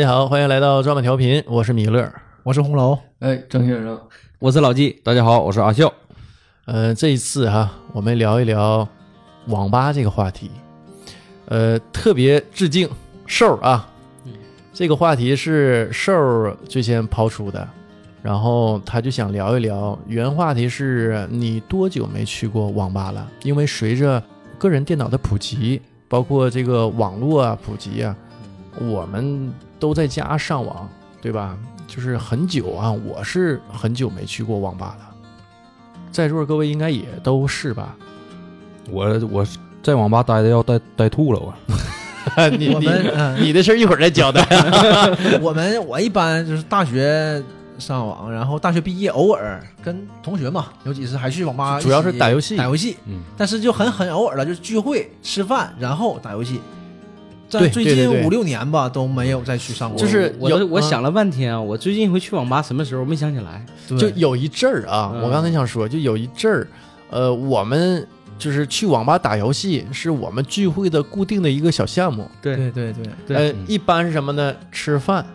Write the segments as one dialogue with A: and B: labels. A: 大家好，欢迎来到抓马调频，我是米勒。
B: 我是红楼，
C: 哎，郑先生，
D: 我是老纪，大家好，我是阿笑。
A: 呃，这一次哈、我们聊一聊网吧这个话题。呃，特别致敬瘦儿啊，这个话题是瘦儿最先抛出的，然后他就想聊一聊。原话题是你多久没去过网吧了？因为随着个人电脑的普及，包括这个网络啊普及啊，我们都在家上网，对吧？就是很久啊，我是很久没去过网吧了。在座各位应该也都是 吧？
D: 我我在网吧待的要待待吐了，我
A: 你
B: 我们
A: 你
B: 嗯，
A: 你的事儿一会儿再交代。
B: 我们我一般就是大学上网，然后大学毕业偶尔跟同学嘛，有几次还去网吧一起，
A: 主要是打游戏
B: 打游戏，
D: 嗯，
B: 但是就很很偶尔了，就是聚会、吃饭，然后打游戏。在
A: 对
B: 最
A: 对对
B: 近
A: 对
B: 五六年吧，都没有再去上过，
A: 就是
E: 我
A: 有
E: 都我
A: 嗯
E: 想了半天啊，我最近回去网吧什么时候没想起来？
B: 对
A: 就有一阵儿啊，
E: 嗯
A: 我刚才想说，就有一阵儿，呃，我们就是去网吧打游戏，是我们聚会的固定的一个小项目。
B: 对对对，
E: 对
A: 呃
D: 嗯，
A: 一般是什么呢？吃饭，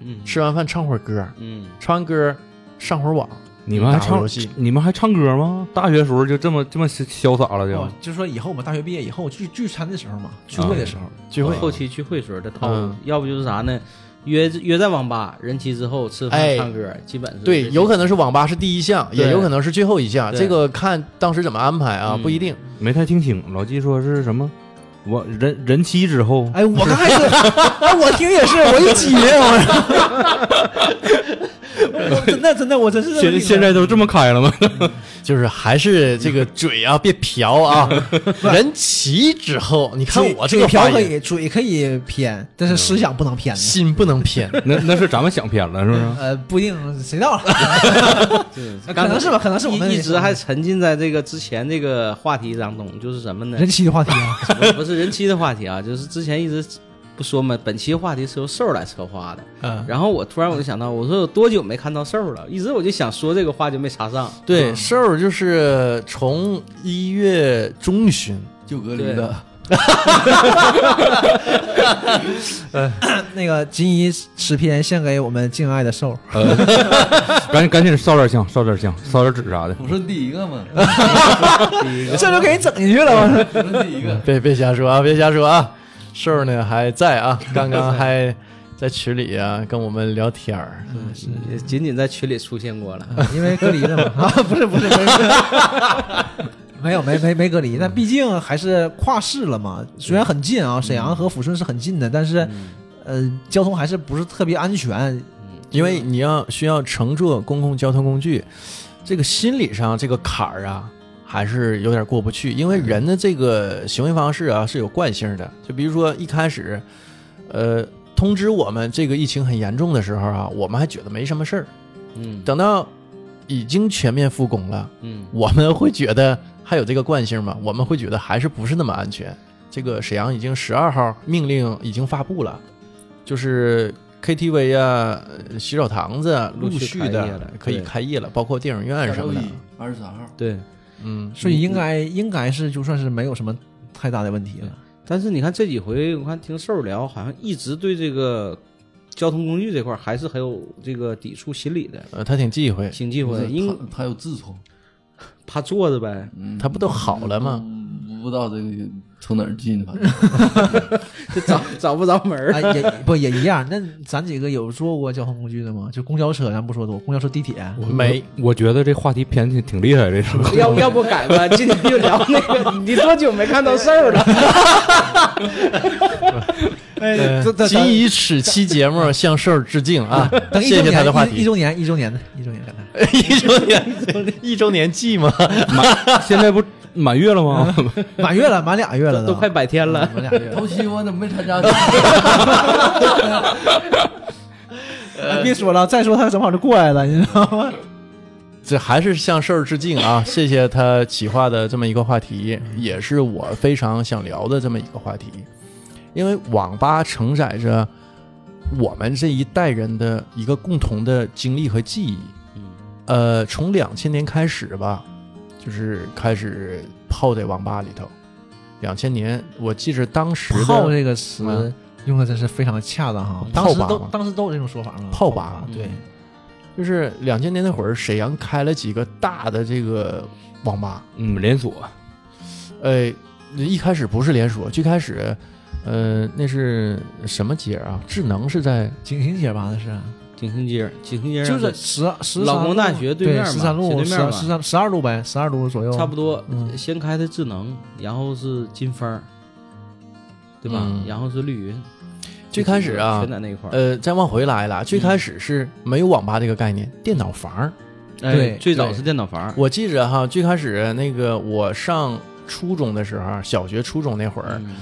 E: 嗯，
A: 吃完饭唱会儿歌，
E: 嗯，
A: 唱完歌上会儿网，
D: 你们还
A: 打
D: 唱
A: 游戏
D: 你们还唱歌吗？大学时候就这么这么潇洒了就
A: 啊
B: 哦，就说以后我们大学毕业以后聚聚餐的时候嘛，聚会的时候，
D: 啊
A: 聚会。
E: 后期聚会时候的套路
A: 嗯，
E: 要不就是啥呢？约约在网吧，人齐之后吃
A: 哎
E: 饭唱歌，基本是
A: 对，
E: 这
A: 有可能是网吧是第一项，也
E: 对
A: 有可能是最后一项，
E: 对
A: 这个看当时怎么安排啊，
E: 嗯
A: 不一定。
D: 没太听清。老纪说是什么？我人人妻之后，
B: 哎，我刚开始，哎，我听也是，我一激灵，我 我真的真的，我真是这么
D: 现
B: 理解
D: 现在都这么开了吗？
A: 就是还是这个嘴啊，别瓢 啊！人齐之后，你看
B: 嘴
A: 我这个
B: 嘴瓢
A: 发
B: 可
A: 音，
B: 以，嘴可以偏，但是思想不能偏的。
A: 心不能 偏。
D: 那那是咱们想偏了是不是？
B: 呃，不一定，谁知道了？
E: 这
B: 可能是吧，可能是我们
E: 一一直还沉浸在这个之前这个话题当中，就是什么呢
B: 人？妻的话题啊。
E: 不不是人妻的话题啊，就是之前一直不说嘛，本期话题是由瘦儿来策划的。
A: 嗯，
E: 然后我突然我就想到，我说有多久没看到瘦儿了？一直我就想说这个话就没插上。
B: 嗯
A: 对，瘦儿就是从一月中旬，
C: 就隔离的，
B: 那个锦衣诗篇献给我们敬爱的兽，
D: 呃， 赶紧赶紧烧点香，烧点香，烧点纸啥的。
C: 我说第一个 嘛，
B: 这就给你整进去了。我
C: 我说第一个，
A: 别别瞎说啊，别瞎说啊！瘦儿呢还在 啊，刚刚还在群里啊跟我们聊天儿。
B: 嗯
E: 嗯也仅仅在群里出现过了。
B: 说，嗯因为隔离了嘛。啊，不是不是不是， 没有没没没隔离，但毕竟还是跨市了嘛。虽然很近啊，沈阳和抚顺是很近的，但是
C: 嗯
B: 呃，交通还是不是特别安全。
A: 因为你要需要乘坐公共交通工具，这个心理上这个坎儿啊，还是有点过不去。因为人的这个行为方式啊是有惯性的，就比如说一开始，呃，通知我们这个疫情很严重的时候啊，我们还觉得没什么事儿。
E: 嗯
A: 等到已经全面复工了，
E: 嗯，
A: 我们会觉得还有这个惯性吗？我们会觉得还是不是那么安全。这个沈阳已经十二号命令已经发布了，就是 KTV 啊、呃洗手堂子啊陆
E: 陆续
A: 续
E: 开业
A: 的
E: 了
A: 可以
E: 对
A: 开业了，包括电影院
C: 下
A: 什
C: 周
A: 么的
C: 一。二十三号，
E: 对。
A: 嗯，
B: 所以应该应该是就算是没有什么太大的问题了。
E: 但是你看这几回，我看听瘦儿聊，好像一直对这个交通工具这块儿还是很有这个抵触心理的，
A: 呃，他挺忌讳，
E: 挺忌
C: 不
E: 讳
C: 是
E: 的，因
C: 他他有痔疮，
E: 怕坐着呗。
C: 嗯
A: 他不都好了
E: 啊
A: 吗？
C: 嗯不知道这个从哪儿进的，反正
E: 这找 找不着门
B: 哎，
E: 儿。
B: 也不也一样。那咱几个有坐过交通工具的吗？就公交车，咱不说多，公交车、地铁。
A: 没
D: 我觉得这话题偏挺挺厉害，这是。
E: 要要不改吧，今天就聊那个， 你多久没看到瘦儿了？
B: 哎这这
A: 谨以此期节目向瘦儿致敬啊！
B: 等一周
A: 谢谢
B: 年
A: 他的话
B: 一一
A: 题。
B: 周年，一周年的，一周年感叹。
A: 一周年，一周年忌吗？
D: 现在不满月了 吗？
B: 满月了，满俩月了嗯
E: 都快百天了。
B: 满俩月了。
C: 头七我怎么没参加？
B: 哎别说了，再说他正好就过来了，你知道吗？
A: 这还是向事儿致敬啊！谢谢他企划的这么一个话题，也是我非常想聊的这么一个话题，因为网吧承载着我们这一代人的一个共同的经历和记忆。呃，从两千年开始吧，就是开始泡在网吧里头。两千年，我记着当时的
B: 泡这个词
A: 嗯
B: 用的真是非常恰当哈。当
A: 炮
B: 时
A: 吧
B: 都
A: 嘛
B: 当时都有这种说法嘛，
A: 炮吧嗯
B: 吧，对，
A: 就是两千年那会儿，沈阳开了几个大的这个网吧，
D: 嗯，连锁，
A: 呃，一开始不是连锁，最开始，呃，那是什么街啊？智能是在
B: 景行街吧那是，
E: 景兴街，景兴街上
B: 就是十十
E: 老工大学对
B: 对
E: 面嘛
B: 十三
E: 斜
B: 路
E: 对面嘛
B: 十三十二路呗，十二路左右，
E: 差不多
B: 嗯，
E: 先开的智能，然后是金风儿，对吧？
A: 嗯
E: 然后是绿云，
A: 最开始啊
E: 全，在那一块儿。嗯
A: 呃，再往回来了，最开始是没有网吧这个概念，电脑房儿。
E: 哎
B: 对
E: 最早
A: 对
E: 是电脑房儿，
A: 我记着哈，最开始那个我上初中的时候，啊小学、初中那会儿，
E: 嗯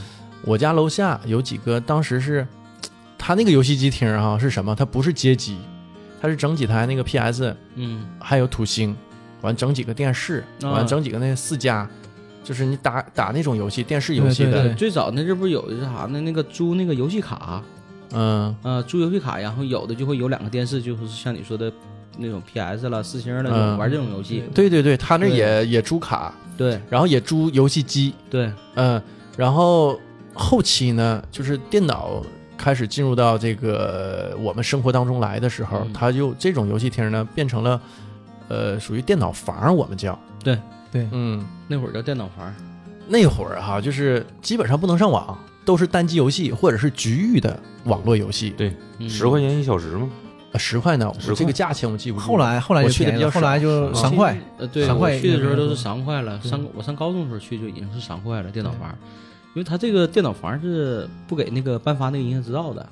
A: 我家楼下有几个，当时是，他那个游戏机厅哈、是什么？它不是街机，它是整几台那个 PS，
E: 嗯，
A: 还有土星，完整几个电视，
E: 啊
A: 完整几个那四家，就是你打打那种游戏，电视游戏
B: 对
A: 的，
E: 对，最早那这不是有的是啥呢？那个租那个游戏卡，
A: 嗯，
E: 呃，租游戏卡，然后有的就会有两个电视，就是像你说的那种 PS 了、四星了，
A: 嗯
E: 玩这种游戏。
A: 对对对，他那
E: 对
A: 也也租卡，
B: 嗯
E: 对
A: 然后也租游戏机，
E: 对，
A: 嗯，然后后期呢，就是电脑开始进入到这个我们生活当中来的时候，
E: 嗯
A: 它就这种游戏厅呢变成了，呃，属于电脑房，我们叫，
E: 对
B: 对
A: 嗯，
E: 那会儿叫电脑房儿。
A: 那会儿哈，就是基本上不能上网，都是单机游戏或者是局域的网络游戏，
E: 嗯
D: 十块钱一小时嘛。
A: 呃十块呢，
D: 10
A: 我这
D: 块
A: 个价钱我记不住。
B: 后来后来就
A: 我去的
B: 便宜
A: 比较
B: 了后来就
A: 少
B: 三块，
E: 呃，对，
B: 三
E: 我
B: 块
E: 去的时
B: 应
E: 候
B: 该
E: 都
B: 是
E: 是三块了。
B: 对
E: 上我上高中的时候去就已经是三块了，电脑房儿，因为他这个电脑房儿是不给那个颁发那个营业执照的，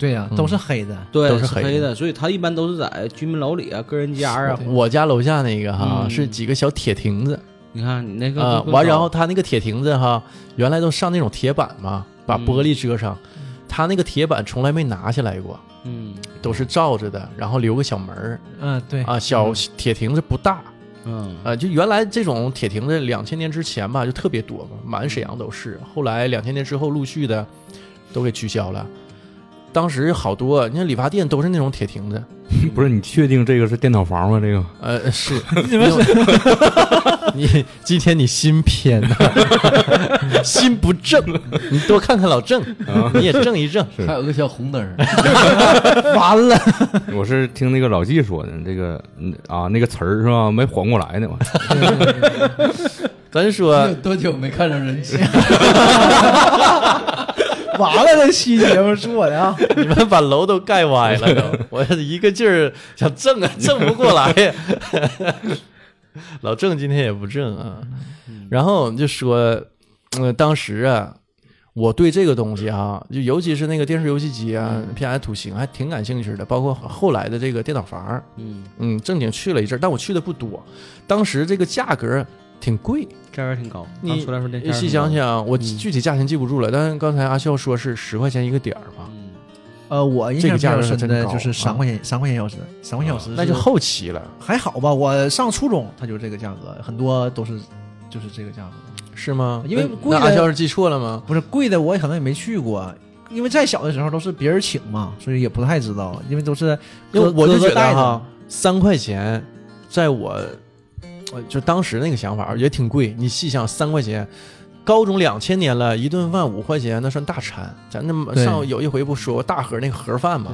B: 对呀
A: 嗯，
B: 都是黑的，
E: 对，
A: 都是
E: 是
A: 黑的
E: 的，所以他一般都是在居民楼里啊、个人家啊。
A: 我家楼下那个哈、
E: 嗯
A: 是几个小铁亭子，
E: 你看你那个
A: 啊，
E: 更
A: 完，然
E: 早
A: 后他那个铁亭子哈，原来都上那种铁板嘛，把玻璃遮上，他那个铁板从来没拿下来过，
E: 嗯
A: 都是罩着的，然后留个小门儿
B: 嗯对，
A: 啊，小
E: 嗯
A: 铁亭子不大。
E: 嗯
A: 啊，就原来这种铁亭子，两千年之前吧，就特别多嘛，满沈阳都是。后来两千年之后，陆续的都给取消了。当时好多，你看理发店都是那种铁亭子，
D: 不是你确定这个是电脑房吗？这个
A: 呃，是 你们是，你今天你心偏 了，心不正，你多看看老郑，你也正一正。
D: 对
C: 还有个小红灯儿，
B: 完了，
D: 我是听那个老纪说的，这个嗯啊那个词儿是吧？没缓过来呢，我
A: 咱说
E: 啊
C: 你 有多久没看上人气？
B: 完了，这期节目是我的啊，
A: 你们把楼都盖歪了都，我一个劲儿想正 啊，正不过来 呀。老郑今天也不正啊，然后我们就说，呃，当时啊，我对这个东西啊，就尤其是那个电视游戏机啊、PS 图形还挺感兴趣的，包括后来的这个电脑房儿，
E: 嗯，
A: 嗯，正经去了一阵儿，但我去的不多，当时这个价格挺贵。
E: 价格挺高。
A: 你
E: 刚出来的时候那价格
A: 细
E: 挺
A: 想
E: 高，
A: 想，我
E: 嗯
A: 具体价钱记不住了，但是刚才阿笑说是十块钱一个点儿嘛，
E: 嗯，
B: 呃，我印
A: 这
B: 象
A: 个
B: 比
A: 价
B: 较
A: 格
B: 深
A: 真
B: 的
A: 高
B: 就是
A: 啊
B: 三块钱，三块钱小时，三块钱小
E: 嗯
B: 时是，
A: 那就后期了，
B: 还好吧。我上初中它就这个价格，很多都是就是这个价格，
A: 是吗？
B: 因为
A: 那
B: 贵
A: 那阿
B: 的
A: 笑是记错了吗？
B: 不是贵的，我也可能也没去过。因为再小的时候都是别人请嘛，所以也不太知道，因为都是
A: 因为
B: 哥
A: 我就
B: 哥
A: 觉得
B: 带的
A: 哈，三块钱，在我，我就当时那个想法也挺贵。你细想，三块钱，高中两千年了，一顿饭五块钱，那算大餐。咱那么
B: 对
A: 上有一回不说过大盒那个盒饭吗？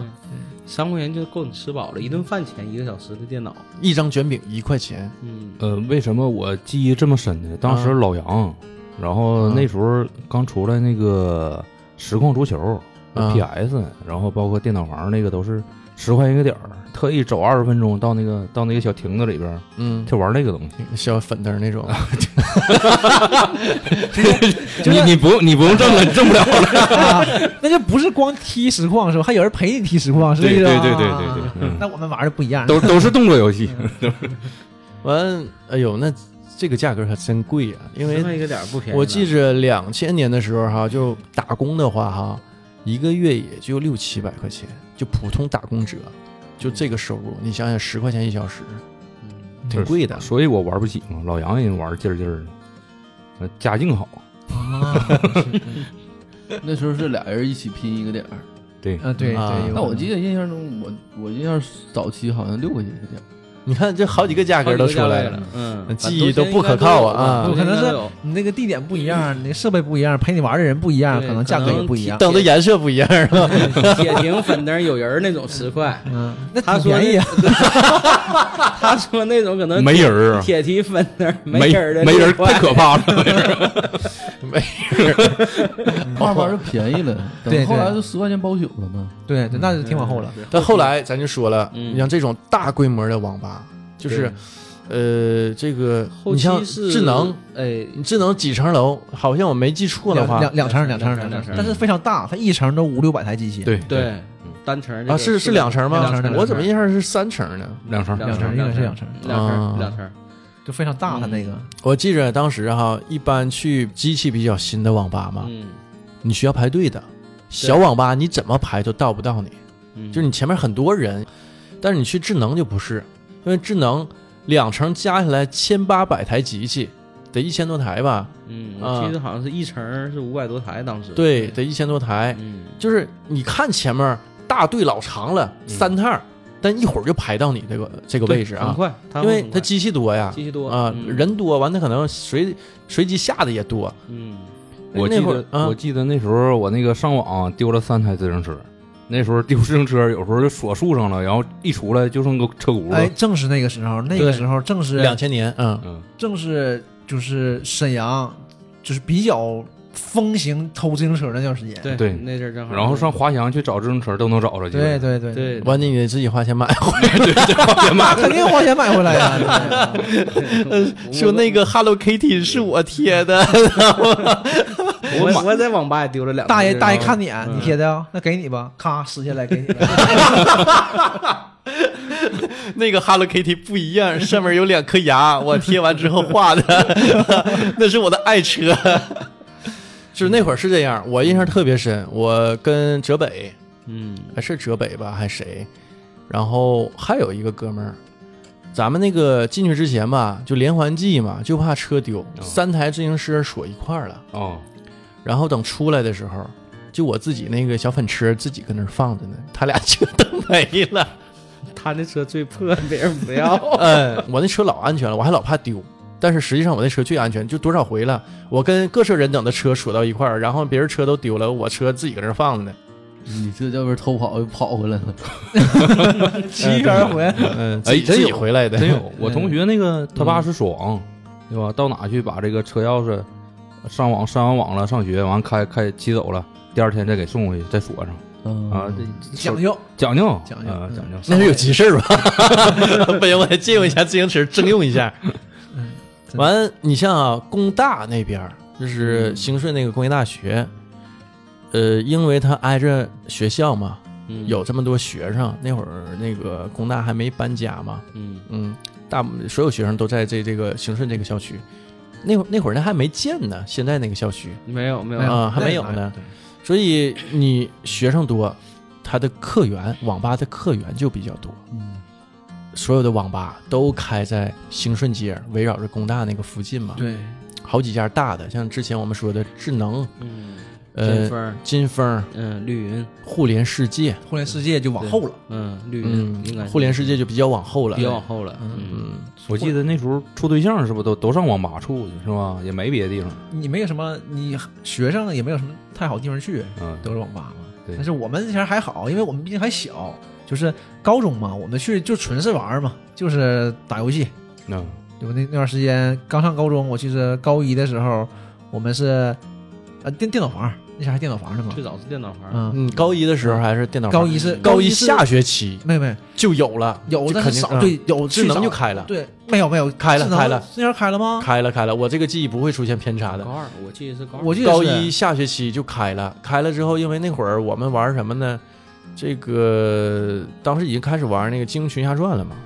E: 三块钱就够你吃饱了，一顿饭钱一个小时的电脑。
A: 一张卷饼一块钱，
E: 嗯，
D: 呃，为什么我记忆这么深呢？当时老杨，然后那时候刚出来那个实况足球、
A: 啊
D: PS，然后包括电脑房那个都是十块钱一个点儿，特意走二十分钟到那个到那个小亭子里边儿
A: 嗯，
D: 去玩那个东西。
A: 小粉灯那种。
D: 你你不用你不用挣了，你挣不了了。
B: 啊， 那就不是光踢实况是吧？还有人陪你踢实况，是不是？
D: 对对对对对对，嗯
B: 啊那我们玩的不一 样，
D: 都都是动作游戏。
A: 完，哎呦，那这个价格可真贵啊！因
E: 另外
A: 为
E: 一个点儿不便宜了。
A: 我记着两千年的时候哈，就打工的话哈，一个月也就六七百块钱，就普通打工者，就这个收入，你想想十块钱一小时，
E: 嗯，
A: 挺贵的。
D: 所以我玩不起嘛。老杨人玩劲儿劲儿的，呃家境好，
B: 啊，
C: 那时候是俩人一起拼一个点儿。
D: 对，
B: 啊对
A: 啊
B: 对。有
C: 那我记得印象中，我我印象早期好像六块钱一个点儿，
A: 你看这好几个价格都出来了，，
E: 嗯，
A: 记忆都不可靠啊
E: 反
B: 可
E: 正
B: 能
E: 都
B: 是
E: 有吧
B: 你那个地点不一样，你那设备不一样，陪你玩的人不一样，
E: 对
B: 可能价格
E: 可能
B: 也不一样。
A: 灯的颜色不一样是吧？
E: 铁亭粉灯有人儿那种十 块，
B: 嗯，那
E: 他
B: 挺
E: 说
B: 便宜啊。
E: 他说那种可能
D: 没人儿啊
E: 铁蹄粉灯儿
D: 没
E: 人儿的
D: 没人儿
E: 6块
D: 太可怕了，没人儿
A: 没
E: 嗯
C: 慢慢就便宜了，
B: 对
C: 等
B: 对
C: 后来就十块钱包宿了嘛。
B: 对对，那就挺往后了。
A: 但后来咱就说了，
E: 嗯
A: 你像这种大规模的网吧，就是呃，这个
E: 后
A: 你像
E: 期是
A: 智能，，
E: 哎，
A: 你智能几层楼？好像我没记错呃的
B: 两
A: 话
B: 两两层两层
E: 两层
B: 两层，
E: 两层
B: 但是非常大，它一层都五六百台机器。
D: 对，
E: 对，单层儿这
A: 啊，
E: 个
A: 是是两层吗
B: 两层两？层
A: 我怎么印象是三层呢？
D: 两成
E: 两层儿，
B: 两层儿应该是
E: 两
B: 两层儿，
E: 层儿两层
A: 啊
E: 儿，两层儿。
B: 就非常大，它那个
A: 我记着当时哈，一般去机器比较新的网吧嘛，
E: 嗯
A: 你需要排队的。小网吧你怎么排都到不到你，
E: 嗯，
A: 就是你前面很多人，但是你去智能就不是，因为智能两层加起来千八百台机器，得一千多台吧？
E: 嗯，
A: 啊
E: 我记得好像是一层儿是五百多台，当时
A: 对，，得一千多台。
E: 嗯，
A: 就是你看前面大队老长了，三趟儿，但一会儿就排到你这个这个位置
E: 很
A: 啊，
E: 快，它
A: 因
E: 会
A: 为
E: 很
A: 它
E: 快
A: 机器多呀，
E: 机器多
A: 啊，
E: 嗯
A: 人多，完他可能随随机下的也多。
E: 嗯
D: 我
A: 那
D: 记
A: 会
D: 得
A: 儿，啊
D: 我，记得那时候我那个上网丢了三台自行车，那时候丢自行车有时候就锁树上了，然后一出来就剩个车轱
B: 哎，
D: 辘。
B: 正是那个时候，那
E: 对
B: 个时候正
E: 啊
B: 是
A: 两千年，嗯，
D: 嗯，
B: 正是就是沈阳就是比较风行偷自行车那段时间。
E: 对
D: 对
E: 那阵儿正好，
D: 然后上华强去找自行车都能找着，
B: 对对对，
E: 对
A: 完你得自己花钱买。
B: 那肯定花钱买回来 呀。对
A: 说那个 Hello Kitty 是我贴的，
E: 我我在网吧也丢了两个
B: 大爷
E: 这
B: 大爷
E: 种
B: 看你啊，
E: 嗯
B: 你贴的啊，那给你吧，咔撕下来给你。
A: 那个 Hello Kitty 不一样，上面有两颗牙，我贴完之后画的，那是我的 爱车。 就是那会儿是这样，我印象特别深。我跟浙北，
E: 嗯
A: 还是浙北吧，还谁？然后还有一个哥们儿，咱们那个进去之前吧，就连环计嘛，就怕车丢，
E: 哦
A: 三台自行车锁一块儿了。
D: 哦，
A: 然后等出来的时候，就我自己那个小粉车自己搁那儿放着呢，他俩车都没了。
E: 他那车最破， 别人
D: 哎
E: 不要。
A: 嗯，我那车老安全了，我还老怕丢。但是实际上我那车最安全，就多少回了，我跟各色人等的车锁到一块儿，然后别人车都丢了，我车自己搁那儿放着呢。
C: 你这要不是偷跑又跑回来了，
B: 七元而回，
A: 嗯，自己
D: 哎真
A: 自己
D: 有
A: 回来的，
D: 真有。我同学那个他爸是锁王，对吧？到哪去把这个车钥匙上网上完网了，上学完开开骑走了，第二天再给送回去再锁上啊，
C: 嗯
D: 这
B: 讲究
D: 讲究
B: 讲究
D: 啊
B: 嗯
D: 讲究。
A: 那是有急事儿 吧？不行，我得借用一下自行车征用一下。
B: 嗯真的嗯
A: 完，你像啊，工大那边儿就是兴顺那个工业大学，呃，因为它挨着学校嘛，
E: 嗯
A: 有这么多学生，那会儿那个工大还没搬家嘛，
E: 嗯
A: 嗯，大所有学生都在这这个兴顺这个校区。那会儿那会儿那还没建呢，现在那个校区，
E: 没有没有
A: 啊还没有呢。所以你学生多，他的客源网吧的客源就比较多。
C: 嗯，
A: 所有的网吧都开在兴顺街，围绕着工大那个附近嘛，
E: 对
A: 好几家大的，像之前我们说的智能、
E: 嗯金
A: 呃
E: 风儿
A: 金风、
E: 嗯绿云
A: 互联世界，
B: 互联世界就往后了。
E: 嗯绿云
A: 嗯
E: 应该，是
A: 互联世界就比较往后了，
E: 比较往后了嗯
A: 嗯，
D: 我记得那时候处对象是不是都都上网吧处去是吧？也没别的地方，
B: 你没有什么，你学生也没有什么太好地方去，
D: 嗯，
B: 都是网吧嘛。
D: 对
B: 但是我们那前还好，因为我们毕竟还小，就是高中嘛，我们去就纯是玩儿嘛，就是打游戏。
D: 那
B: 我那那段时间刚上高中，我记得高一的时候，我们是呃电电脑房，那前还电脑房呢嘛
E: 最。早是电脑房
B: 嗯，
A: 嗯，高一的时候还是电脑，
B: 高一是
A: 高一
B: 一是
A: 下学期
B: 没有没有
A: 就有了，
B: 有，
A: 就
B: 但
A: 肯
B: 是
A: 定
B: 少
A: 嗯
B: 对有
A: 智能就
B: 开
A: 开了，
B: 对没有没有
A: 开了
B: 智能
A: 开了
B: 那前开了吗？
A: 开了开了，我这个记忆不会出现偏差的
E: 高。二我记得是高二
B: 我记得
A: 高
B: 是
A: 一下学期就开了，开了之后，因为那会儿我们玩什么呢？这个当时已经开始玩那个《精英群侠传》了嘛，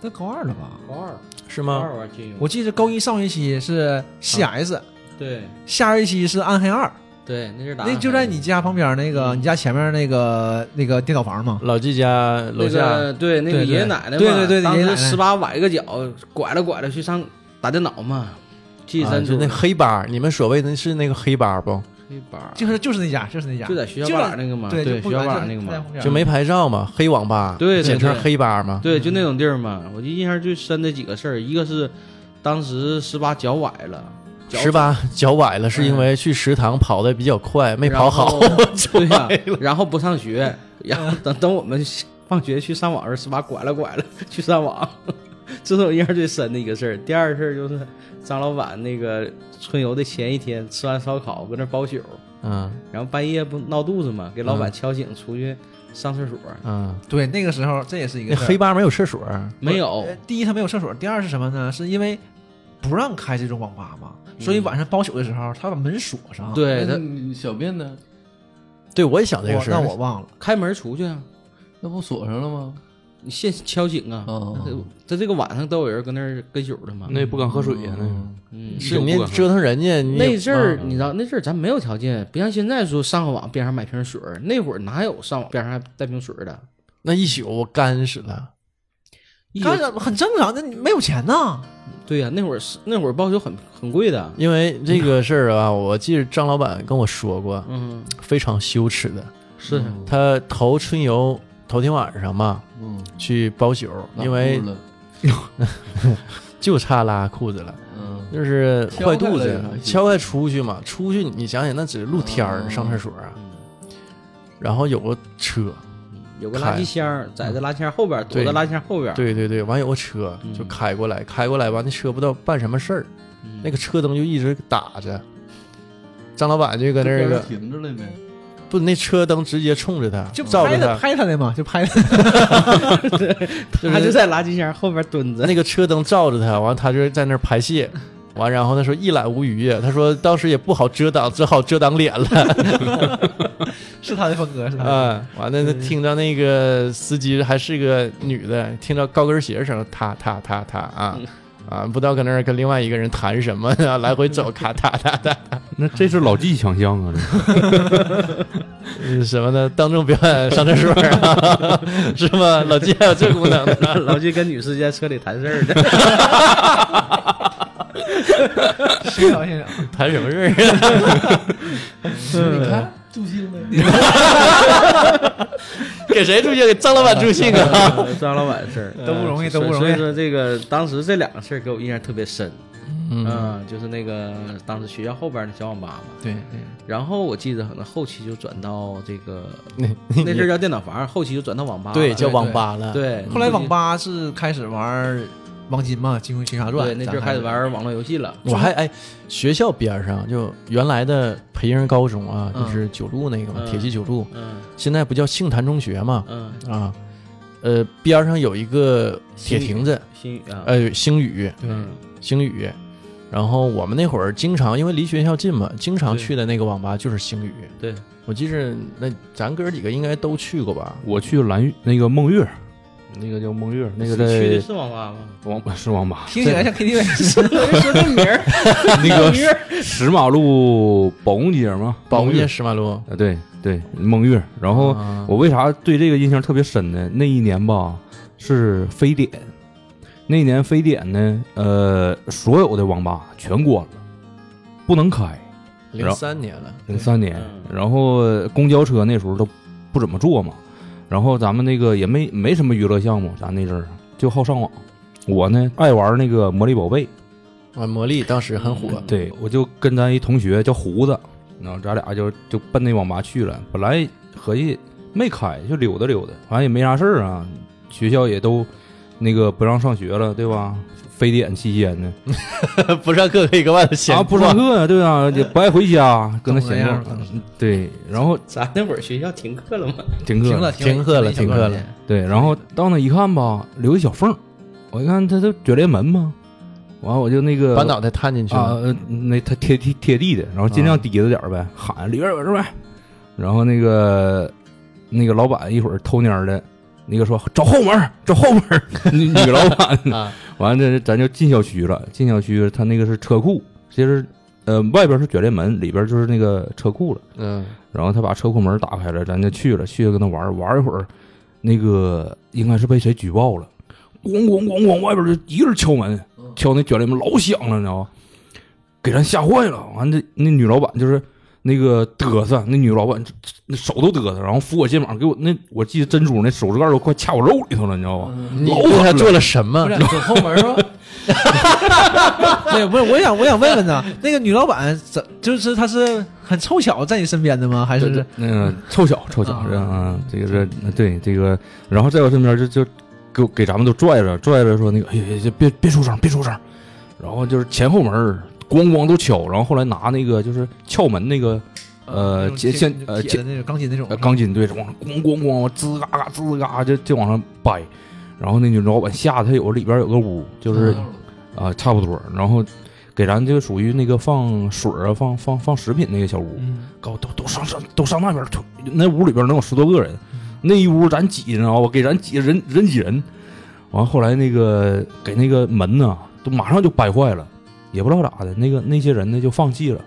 B: 那高二了吧？
E: 高二
A: 是
E: 高
A: 吗？
E: 二我记得
B: 嗯我记得高一上学期是 CS，、
E: 对
B: 下学期是暗黑二。
E: 对那是嗯打
B: 那就在你家旁边那个，你家前面那个那个电脑房嘛。
A: 老纪家楼
E: 哦那
A: 下、
E: 个对那个
B: 对对
E: 爷爷奶奶嘛
B: 对对对
E: 当
B: 爷爷
E: 时
B: 奶奶
E: 十八崴个脚拐了拐了去上打电脑嘛记忆
A: 啊
E: 深
A: 就
E: 处
A: 那黑吧，你们所谓的是那个黑吧不？
E: 黑板儿
B: 就是就是那家，就是那家，
E: 就在学校
B: 就
E: 板儿那个嘛，
B: 对，
E: 对，
B: 不
E: 学校
B: 远
E: 板儿那个
B: 就在
E: 嘛
B: 红，桥
A: 就没牌照嘛，黑网吧，
E: 对对
A: 简称
E: 对
A: 黑吧嘛。
E: 对，就那种地儿嘛。我就印象最深的几个事儿，一个是当时十八脚崴了，脚哎
A: 十八脚崴了，是因为去食堂跑的比较快，没跑好。
E: 然后 对呀、 然后不上学，然
A: 嗯
E: 后等等我们放学去上网时候，十八拐了拐了 去上网，这是我印象最深的一个事儿。第二事儿就是张老板那个春游的前一天吃完烧烤搁那包宿，
A: 嗯
E: 然后半夜不闹肚子嘛，给老板敲醒出去上厕所，
A: 嗯，
B: 对，那个时候这也是一个
A: 那
B: 事儿
A: 黑吧没有厕所，
E: 没有
A: 哦
B: 呃，第一，它没有厕所；第二是什么呢？是因为不让开这种网吧嘛，所以晚上包宿的时候，他把门锁上。，
E: 嗯对
A: 嗯
C: 那
E: 他
C: 你小便呢？
A: 对我也想这个
B: 我
A: 事
B: 那
A: 儿。
B: 我忘了。
E: 开门出去啊，
C: 那不锁上了吗？
E: 你现敲醒啊，
C: 啊，
E: 他这个晚上都有人搁那儿跟宿的嘛，
D: 那也不敢喝水呀，那个
C: 嗯
E: 嗯。
A: 是你折腾人家，你
E: 那阵儿
A: 啊
E: 你知道，那阵儿咱没有条件，不像现在说上个网边上买瓶水儿，那会儿哪有上网边上还带瓶水儿的？
A: 那一宿干死了。
E: 一
B: 干什么很正常，那你没有钱呐。
E: 对呀、那会儿是那会儿包宿很很贵的，
A: 因为这个事儿啊，我记得张老板跟我说过，
E: 嗯，
A: 非常羞耻的。
C: 啊
E: 是
A: 他头春游头天晚上嘛，
C: 嗯，
A: 去包宿，
C: 拉
A: 因为
C: 裤子
A: 就差拉裤子了，
C: 嗯，
A: 就是坏肚
C: 敲开了
A: 子
C: 是吧，
A: 敲开出去嘛，出去你想想，那只是露天儿
C: 嗯
A: 上厕所啊，然后有个车，
E: 有个垃圾箱儿在这垃圾箱后边儿，躲
A: 对
E: 在垃圾箱后边儿，
A: 对对对，完有个车
E: 嗯
A: 就开过来，开过来完那车不知道办什么事儿，
E: 嗯
A: 那个车灯就一直打着，张老板就搁那
C: 边
A: 儿
C: 上停着了呗。
A: 不，那车灯直接冲着他，
B: 就
A: 照
B: 拍
A: 着
B: 他
A: 他，
B: 拍他的嘛，就拍他。
A: 就是
E: 他就在垃圾箱后边儿蹲着，
A: 那个车灯照着他，完他就在那儿排泄，完然后他说一览无余啊，他说当时也不好遮挡，只好遮挡脸了
B: 是他的风格，是 他的。
E: 呃
A: 啊。完了，那听着那个司机还是个女的，听着高跟鞋声，踏踏踏踏啊。啊，不知道搁那儿跟另外一个人谈什么呢，来回走，咔嗒嗒嗒
D: 那这是老纪强项啊，这
A: 嗯什么的，当众表演上厕所啊，是吗？老季还有这功能呢？
E: 老去跟女司机在车里谈事儿的，
B: 现场现场，
A: 谈什么事儿啊？嗯
C: 你看，助兴呗。
A: 给谁助兴？给张老板助兴啊？
E: 张嗯老板事儿嗯
B: 都不容易都不容易
E: 所以说这个当时这两个事儿给我印象特别深，
A: 嗯，
E: 嗯，就是那个当时学校后边儿那小网吧嘛，
A: 对对，
E: 然后我记得可能后期就转到这个
A: 那
E: 那阵儿叫电脑房，后期就转到网吧了。
A: 对叫
B: 对
A: 网吧了，
E: 啊对，
B: 后来网吧是开始玩王金嘛，《金庸群侠传》
E: 对，那阵儿
B: 咱
E: 开始。玩网络游戏了。
A: 我还哎，学校边上就原来的培英高中啊，
E: 嗯
A: 就是九路那个嘛，
E: 嗯
A: 铁西九路，
E: 嗯
A: 现在不叫杏坛中学嘛？
E: 嗯，
A: 啊，呃，边上有一个铁亭子，
E: 新宇啊，
A: 呃，星宇，
E: 嗯，
A: 星宇。然后我们那会儿经常，因为离学校近嘛，经常
E: 对
A: 去的那个网吧就是星宇。
E: 对，
A: 我记着那咱哥几个应该都去过吧？
D: 我去蓝玉那个梦月，那个叫梦月，那个
E: 去的
D: 在
E: 是网吧吗？
D: 王是王 八，
B: 听起来像 KTV 似 的，
E: 说这 名儿，
D: 那个石马路保工街嘛，
A: 保
D: 梦
A: 工
D: 月
A: 街石马路。
D: 啊，对对，梦月。然后
A: 啊
D: 我为啥对这个印象特别深呢？那一年吧，是非典，那一年非典呢，呃，所有的网吧全关了，不能开。
A: 零三年了，
D: 零三年，
E: 嗯
D: 然后公交车那时候都不怎么坐嘛，然后咱们那个也没没什么娱乐项目，咱那阵儿就好上网。我呢爱玩那个魔力宝贝，
A: 啊，魔力当时很 火。
D: 对我就跟咱一同学叫胡子，然后咱俩就就奔那网吧去了。本来合计没开，就溜达溜达，反正也没啥事儿啊。学校也都那个不让上学了，对吧？非典期间呢，
A: 不上课可以格外的闲
D: 啊，不上课，对啊，也不爱回家，搁那
B: 懂
D: 闲
B: 了
D: 逛
B: 样懂了。
D: 对，然后
E: 咱那会儿学校停课了吗？
D: 停课
B: 停了，
A: 停课了
B: 停
A: 停课了。
D: 对，然后到那一看吧，留一小缝儿，我一看他都卷帘门嘛，完我就那个
A: 把脑袋探进去
D: 啊，
A: 了。
D: 呃那他贴地贴地的，然后尽量低着点儿呗，喊里边有人呗。然后那个那个老板一会儿偷蔫儿的，那个说找后门儿，找后门儿， 女女老板。
A: 啊
D: 完了这咱就进小区了，进小区他那个是车库，其实呃外边是卷帘门，里边就是那个车库了。
A: 嗯，
D: 然后他把车库门打开了，咱就去了，去了跟他玩儿玩儿一会儿，那个应该是被谁举报了，咣咣咣咣，外边就一个人敲门，
A: 嗯
D: 敲那卷帘门老响了，你知道吗？给咱吓坏了。完这那女老板就是那个嘚瑟，那女老板那手都嘚瑟，然后扶我肩膀，给我那我记得珍珠那手指盖都快掐我肉里头了，你知道吧？
A: 嗯你对他做了什么
E: 不？是走后 门是吧？
B: 对，不是，我想我想问问呢，那个女老板怎就是她是很凑巧在你身边的吗？还是
D: 嗯，凑巧凑巧
B: 啊
D: 是啊，这个是对这个，然后在我身边就就给我给咱们都拽着拽着说那个，哎呀，哎呀别别出声，别出声，然后就是前后门儿咣咣都敲，然后后来拿那个就是撬门那个呃
B: 那种
D: 铁线呃
B: 铁的那种钢筋那种
D: 呃，钢筋对着往上咣咣咣吱嘎嘎吱嘎就就往上掰，然后那女老板吓得她有里边有个屋，就是
B: 嗯
D: 啊、差不多，然后给咱就属于那个放水啊放放放食品那个小屋，
B: 嗯，
D: 告都都上上都上那边儿，突那屋里边能有十多个人，那一屋咱挤，你知道吧？给咱挤人人挤人，完后来那个给那个门呢、都马上就掰坏了，也不知道咋的，那个那些人呢就放弃了，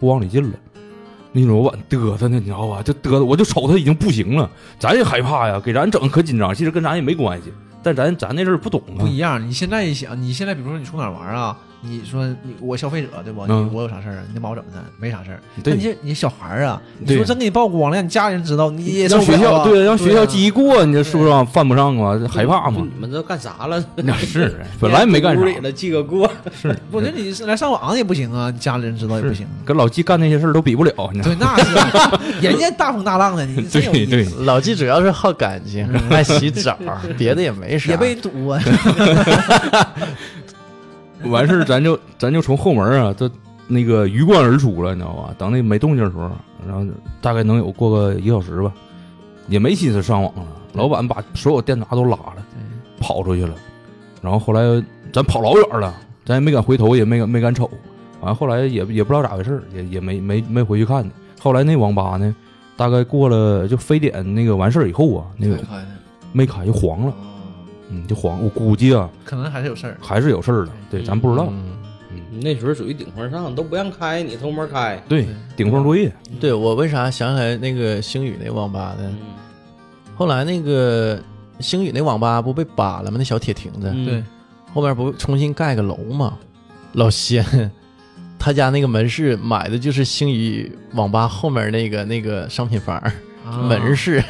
D: 不往里进了。那老板嘚瑟呢，你知道吧？就嘚瑟，我就瞅他已经不行了，咱也害怕呀，给咱整可紧张。其实跟咱也没关系，但咱咱那阵儿不懂啊
B: 不，一样。你现在一想，你现在比如说你出哪儿玩啊？你说你我消费者对不？
D: 嗯
B: 你我有啥事儿啊？你得把我整的，没啥事儿。
D: 对
B: 但你这你小孩儿啊，你
D: 对
B: 说真给你曝光了，让你家里人知道，你也
D: 让
B: 受不
D: 学
B: 了
D: 校
B: 啊
D: 对，让学校记一过，你这是不是
B: 对
D: 啊犯不上啊？害怕嘛？
E: 你们这干啥了？
D: 那 是本来没干啥
E: 屋，里了，记个过。
D: 是
B: 不，那你是来上网也不行啊，你家里人知道也不行。
D: 跟老纪干那些事儿都比不了，你知道
B: 对，
D: 吗？
B: 那是啊人家大风大浪的，你真有
D: 对
B: 意
D: 对
B: 思，
A: 老纪主要是好感情，爱洗澡，别的也没啥。
B: 也被堵啊。
D: 完事儿咱就咱就从后门啊，都那个鱼贯而出了，你知道吧？等那没动静的时候，然后大概能有过个一个小时吧，也没心思上网了。老板把所有电闸都拉了，跑出去了。然后后来咱跑老远了，咱也没敢回头，也没敢没敢瞅。完后来也也不知道咋回事儿，也也没没没回去看。后来那网吧呢，大概过了就非典那个完事儿以后啊，那个
C: 开
D: 没开就黄了，嗯，就黄。我估计啊，
B: 可能还是有事儿。
D: 还是有事儿的，对，咱不知道。
A: 嗯，
E: 你那时候属于顶风上，都不让开，你偷摸开。
D: 对，顶风作业，
A: 对我为啥想起来那个星宇那网吧呢？
E: 嗯
A: 后来那个星宇那网吧不被扒了吗？那小铁亭子、
E: 嗯
B: 对，
A: 后面不重新盖个楼吗？老仙 他家那个门市买的就是星宇网吧后面那个那个商品房、门市，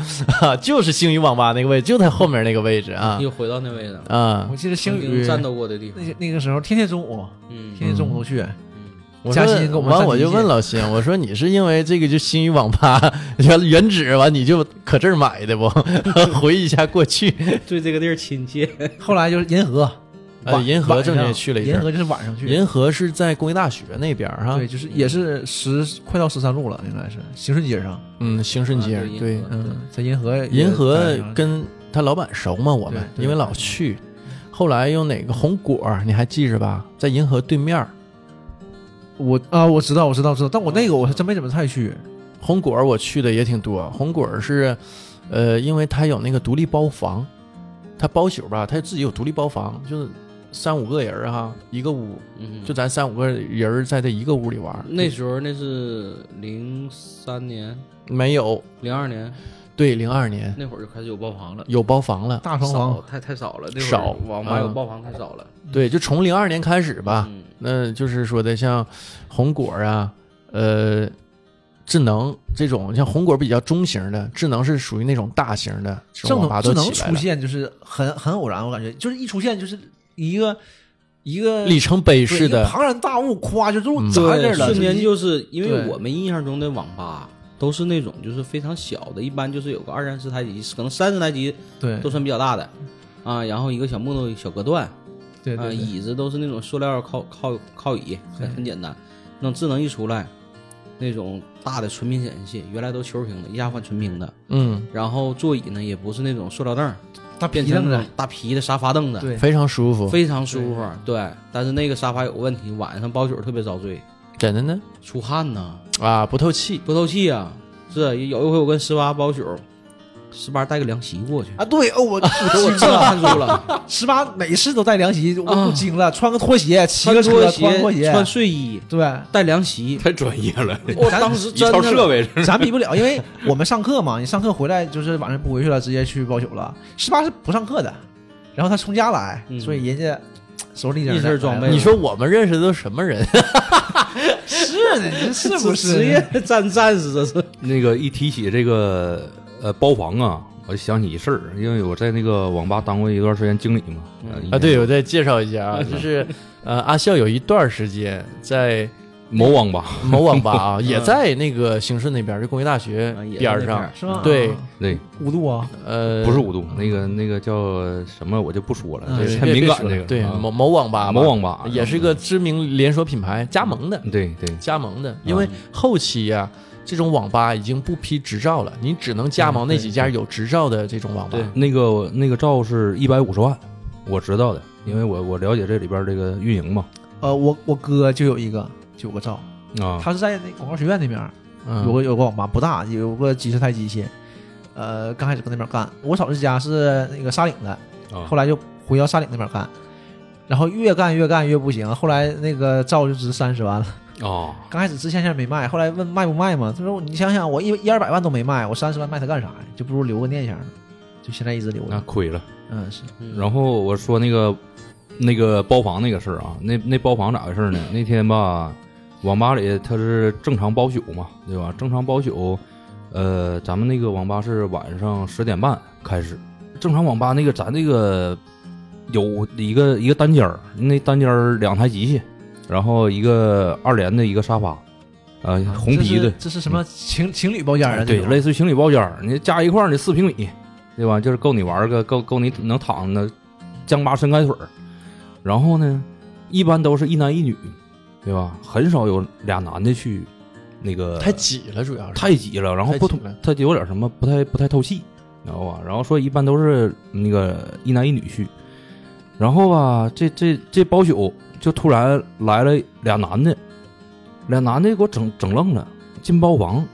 A: 就是星宇网吧那个位置，就在后面那个位置啊
E: 又回到那位置了，
A: 啊！
B: 我记得星
E: 曾
B: 宇
E: 经嗯战斗过的地方
B: 那。些那个时候天天中午，
E: 嗯
B: 天天中午都去。
A: 我
B: 嘉
A: 说
B: 欣跟我们
A: 完
B: 三
A: 我
B: 级
A: 就
B: 一届
A: 问老辛，我说你是因为这个就新宇网吧原原址完你就搁这儿买的不？ 回忆一下过去，
E: 对这个地儿亲切。
B: 后来就是银河，
A: 呃
B: 晚
A: 银河
B: 晚上
A: 正经也去了一阵
B: 银河就是晚上去。
A: 银河是在工业大学那边儿哈
B: 对，，就是也是十快到十三路了，应该是兴顺街上。
A: 嗯，兴顺街
E: 啊对
A: 对
E: 银河，
B: 嗯，在银河也
A: 银河
B: 待上了
A: 跟他老板熟嘛，我们
B: 对对
A: 因为老去，后来又哪个红果儿你还记着吧？在银河对面儿，
B: 我啊，我知道，我知道，知道，但我那个我还真没怎么太去。
A: 红果儿我去的也挺多，红果儿是，呃，因为他有那个独立包房，他包宿吧，他自己有独立包房，就是三五个人儿哈，一个屋，
E: 嗯，
A: 就咱三五个人儿在这一个屋里 玩儿，
E: 那时候那是零三年、
A: 没有，
E: 零二 年
A: 对，零二年
E: 那会儿就开始有包房了，
A: 有包房了，
B: 大床
E: 少
B: 房，
E: 太太少了，那会儿
A: 少
E: 网吧有
A: 嗯
E: 包房太少了
A: 对，就从零二年开始吧，
E: 嗯
A: 那就是说的像红果儿啊，呃，智能这种，像红果儿比较中型的，智能是属于那种大型的，这种
B: 正
A: 网吧
B: 能智
A: 啊都
B: 能
A: 起来
B: 出
A: 了，
B: 现就是很很偶然，我感觉就是一出现就是一个一个
A: 里程碑
B: 对
A: 式
B: 一个
A: 的，
B: 庞然大物，夸就
A: 嗯
B: 就砸这儿了，
E: 瞬间
B: 一
E: 就是因为
B: 对
E: 我们印象中的网吧都是那种就是非常小的，一般就是有个二三十台级，可能三十台级
B: 对
E: 都算比较大的啊。然后一个小木头小隔断
B: 对
E: 啊，
B: 对对
E: 椅子都是那种塑料靠靠靠椅，很很简单。那种智能一出来，那种大的纯屏显示器，原来都球屏的，一下换纯屏的。
A: 嗯，
E: 然后座椅呢也不是那种塑料凳儿，
B: 大
E: 变
B: 皮
E: 成
B: 凳
E: 那
B: 子
E: 种，大皮的沙发凳子，
B: 对
A: 非常舒服。
E: 非常舒服。对，但是那个沙发有个问题，晚上包宿特别遭罪，
A: 怎的呢？
E: 出汗呐，
A: 啊，不透气，
E: 不透气啊。是有一回我跟十八包宿，十八带个凉席过去，
B: 啊，对哦， 我
E: 给我
B: 我
E: 震撼住了。
B: 十八每次都带凉席，我
E: 啊
B: 都惊 了，穿个拖鞋，骑
E: 穿
B: 个
E: 拖
B: 车，穿拖鞋，
E: 穿睡衣，
B: 对。
E: 带凉席，
D: 太专业了，
E: 我当时
D: 一
E: 真
D: 套
E: 的
D: 设备
B: 咱比不了，因为我们上课嘛，你上课回来就是晚上不回去了，直接去包宿了。十八是不上课的，然后他从家来，
E: 嗯
B: 所以人家手里整
E: 一身装
B: 哎
E: 备
A: 你说我们认识的都什么人？
B: 是的，你是不是
E: 职业战战士这是？
D: 那个一提起这个呃包房啊，我就想起一事儿，因为我在那个网吧当过一段时间经理嘛。
E: 嗯
D: 呃
A: 啊，对，，我再介绍一下啊，就是呃，阿笑有一段时间在
D: 某网吧，
A: 某网吧啊，也在那个兴顺那边，就工业大学
E: 啊也在
A: 边
E: 那
A: 儿
E: 边
A: 上
E: 儿。
B: 是吗？
A: 对，
D: 对，
B: 五度啊，
A: 呃，
D: 不是五度，那个那个叫什么，我就不说了，嗯
B: 嗯
D: 啊这
A: 对
D: 太
A: 呃别
D: 敏
A: 别
D: 感
A: 说
D: 这
A: 了
D: 个。
A: 对，
D: 啊
A: 某某网吧吧，
D: 某网吧
A: 啊也是个知名连锁品牌加盟的，
D: 对对，
A: 加盟的，因为后期呀、这种网吧已经不批执照了，你只能加盟那几家有执照的这种网吧。
D: 那个那个照是一百五十万，我知道的，因为我我了解这里边这个运营嘛。
B: 呃，我我哥就有一个九个照，
D: 啊，
B: 他是在那广告学院那边儿
A: 嗯
B: 有个有个网吧，不大，有个几十台机器。呃，刚开始搁那边干，我嫂子家是那个沙岭的，后
D: 来
B: 来就回到沙岭那边干，然后越干越干越不行，后来那个照就值三十万了。
D: 哦，
B: 刚开始之前线没卖，后来问卖不卖嘛，他说你想想我一一二百万都没卖，我三十万卖它干啥呀？就不如留个念想呢，就现在一直留
D: 那
B: 着。
D: 亏了。
B: 嗯，是
D: 然后我说那个那个包房那个事儿啊，那那包房咋回事呢？那天吧，网吧里它是正常包宿嘛，对吧？正常包宿，呃，咱们那个网吧是晚上十点半开始。正常网吧那个咱那个有一个一个单间儿，那单间儿两台机器，然后一个二连的一个沙发，呃，红皮
B: 啊这
D: 的
B: 是，这是什么情情侣包间啊？
D: 哎对，
B: 这种
D: 类似于情侣包间儿，你加一块儿你四平米，对吧？就是够你玩儿个，够够你能躺着江巴伸开腿儿。然后呢，一般都是一男一女，对吧？很少有俩男的去那个
A: 太挤了，主要是
D: 太挤了，然后
A: 太
D: 不
A: 挤
D: 通
A: 了，
D: 他就有点什么不太不太透气，你知道吧？然后说一般都是那个一男一女去，然后吧，这这这包宿就突然来了俩男的，俩男的给我整整愣了，进包房，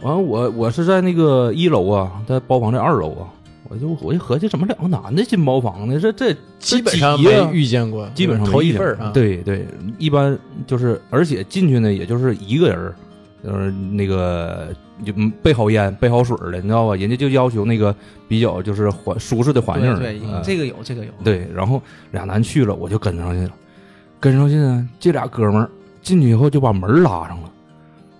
D: 完了我我是在那个一楼啊，在包房这二楼啊，我就我一合计，怎么两个男的进包房呢？这这
A: 基本上
D: 挤呀
A: 没遇见过，
D: 基本上没
A: 头
D: 意
A: 一
D: 见
A: 份儿啊。，
D: 对对，一般就是，而且进去呢，也就是一个人儿，就是那个就嗯备好烟、备好水儿的，你知道吧？人家就要求那个比较就是环舒适的环境儿，
B: 对对
D: 嗯
B: 这个有这个有。
D: 对，然后俩男去了，我就跟上去了，跟上去呢，这俩哥们儿进去以后就把门拉上了，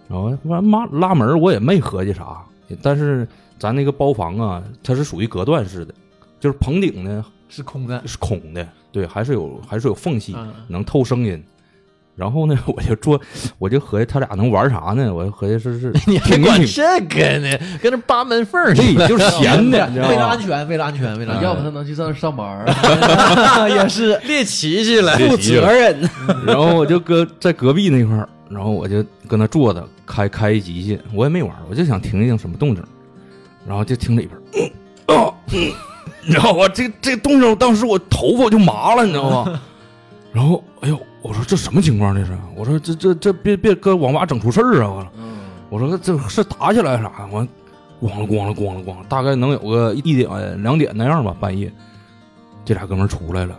D: 然后完妈拉门我也没合计啥，但是咱那个包房啊，它是属于隔断式的，就是棚顶呢
B: 是空的。
D: 是空的，对，还是有还是有缝隙，
B: 嗯，
D: 能透声音。然后呢， 我就做，我就合计他俩能玩啥呢？我就合计是是
A: 你还
D: 挺一
A: 管
D: 挺，
A: 这个呢？跟那扒门缝儿
D: 对，
A: 呢？
D: 就是闲的，你知
B: 为了
D: 道吗？
B: 安
D: 啊
B: 全，为了安全，为了安全
C: 要不他能去上上班 儿，
A: 也是猎奇去了，
D: 猎
E: 负
D: 奇了
E: 责任，
D: 然后我就搁在隔壁那块儿，然后我就搁那坐着，开开一机器，我也没玩儿，我就想听一听什么动静儿，然后就听里边儿，嗯哦，嗯你知道吧？这这动静儿，当时我头发就麻了，你知道 吗？然后，哎呦，我说这什么情况这是？我说这这这别别搁网吧整出事儿啊！我说。
C: 嗯，
D: 我说这是打起来啥呀？完，咣了咣了咣了咣了，大概能有个一点两点那样吧，半夜，这俩哥们儿出来了，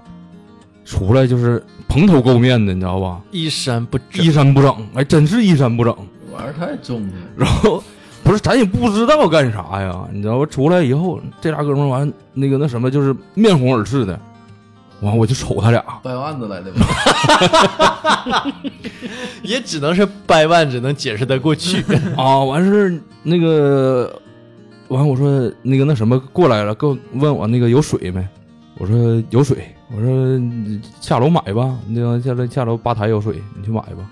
D: 出来就是蓬头垢面的，你知道吧？
A: 衣衫不
D: 衣
A: 整，
D: 衫不整，哎，真是衣衫不整。
C: 玩儿太重了，
D: 然后不是咱也不知道干啥呀，你知道吧？出来以后，这俩哥们儿完那个那什么，就是面红耳赤的。完，我就瞅他俩，
C: 掰腕子来的吧。
A: 也只能是掰腕，只能解释得过 去。
D: 啊，完事儿那个，完我说那个那什么过来了，给我问我那个有水没？我说有水，我说你下楼买吧，那个下楼下楼吧台有水，你去买吧。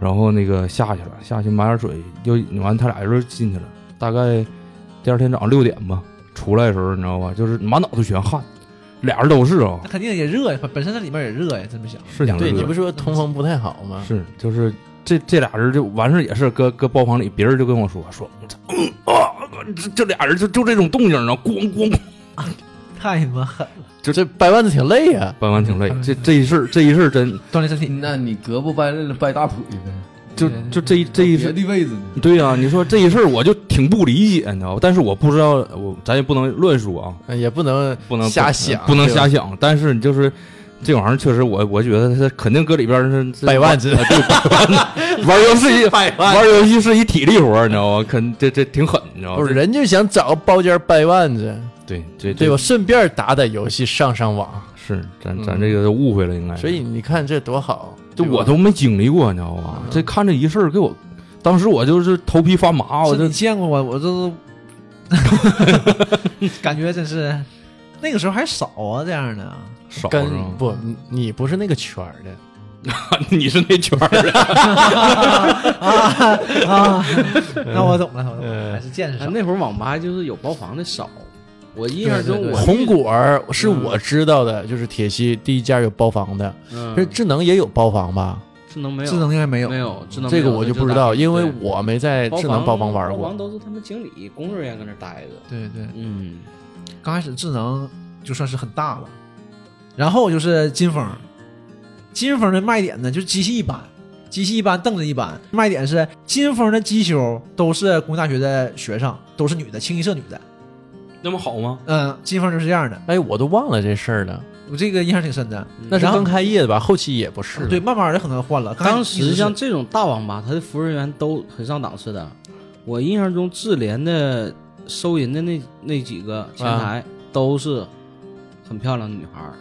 D: 然后那个下去了，下去买点水，又完他俩就进去了，大概第二天早上六点吧，出来的时候你知道吧，就是满脑子全汗，俩人都是啊、
B: 那肯定也热呀，本本身它里面也热呀，这么想。
D: 是挺热
A: 对，
D: 的
A: 你不说通风不太好吗？
D: 是，就是这这俩人就完事儿也是搁搁包房里，别人就跟我说说，嗯啊，这这俩人就就这种动静儿啊，咣咣咣，
B: 太他妈狠了，
A: 就这掰腕子挺累啊哎呀、
D: 搬完挺累。这这一事儿，这一事儿真
B: 锻炼身体。
C: 那你胳膊掰累了，掰大腿呗，
D: 就
A: 哎
D: 就这一这一
C: 别
D: 事儿，
C: 的位置呢。
D: 对呀、你说这一事儿我就挺不理解，你知道吧？但是我不知道，我咱也不能乱说啊，
A: 啊，也不能
D: 不能
A: 瞎想，
D: 不能
A: 对吧
D: 瞎想。但是你就是这玩意儿，确实我我觉得他肯定搁里边儿是是
A: 掰腕子，
D: 啊对，掰腕 子，玩游戏
A: 掰腕
D: 玩游戏是一体力活儿，你知道吗？肯这这挺狠，你知道
A: 不
D: 吗
A: 是？人就想找个包间掰腕子，
D: 对对
A: 对吧？顺便打打游戏，上上网，
D: 是咱咱这个误会了，应该。
A: 所以你看这多好，
D: 这
A: 对吧
D: 哎我都没经历过，你知道吧？这看这一事儿给我，当时我就是头皮发麻，我
B: 是
D: 就
B: 你见过啊我，我这都 感觉真是那个时候还少啊，这样 的
D: 少
A: 跟
D: 是吗？
A: 不你你不是那个圈儿的，
D: 你是那圈儿的，
B: 啊。嗯那我懂了，我懂了，还是见识
E: 啊
B: 少。
E: 那会儿网吧就是有包房的少，我印象中
B: 对对
E: 我
A: 红果儿是我知道的，就是铁西第一家有包房的，
E: 嗯
A: 这智能也有包房吧？
E: 智能没有，
B: 智能应该没有，
E: 没有智能没
A: 这
E: 有，
A: 个我就不知道，因为我没在
E: 对
A: 智能包房玩
E: 包房
A: 过。
E: 都是他们经理、工作人员搁那待着。
B: 对对，
E: 嗯，
B: 刚开始智能就算是很大了，然后就是金风，金风的卖点呢就是机器一般，机器一般，凳子一般，卖点是金风的机修都是工业大学的学生，都是女的，清一色女的，
D: 那么好吗？
B: 嗯，金风就是这样的，
A: 哎，我都忘了这事儿了，
B: 我这个印象挺深的。
A: 那是
B: 然后
A: 刚开业的吧？后期也不是。
B: 对，，慢慢的可能换了。刚开
E: 当
B: 一直
E: 时
B: 是
E: 像这种大网吧，他的服务人员都很上档次的。我印象中，智联的收银的那那几个前台都是很漂亮的女孩儿。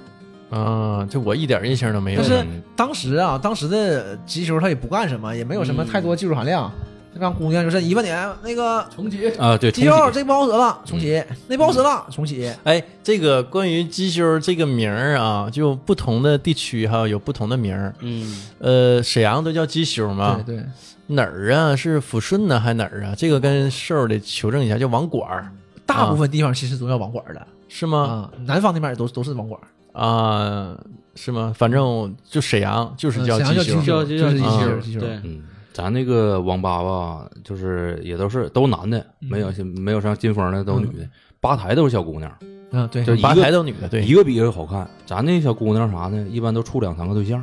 A: 啊，这我一点印象都没有
B: 但。是
D: 嗯
B: 当时啊，当时的机修他也不干什么，也没有什么太多技术含量。那帮姑娘就是一问你那个
C: 重启，
D: 啊，对，
B: 机
D: 重启
B: 修这不好使了，重启；那不好使了，重启。
A: 哎，这个关于机修这个名儿啊，就不同的地区哈有不同的名儿。
E: 嗯，
A: 呃，沈阳都叫机修嘛，
B: 对对，
A: 哪儿啊？是抚顺呢，还哪儿啊？这个跟瘦得求证一下，叫网管儿
B: 大部分地方其实都要网管的
A: 是吗？
B: 啊，南方那边也都都是网管，
A: 啊，是吗？反正就沈阳就是叫
B: 嗯沈阳叫
A: 机
B: 机
A: 修
B: 修
E: 就
B: 就
E: 叫
B: 是
E: 机
A: 一
E: 修
B: 些机修
E: 对，
D: 嗯，咱那个网吧吧，就是也都是都男的，没有像没有像金峰的都女的，吧台都是小姑娘，
B: 嗯，对
D: 就一
A: 吧
D: 个
A: 台都女的，对
D: 一，个比一个好看。咱那小姑娘啥呢，一般都处两三个对象，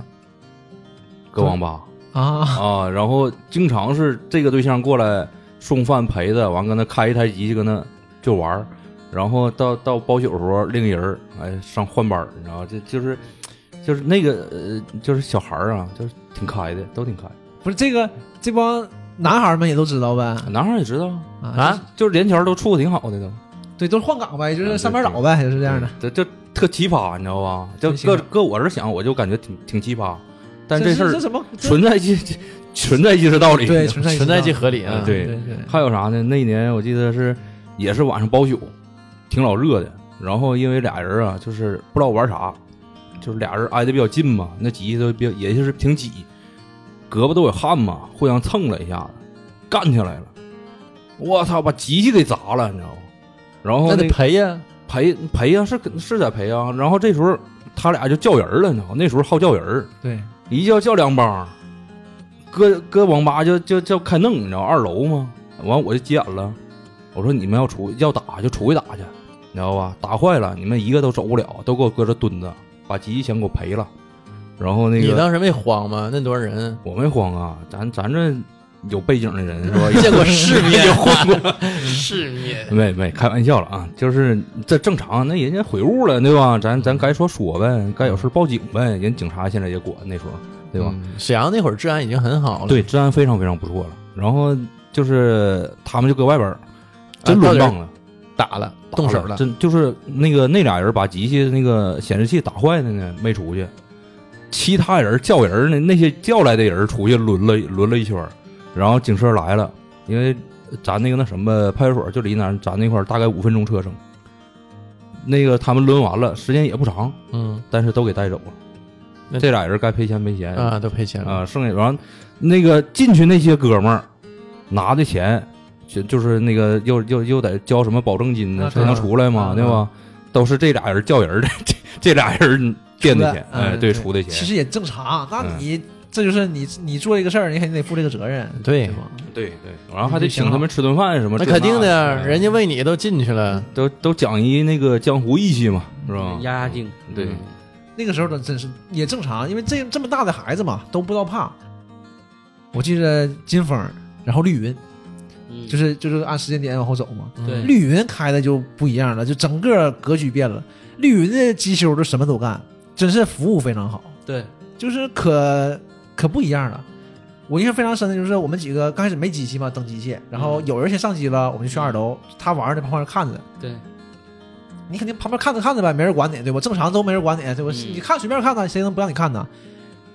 D: 搁网吧
B: 啊，
D: 啊，然后经常是这个对象过来送饭陪着，完搁那开一台机就搁那就玩儿，然后到到包宿的时候另人儿哎上换班儿，你知道这就是就是那个呃就是小孩儿啊，就是挺开的，都挺开。
B: 不是这个这帮男孩们也都知道呗
D: 男孩儿也知道，
B: 啊
A: 啊，
D: 就是连条儿都处的挺好的都。
B: 啊对，都是换岗呗，就是上班倒呗，就是这样的。
D: 对，这这特奇葩，你知道吧？就
B: 挺奇葩
D: 搁搁我这儿想，我就感觉挺挺奇葩，但
B: 这
D: 事
B: 这
D: 儿
B: 什么这
D: 存在即存在即是道理。
B: 对存在嗯
A: 存在即
B: 即合
A: 合理
D: 啊
A: 啊。
D: 对
B: 对对
D: 还有啥呢？那一年我记得是也是晚上包宿，挺老热的。然后因为俩人啊，就是不知道玩啥，就是俩人挨得比较近嘛，那挤都比较也就是挺挤，胳膊都有汗嘛，互相蹭了一下子，干起来了。我操，把机器给砸了，你知道吗？然后
A: 那
D: 那
A: 得
D: 个
A: 赔呀，
D: 赔赔呀、是是在赔啊。然后这时候他俩就叫人了，你知道吗？那时候好叫人儿，
B: 对，
D: 一叫叫两帮，搁搁网吧就就就开弄，你知道二楼吗？完我就急眼了，我说你们要出要打就出去打去，你知道吧？打坏了你们一个都走不了，都给我搁这蹲着，把机器钱给我赔了。然后那
A: 你
D: 个
A: 当时没慌吗？那多少人？
D: 我没慌啊，咱咱这有背景的人是吧？
A: 见过世面，见过世面。
D: 没没开玩笑了啊，就是这正常，那人家毁物了，对吧？咱咱该说说呗，该有事报警呗，人警察现在也管那时候，对吧？
A: 嗯沈阳那会儿治安已经很好了，
D: 对，治安非常非常不错了。然后就是他们就搁外边儿，哎真
A: 啊
D: 抡棒了，
A: 打了，动手了。
D: 真就是那个那俩人把机器那个显示器打坏的呢，没出去。其他人叫人儿呢，那些叫来的人出去抡了抡了一圈儿，然后警车来了，因为咱那个那什么派出所就离咱咱那块儿大概五分钟车程。那个他们抡完了，时间也不长，
A: 嗯
D: 但是都给带走
A: 那
D: 了。这俩人该赔钱赔钱
A: 啊，都赔钱了。
D: 啊，剩下完那个进去那些哥们儿拿的钱，就就是那个又又又得交什么保证金呢
B: 啊，
D: 才能出来嘛，
B: 对
D: 对吧？都是这俩人叫人的，这这俩人垫的钱，
B: 嗯
D: 哎，
B: 对
D: 出的
B: 其
D: 钱，
B: 实也正常。那你这就是你你做这个事儿，你肯定得负这个责任，
A: 对
B: 对，吧？
D: 对对，然后还得
B: 你就
D: 请他们吃顿饭什么，
A: 那
D: 这
A: 肯定的呀，
D: 那
A: 人家为你都进去了。
D: 都都讲一那个江湖义气嘛，是吧？
E: 嗯压压惊。
D: 对
E: 嗯
B: 那个时候真真是也正常，因为这这么大的孩子嘛，都不知道怕。我记着金风，然后绿云，
E: 嗯
B: 就是就是按时间点往后走嘛。
A: 嗯
E: 对
B: 绿云开的就不一样了，就整个格局变了。绿云的机修就什么都干，真是服务非常好，
E: 对，
B: 就是可可不一样了。我印象非常深的就是我们几个刚开始没机器
E: 嗯
B: 嘛，等机器，然后有人先上机了，我们就去二楼，他玩儿呢，旁边看着。
E: 对，
B: 你肯定旁边看着看着呗，没人管你，对吧？正常都没人管你，对吧？
E: 嗯
B: 你看随便看呢，谁能不让你看呢？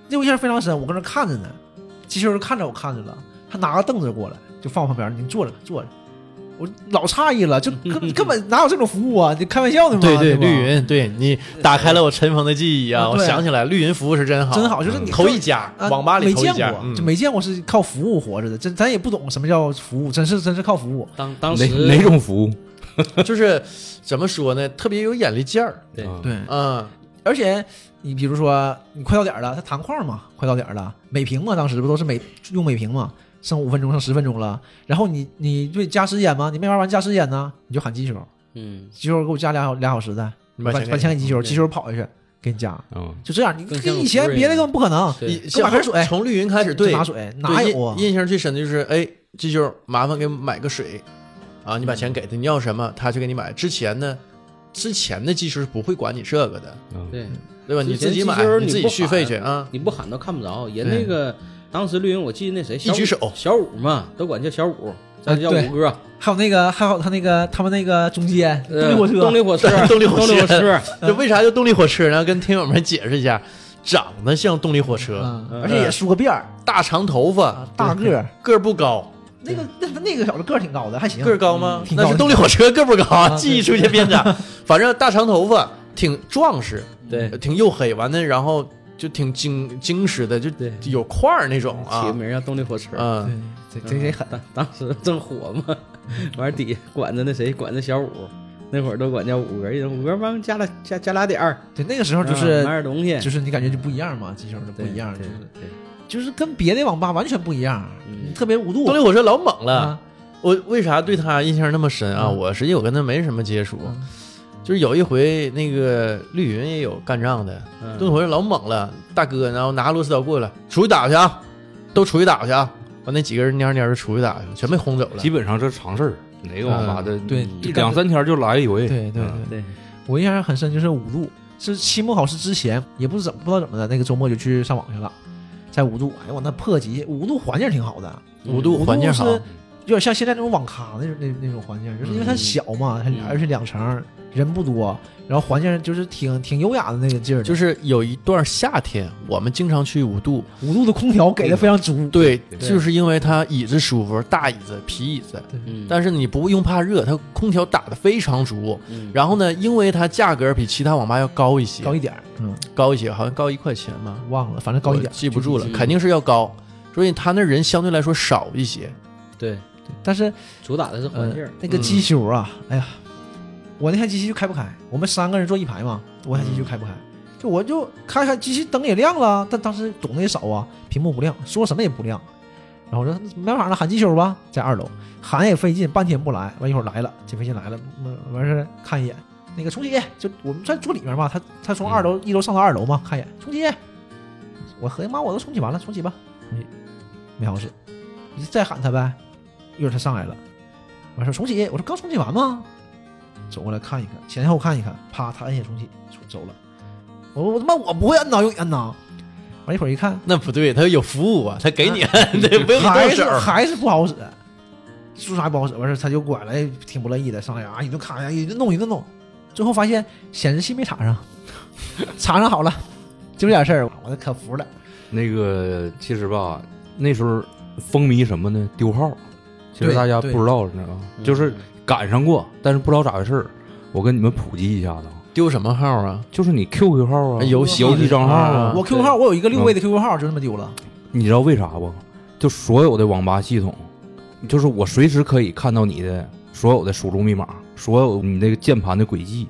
B: 这我印象非常深，我搁那看着呢，机器人看着我看着了，他拿个凳子过来就放我旁边，你坐着吧坐着。我老诧异了，就 根根本哪有这种服务啊？你开玩笑呢吗？
A: 对对，
B: 吧
A: 绿云，对你打开了我尘封的记忆啊！
B: 嗯
A: 我
B: 对
A: 想起来，绿云服务是真好，
B: 真好，就是你
A: 头一家
B: 啊，
A: 网吧里
B: 没
A: 头一
B: 见
A: 家
B: 过，，
A: 嗯
B: 就没见过是靠服务活着的，真咱也不懂什么叫服务，真是真是靠服务。
E: 当当
D: 哪
E: 时
D: 哪种服务？
A: 就是怎么说呢，特别有眼力劲儿，
E: 对
D: 啊
B: 对，
A: 嗯，
B: 而且你比如说你快到点儿了，它弹框嘛，快到点儿了，美屏嘛，当时不都是美用美屏嘛，剩五分钟剩十分钟了，然后你你对加时烟吗？你没玩完加时烟呢，你就喊机球，
E: 嗯，
B: 机球给我加俩小俩小时的，
A: 你
B: 把
A: 把钱
B: 把钱给机球，
E: 对
B: 机球跑下去给你加，
D: 嗯，
B: 就这样，你
E: 更像
B: 跟
E: 个
B: 以前
E: 服务人
B: 别的都不可能，
E: 对
A: 一
B: 给我
A: 像
B: 买瓶水
A: 哎从绿云开始，
B: 就
A: 对，
B: 拿水
A: 对
B: 哪有啊？
A: 印印象最深的就是，哎，这就是麻烦给买个水啊，你把钱给他，你要什么他就给你买。之前呢，之前的技术是不会管你这个的，
D: 嗯
E: 对，
A: 对吧？
E: 之前
A: 你自己买
E: 技，术
A: 你自己
E: 你不
A: 续费去啊。
E: 你不喊都看不着。人那个当时绿云，我记得那谁，
A: 一举手
E: 小 五小五嘛，都管叫小五，咱叫
B: 啊对
E: 五哥。
B: 还有那个，还有他那个，他们那个中
A: 嗯
B: 间动力火车，
E: 呃动力火
A: 啊 动力火
E: 车，火
A: 车
E: 车，
A: 这为啥叫动力火车呢？跟听友们解释一下，长得像动力火车，
B: 嗯而且也梳个辫儿，
A: 嗯
B: 啊
A: 大长头发，
B: 大个儿，
A: 个儿不高，
B: 那个那那个小子个儿挺高的，还行
A: 个。儿高吗？
B: 挺高
A: 那是动力火车个儿不高 啊，
B: 啊
A: 记忆出现偏差。反正大长头发，挺壮实，
B: 嗯
A: 呃
E: 对，
A: 挺黝黑，完了然后就挺精精实的，就
E: 对
A: 有块儿那种
E: 起个
A: 啊。
E: 名叫动力火车。
A: 嗯，
B: 对，贼贼狠，
E: 当当时正火嘛，完底下管着那谁，管着小五，那会儿都管叫五哥，一人五哥帮加了加加俩点儿，
B: 对那个时候就
E: 啊
A: 嗯
B: 是
E: 买点东西，
B: 就是你感觉就不一样嘛，机球就不
E: 对
B: 一样，就
E: 对
B: 是
E: 对
B: 就是跟别的网吧完全不一样，
E: 嗯
B: 特别无度
A: 动力火车老猛了。
B: 啊，
A: 我为啥对他印象那么深啊？
B: 嗯
A: 我实际我跟他没什么接触，
B: 嗯
A: 就是有一回那个绿云也有干仗的，
E: 嗯
A: 动力火车老猛了，大哥，然后拿螺丝刀过来，出去打去啊，都出去打去啊！完那几个人蔫蔫就出去打去了，全被轰走了
D: 基。本上这是常事儿，哪个网吧的
B: 对
D: 一嗯两三天就来一回。
B: 对对对
D: 嗯，
E: 对，
B: 啊我印象很深就是五度，是期末考试之前，也不知怎么不知道怎么的，那个周末就去上网去了，在五度，哎呦我那破级，五度环境挺好的，
A: 嗯五度
B: 五
A: 环境好
B: 是，有点像现在那种网咖那种那那种环境，就是因为它小嘛，它
E: 嗯
B: 而且两层人不多，然后环境就是挺挺优雅的那个劲儿的，
A: 就是有一段夏天，我们经常去五度，
B: 五度的空调给的非常足，
A: 对，
D: 对
A: 就是因为它椅子舒服，大椅子、皮椅子，
E: 嗯，
A: 但是你不用怕热，它空调打得非常足。
E: 嗯
A: 然后呢，因为它价格比其他网吧要高一些，
B: 高一点儿，嗯，
A: 高一些，好像高一块钱吧，
B: 忘了，反正高一点
A: 我
B: 儿，
A: 记不住了，
E: 嗯
A: 肯定是要高，所以他那人相对来说少一些。
E: 对，
B: 但是
E: 主打的是环
B: 呃
E: 境儿，
B: 那个机修啊，哎呀，我那台机器就开不开，我们三个人坐一排嘛，我那台机器就开不开，就我就开开机器灯也亮了，但当时懂得也少啊，屏幕不亮，说什么也不亮。然后我说没办法了，喊机修吧，在二楼喊也费劲，半天不来，完一会儿来了，解放信来了，嗯完完事儿看一眼，那个重启，就我们在坐里面嘛，他他从二楼、一楼上到二楼嘛，看一眼重启，我合计妈我都重启完了，重启吧，重启没好使，你再喊他呗，一会儿他上来了。完事儿重启，我说刚重启完吗？走过来看一看，前后看一看，啪，他摁下重启，出走了。我说我他妈我不会摁呐，用你摁呐。完一会儿一看，
A: 那不对，他有服务啊，他给你按，对，不用你
B: 还
A: 动
B: 是
A: 手。
B: 还是不好使，说啥也不好使。完事儿他就拐来，挺不乐意的，上来啊一顿咔呀一顿弄一顿弄，最后发现显示器没插上， 插上好了，就这点事儿，我这可服了。
D: 那个其实吧，那时候风靡什么呢？丢号。其实
B: 对
D: 大家不
B: 对
D: 知道，你知道吗？就是赶上过，但是不知道咋回事儿。我跟你们普及一下子啊，
A: 丢什么号啊？
D: 就是你 QQ 号啊，
A: 哎游戏
D: 游戏账号啊嗯
A: 啊，
B: 我 QQ 号我有一个六位的 QQ 号就这么丢了，
D: 你知道为啥不？就所有的网吧系统，就是我随时可以看到你的所有的输入密码，所有你那个键盘的轨迹，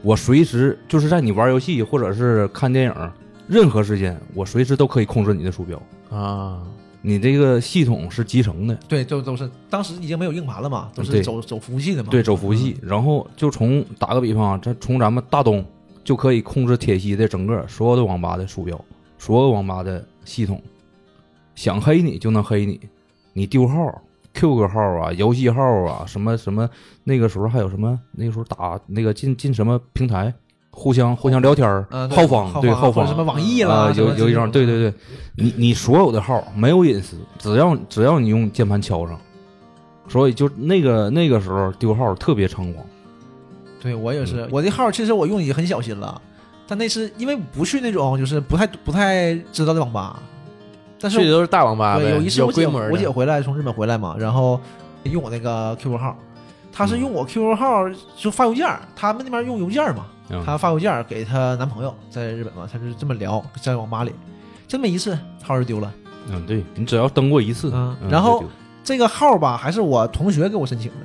D: 我随时就是在你玩游戏或者是看电影，任何时间我随时都可以控制你的鼠标。
A: 啊，
D: 你这个系统是集成的，
B: 对，都都是当时已经没有硬盘了嘛，都是
D: 对
B: 走走服务器的嘛。嗯
D: 对，走服务器，然后就从打个比方啊，这从咱们大东就可以控制铁西的整个所有的网吧的鼠标，所有网吧的系统，想黑你就能黑你，你丢号、QQ 号啊、游戏号啊，什么什么，那个时候还有什么？那个时候打那个进进什么平台，互相互相聊天儿
B: 呃，，
D: 浩方对浩
B: 或
D: 方
B: 者什么网易
D: 啊
B: 啦，，什么
D: 有有一张，对对对，你你所有的号没有隐私，只要只要你用键盘敲上，所以就那个那个时候丢号特别猖狂，
B: 对我也是，我这号其实我用已经很小心了，但那次因为不去那种就是不太不太知道的网吧，但是
A: 去的都是大网吧
B: 对，
A: 呗，
B: 有一次我
A: 规
B: 姐
A: 模的
B: 我姐回来从日本回来嘛，然后用我那个 QQ 号，她是用我 QQ 号就发邮件儿，他们那边用邮件儿嘛，
D: 嗯
B: 她发邮件儿给她男朋友在日本嘛，她就是这么聊，在网吧里，就那么一次号就丢了。
D: 嗯，对你只要登过一次，
B: 嗯
D: 嗯
B: 然
D: 就
B: 后
D: 就
B: 这个号吧还是我同学给我申请的，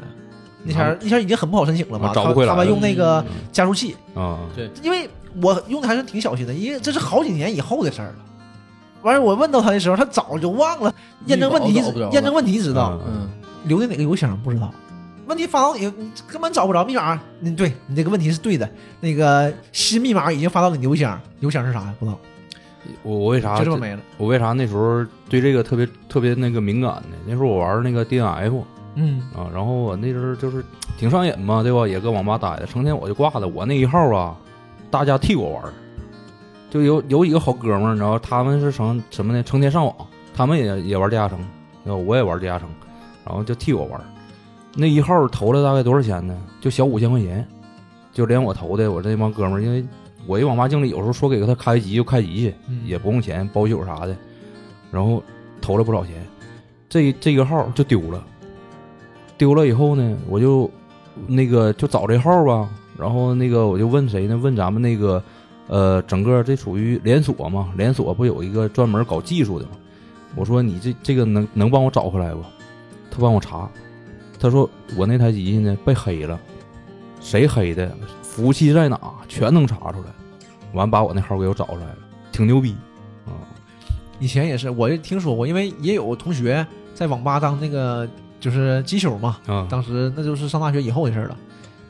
B: 那前儿那前儿已经很不好申请了嘛，
D: 啊找不回来
B: 他他们用那个
E: 了
C: 嗯
B: 加速器，
D: 啊，
B: 因为我用的还是挺小心的，因为这是好几年以后的事儿了。完事儿我问到他的时候，他早就忘了验证问题
C: 一早找不着，了
B: 验证问题知道，
D: 嗯，
B: 留的哪个邮箱不知道。问题发到你，你根本找不着密码。你对你这个问题是对的，那个新密码已经发到你邮箱，邮箱是啥呀？不知道，
D: 我我为啥
B: 就这么没了。
D: 我为啥那时候对这个特别特别那个敏感呢？那时候我玩那个 D N F
B: 嗯
D: 啊，然后我那时候就是挺上瘾嘛，对吧？也搁网吧待着，成天我就挂的我那一号啊，大家替我玩儿，就有有几个好哥们儿，你知道他们是成什么呢？成天上网，他们也也玩地下城，然后我也玩地下城，然后就替我玩儿。那一号投了大概多少钱呢？就小五千块钱，就连我投的，我这帮哥们儿，因为我一网吧经理有时候说给他开局就开局去，
B: 嗯
D: 也不用钱，包宿啥的，然后投了不少钱，这这个号就丢了，丢了以后呢，我就那个就找这号吧，然后那个我就问谁呢？问咱们那个呃，整个这属于连锁嘛，连锁不有一个专门搞技术的吗？我说你这这个能能帮我找回来不？他帮我查，他说我那台机器呢被黑了，谁黑的？服务器在哪？全能查出来。完把我那号给我找出来了，挺牛逼啊！
B: 以前也是，我就听说过，因为也有同学在网吧当那个就是机修嘛，
D: 啊，
B: 当时那就是上大学以后的事儿了，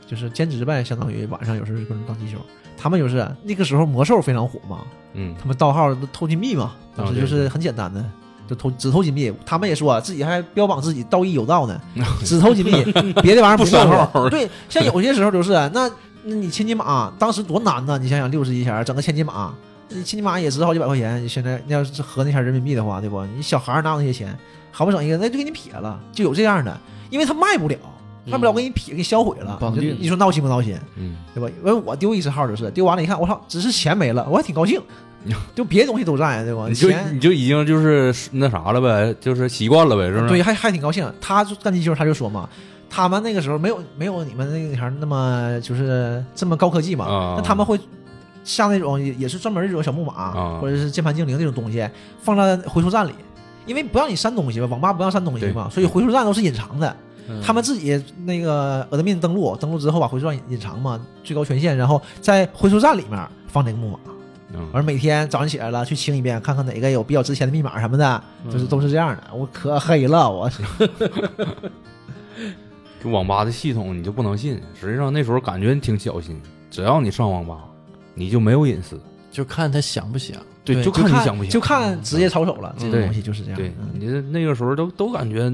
B: 就是兼职呗，相当于晚上有时候跟人当机修。他们就是那个时候魔兽非常火嘛，
D: 嗯
B: 他们盗号都偷金币嘛，当时
D: 对
B: 就是很简单的，就偷只偷金币。他们也说、啊自己还标榜自己道义有道呢，只偷金币，别的玩意儿
D: 不算
B: 算号。
D: 号
B: 对，像有些时候就是啊那那你千金马当时多难呐，你想想六十一钱整个千金马，你千金马也值好几百块钱，你现在要是合那钱人民币的话，对不？你小孩儿哪有那些钱？好不整一个，那就给你撇了，就有这样的，因为他卖不了，卖不了给你撇，给销毁了。
C: 绑定
B: 你你说闹心不闹心？
D: 嗯，
B: 对吧？因为我丢一次号就是丢完了，一看我操，只是钱没了，我还挺 高兴，就别的东西都在，对吧？
D: 你就
B: 钱
D: 你就已经就是那啥了呗，就是习惯了呗，是不是？
B: 对，还还挺高兴。他就干机球，他就说嘛，他们那个时候没有没有你们那个啥那么就是这么高科技嘛，
D: 啊
B: 那他们会。像那种也也是专门这种小木马、
D: 啊
B: 或者是键盘精灵这种东西，放在回收站里，因为不让你删东西嘛，网吧不让删东西嘛，
D: 对
B: 所以回收站都是隐藏的。
E: 嗯
B: 他们自己那个 admin 登录，登录之后把回收站隐藏嘛，最高权限，然后在回收站里面放那个木马，
D: 嗯
B: 完每天早上起来了去清一遍，看看哪个有比较值钱的密码什么的，
D: 嗯
B: 就是都是这样的。我可黑了，我
D: 就网吧的系统你就不能信。实际上那时候感觉你挺小心，只要你上网吧，你就没有隐私。
A: 就看他想不想。
D: 对，就
B: 就
D: 看你想不想。
B: 就看职业操守了，这
D: 嗯
B: 个东西就是这样。
D: 对
B: 嗯
D: 你这那个时候都都感觉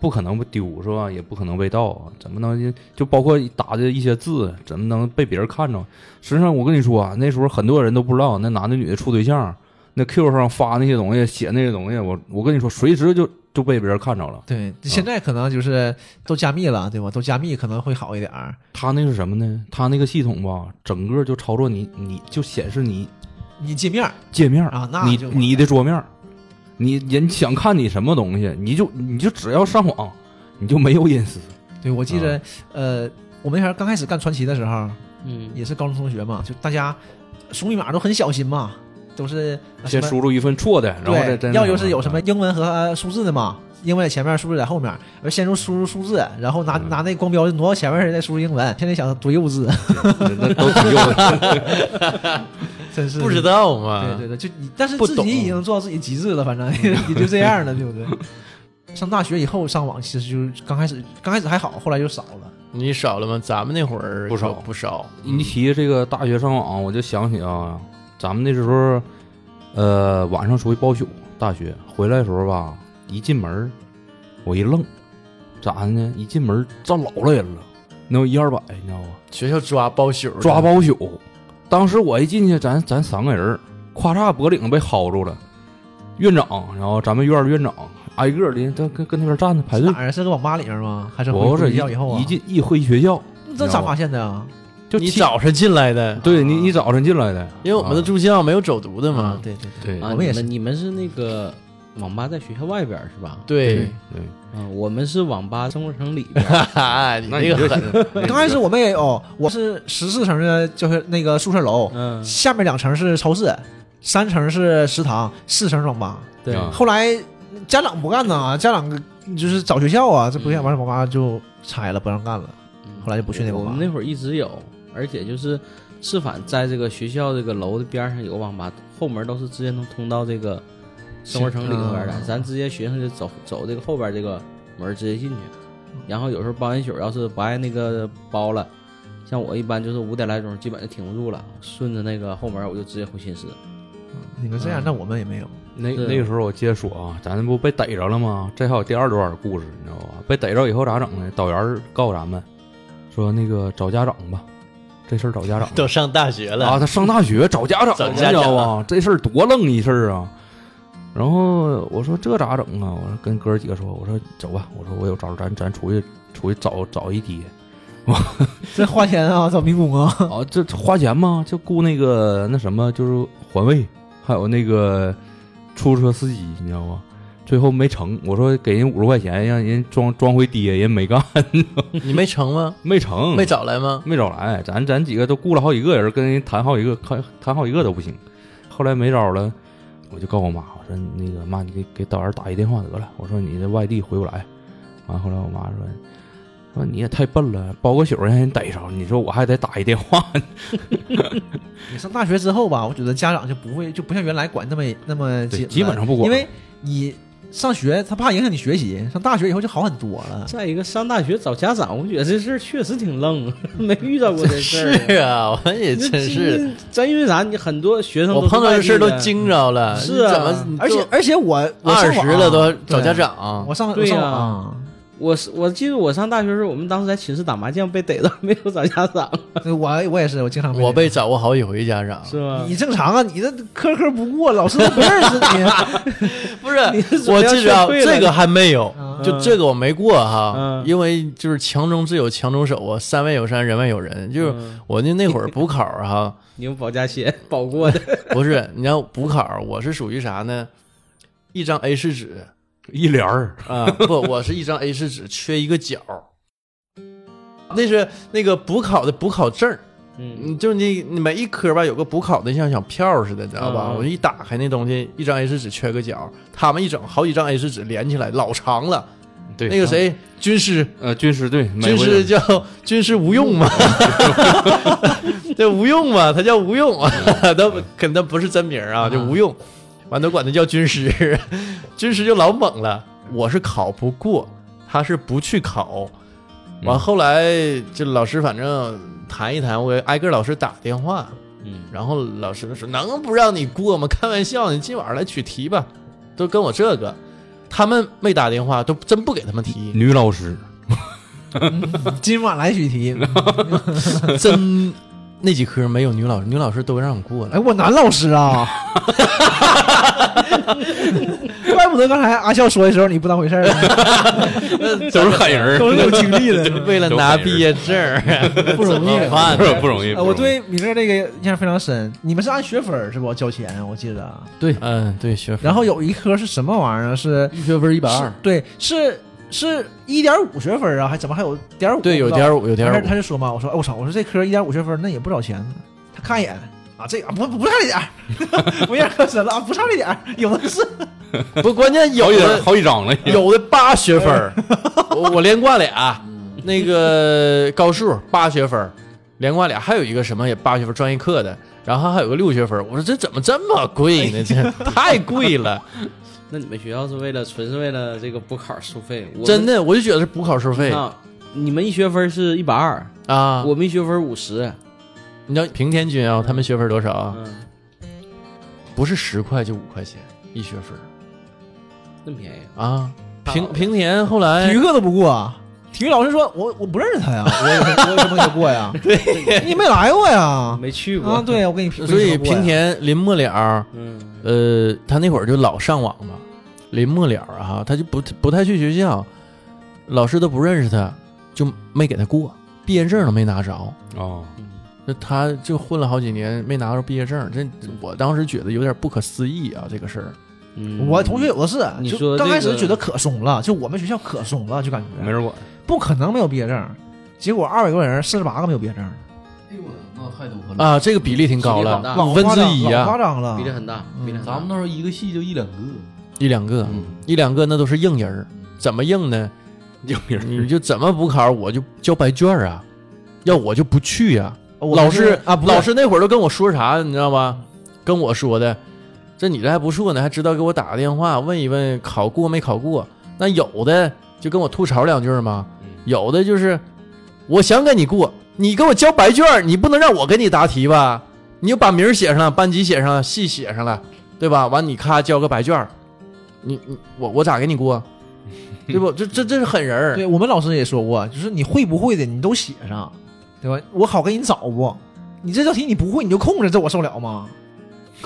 D: 不可能不丢是吧？也不可能被盗，啊怎么能就包括打的一些字，怎么能被别人看着？实际上我跟你说啊，那时候很多人都不知道那男的女的处对象，那 Q 上发那些东西，写那些东西，我我跟你说，随时就就被别人看着了。
B: 对，现在可能就是都加密了，对吧？都加密可能会好一点儿。
D: 他那是什么呢？他那个系统吧，整个就操作你，你就显示你
B: 你界面儿
D: 界面
B: 啊那
D: 你
B: 就完
D: 你的桌面儿，你人想看你什么东西，你就你就只要上网，你就没有隐私。
B: 对我记
D: 啊
B: 得，呃，我们那前刚开始干传奇的时候，
E: 嗯，
B: 也是高中同学嘛，就大家输密码都很小心嘛，都是呃
D: 先
B: 什么
D: 输入一份错的，然后再
B: 对
D: 再，那
B: 要就是有
D: 啥
B: 什么英文和呃数字的嘛，英文在前面，数字在后面，而先入输入数字，然后拿
D: 嗯
B: 拿那光标挪到前面再输入英文。现在想多幼稚，
D: 那都挺用的。
B: 真是
A: 不知。道嘛？
B: 对对对，就你，但是
A: 啊不
B: 自
A: 懂
B: 己已经做到自己极致了，反正也就这样了，对不对？上大学以后上网，其实就是刚开始，刚开始还好，后来就少了。
A: 你少了吗？咱们那会儿
D: 不少
A: 不少。
B: 嗯
D: 一提这个大学上网，我就想起啊，咱们那时候，呃，晚上出去包宿，大学回来的时候吧，一进门儿我一愣，咋的呢？一进门儿站老了人了，能有一二百，你知道吧？
A: 学校抓包宿的，
D: 抓包宿。当时我一进去，咱咱三个人儿，咔嚓脖领子被薅住了。院长，然后咱们院儿院长挨个儿的，都跟跟那边站着排队
B: 哪。儿啊是个网吧里面吗？还是回
D: 我是
B: 学校以后啊？
D: 一进一回学校，
B: 这
D: 你知
B: 咋
D: 道吧
B: 发现的啊？
D: 就
A: 你
D: 七
A: 早晨进来的，
D: 对你你早晨进来的，
A: 因为我们的
D: 啊
A: 住校没有走读的嘛
B: 啊，。对对对，
D: 对
E: 啊，
B: 我们也
E: 你
B: 是
E: 你们是那个网吧在学校外边儿是吧？
A: 对，
D: 对，
E: 啊，我们是网吧生活城里边儿。
A: 哈，你这个狠，
D: 狠
B: 刚开始我们也有，我是十四层的，就是那个宿舍楼，
E: 嗯，
B: 下面两层是超市，三层是食堂，四层网吧。
E: 对，
D: 啊
B: 后来家长不干呐，家长就是找学校啊，这不想完网吧就拆了，不让干了。后来就不去那个
E: 嗯我
B: 网吧
E: 们那会儿一直有，而且就是是反在这个学校这个楼的边儿上有个网吧，后门都是直接能通到这个生活城里边儿的
B: 啊，
E: 咱直接学生就走走这个后边儿这个门儿直接进去。
A: 嗯
E: 然后有时候包一宿，要是不爱那个包了，像我一般就是五点来钟，基本就挺不住了，顺着那个后门儿我就直接回寝室。
A: 嗯
B: 你们这样，那我们也没有。
D: 那
E: 对
D: 那个时候我接着说啊，咱不被逮着了吗？这还有第二段的故事，你知道吧？被逮着以后咋整呢？导员儿告诉咱们说，那个找家长吧，这事儿找家 长吧。
A: 都上大学
D: 啊，
A: 了，
D: 他上大学找家长，
A: 找
D: 你
A: 家
D: 知
A: 长
D: 道吧？这事儿多愣一事儿啊！然后我说这咋整啊？我说跟哥儿几个说，我说走吧，我说我有招儿，咱咱出去出去找找一爹。
B: 这花钱啊，找民 工啊，
D: 啊，这花钱吗？就雇那个那什么，就是环卫，还有那个出租车司机，你知道吗？最后没成，我说给人五十块钱，让人装装回爹，人没干，
A: 你没成吗？
D: 没成，
A: 没找来吗？
D: 没找来。咱咱几个都雇了好几个人，跟人谈好几个，看谈好几个都不行。后来没招了，我就告诉我妈，我说那个妈，你给给导员打一电话得了。我说你这外地回不来。完后来我妈说，说你也太笨了，包个宿让人逮着，你说我还得打一电话。
B: 你上大学之后吧，我觉得家长就不会，就不像原来管那么那么
D: 对
B: 紧了，
D: 基本上不管
B: 因为你上学他怕影响你学习，上大学以后就好很多了。
E: 再一个，上大学找家长，我觉得这事儿确实挺愣， 没遇到过这事儿。
A: 是 啊，我也真是，，
E: 咱因为啥？你很多学生
A: 我碰到
E: 的
A: 这事儿都惊着了，
E: 是啊
A: 你怎么你就
B: 而且而且我我
A: 二
B: 上网
A: 十
B: 啊
A: 了都找家，
B: 对
A: 长，
B: 我上
E: 对呀
B: 我上网啊
E: 我是我记得我上大学时候，我们当时在寝室打麻将被逮到， 没有找家长，
B: 对我我也是，我经常
A: 我被找过好几回家长，
E: 是 吗？
B: 你正常啊，你这科科不过，老师都不认识你。
A: 不是
E: 你是怎么
A: 我
E: 样
A: 至
E: 学
A: 少
E: 会了
A: 这个还没有，
B: 嗯
A: 就这个我没过哈
E: 嗯，
A: 因为就是强中自有强中手啊，山外有山，人外有人，就是
E: 嗯
A: 我那那会儿补考啊哈，
E: 你用保家协 保过的，
A: 不是你要补考，我是属于啥呢？一张 A 4纸
D: 一帘儿，
A: 啊，不，我是一张 A 4纸缺一个角，那是那个补考的补考证儿。
E: 嗯
A: 嗯，就是你你每一科吧，有个补考的像小票似的，你知道吧？
E: 嗯
A: 我一打开那东西，一张 A 4纸缺个角，他们一整好几张 A 4纸连起来，老长了。
D: 对嗯
A: 那个谁，军师，
D: 呃，军师对，每
A: 军
D: 回
A: 师叫 军师吴用 嘛，这吴用嘛，他叫吴用，
D: 嗯
A: 他可能不是真名啊，就吴用，完都管他叫军师， 军师就老猛了。我是考不过，他是不去考。完
D: 嗯
A: 后来这老师反正谈一谈，我给挨个老师打电话，
E: 嗯，
A: 然后老师说：“能不让你过吗？开玩笑，你今晚上来取题吧。”都跟我这个，他们没打电话，都真不给他们题，
D: 女老师，
B: 今晚来取题，
A: 真那几科没有女老师，女老师都让我过 了。
B: 哎，我男老师 啊，怪不得刚才阿笑说的时候你不当回事儿呢，
D: 都是 狠人
B: 都是有经历的。
A: 为了拿毕业证儿，
B: 不容易
A: 怎么办呢
D: 不容易。
B: 呃我对米勒这个印象非常深，你们是按学分儿是不交钱？我记得，
A: 对，嗯，对，学分。
B: 然后有一科是什么玩意儿？是
C: 学分一百
B: 是，对，是是一点五学分啊，还怎么还有点五？
A: 对，有点五，有点
B: 但是
A: 五
B: 他，就说嘛，我说，哎，我操，我说这科一点五学分，那也不少钱呢。他看一眼啊，这个啊不不差这点儿，我印象可深了啊，不差这点儿，有的是。
A: 不，关键有
D: 好几
A: 的
D: 好几张了，
A: 有的八学分儿，我我连挂俩，那个高数八学分儿，连挂俩，还有一个什么也八学分儿专业课的，然后还有个六学分儿。我说这怎么这么贵呢？这太贵了，
E: 那你们学校是为了纯是为了这个补考收费？我们
A: 真的，我就觉得是补考收费
E: 啊，你们一学分是一百二，
A: 啊。
E: 我们一学分五十，
A: 你知道平天均啊，他们学分儿多少啊？
E: 嗯，
A: 不是十块就五块钱一学分儿
E: 那么便宜，
A: 啊。平平田后来
B: 体育课都不过啊。体育老师说：“我我不认识他呀，我我我怎么给过呀？对，你没来过呀？
E: 没去过
B: 啊，，对，我给你评。
A: 所以
B: 我给你评
A: 平
B: 过呀
A: 田临末了，
E: 嗯
A: 呃，他那会儿就老上网嘛，临末了啊，他就不不太去学校，老师都不认识他，就没给他过。毕业证都没拿着，
D: 哦，
A: 就他就混了好几年没拿着毕业证，这我当时觉得有点不可思议啊，这个事儿。
E: 嗯
B: 我同学有的是，
E: 你
B: 就
E: 说
B: 刚
E: 这
B: 开始
E: 个
B: 觉得可怂了，就我们学校可怂了，就感觉
D: 没人管，
B: 不可能没有毕业证。结果二百多人，四十八个没有毕业证，
C: 哎呦，那太多了！
A: 啊，这个比例挺高
E: 比例
A: 了
E: 很，大
A: 啊五分之一
B: 老夸
A: 啊，
B: 张了
E: 嗯比例。很大，比例很大
C: 咱们那时候一个系就一两个，
A: 一两个，
C: 嗯，
A: 一两个那都是硬人儿，怎么硬呢？
D: 有
A: 你就怎么补考，我就交白卷儿啊，要我就不去呀、
B: 我
A: 老
B: 们是
A: 师
B: 啊，不是
A: 老师那会儿都跟我说啥，你知道吗？跟我说的，这你这还不错呢，还知道给我打个电话问一问考过没考过。那有的就跟我吐槽两句嘛，
E: 嗯
A: 有的就是我想给你过，你给我交白卷儿，你不能让我给你答题吧？你就把名儿写上了，班级写上了，系写上了，对吧？完你咔交个白卷儿，你你我我咋给你 过？对不？这这这是狠人儿。
B: 对我们老师也说过，就是你会不会的你都写上，对吧？我好给你找不？你这道题你不会你就空着，这我受了吗？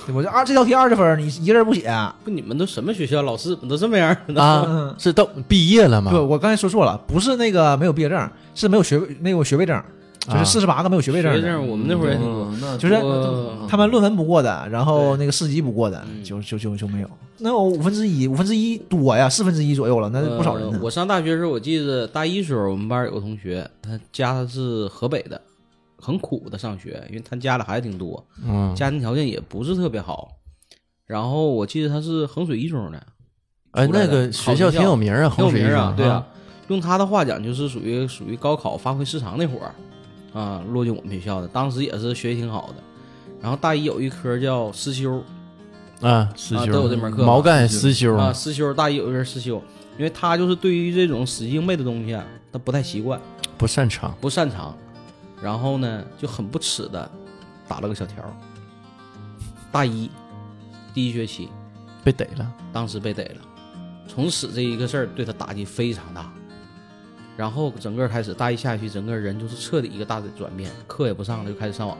B: 对吧？这二这道题二十分，你一个人不写。
E: 不，你们都什么学校？老师怎么都这么样儿呢？
A: 啊，
B: 嗯，
A: 是都毕业了吗？
B: 对，我刚才说错了，不是那个没有毕业证，是没有学位，那个学位证，就是四十八个没有学位证
E: 学
B: 的。
E: 证，我们那会儿也挺多。
C: 嗯那
B: 就是
C: 多
B: 他们论文不过的，然后那个四级不过的，
E: 嗯
B: 就就就就没有。那我五分之一，五分之一多呀，四分之一左右了，那不少人呢
E: 呃。我上大学的时候，我记得大一时候，我们班有个同学，他家是河北的，很苦的上学，因为他家里孩子挺多，
A: 嗯，
E: 家庭条件也不是特别好。然后我记得他是衡水一中的，
A: 哎，
E: 出
A: 那
E: 来的
A: 个学校挺有名啊，
E: 挺
A: 衡
E: 有
A: 水
E: 名
A: 一中
E: 啊，对啊。，用他的话讲，就是属于属于高考发挥失常那会儿，啊，落进我们学校的，当时也是学习挺好的。然后大一有一科叫思修，
A: 啊，思
E: 啊
A: 修
E: 都有这门课吧
A: 毛概思修
E: 啊，思修大一有一人思修，因为他就是对于这种死记硬背的东西啊，他不太习惯，
A: 不擅长，
E: 不擅长，然后呢就很不耻的打了个小条儿。大一第一学期，
A: 被逮了。
E: 当时被逮了，从此这一个事儿对他打击非常大。然后整个开始大一下学期，整个人就是彻底一个大的转变，课也不上了，就开始上网。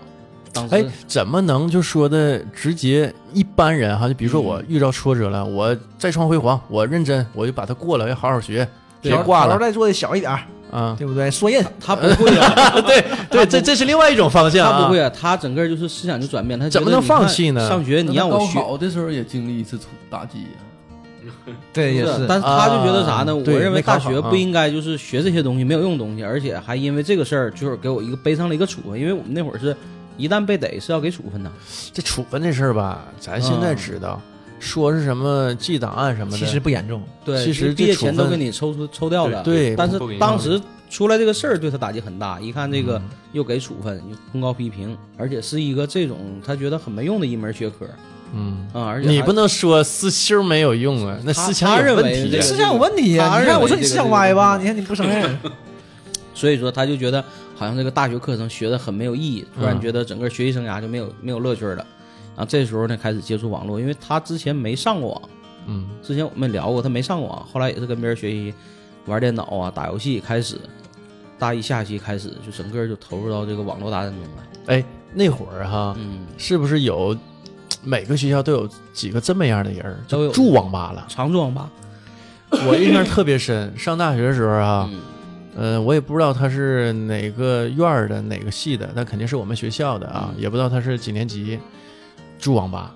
E: 当时、
A: 哎，怎么能就说的直接一般人哈？就比如说
E: 嗯
A: 我遇到挫折了，我再创辉煌，我认真，我就把它过了，要好好学，
E: 对
A: 别挂
B: 头
A: 了
B: 再做的小一点儿，
A: 啊。
B: 对不对？缩印，
E: 他不会 啊，
A: 对对，这这是另外一种方向啊。
E: 他不会啊，他整个就是思想就转变，他觉得
A: 怎么能
E: 你看
A: 放弃呢
E: 上学你让我
C: 高
E: 学，
C: 考的时候也经历一次打击呀，
B: 对，也
E: 不
B: 是。
E: 但是他就觉得啥
A: 啊
E: 呢？我
A: 对
E: 认为
A: 没考
E: 大
A: 好
E: 学
A: 啊
E: 不应该就是学这些东西没有用的东西，而且还因为这个事儿就是给我一个背上了一个处分，因为我们那会儿是一旦被逮是要给处分的。
A: 这处分这事儿吧，咱现在知道，
E: 嗯
A: 说是什么记档案什么的，
B: 其实不严重，
E: 对，
A: 其实这
E: 毕业前
A: 处
E: 都
A: 分
E: 给你抽出抽掉了。
A: 对
E: 但是
D: 不给你
E: 当
D: 弄
E: 时出来这个事儿对他打击很大，一看这
A: 嗯
E: 个又给处分，又公告批评，而且是一个这种他觉得很没用的一门学科
A: 嗯，
E: 啊，而且
A: 你
E: 还
A: 不能说思修没有用啊，那
E: 他
A: 思想
E: 他
A: 有
E: 认
A: 问
E: 为
A: 题
E: 这
A: 啊
E: 个。
B: 思想有问题呀、
E: 他
B: 你
E: 认
B: 看
E: 为
B: 我说你
E: 这
B: 思
E: 个
B: 想歪吧，你看你不承认，
E: 所以说他就觉得好像这个大学课程学的很没有意义，突然
A: 嗯
E: 觉得整个学习生涯就没有没有乐趣了。然后这时候呢，开始接触网络，因为他之前没上过网，
A: 嗯，
E: 之前我们也聊过，他没上过网，后来也是跟别人学习，玩电脑啊，打游戏开始。大一下学期开始，就整个就投入到这个网络大战中来。
A: 哎，那会儿哈，
E: 嗯，
A: 是不是有每个学校都有几个这么样的人儿，
E: 都有？
A: 就住网吧了
E: 嗯常驻网吧
A: 我印象特别深，上大学的时候啊，
E: 嗯
A: 呃，我也不知道他是哪个院儿的、哪个系的，但肯定是我们学校的啊，
E: 嗯
A: 也不知道他是几年级，住网吧，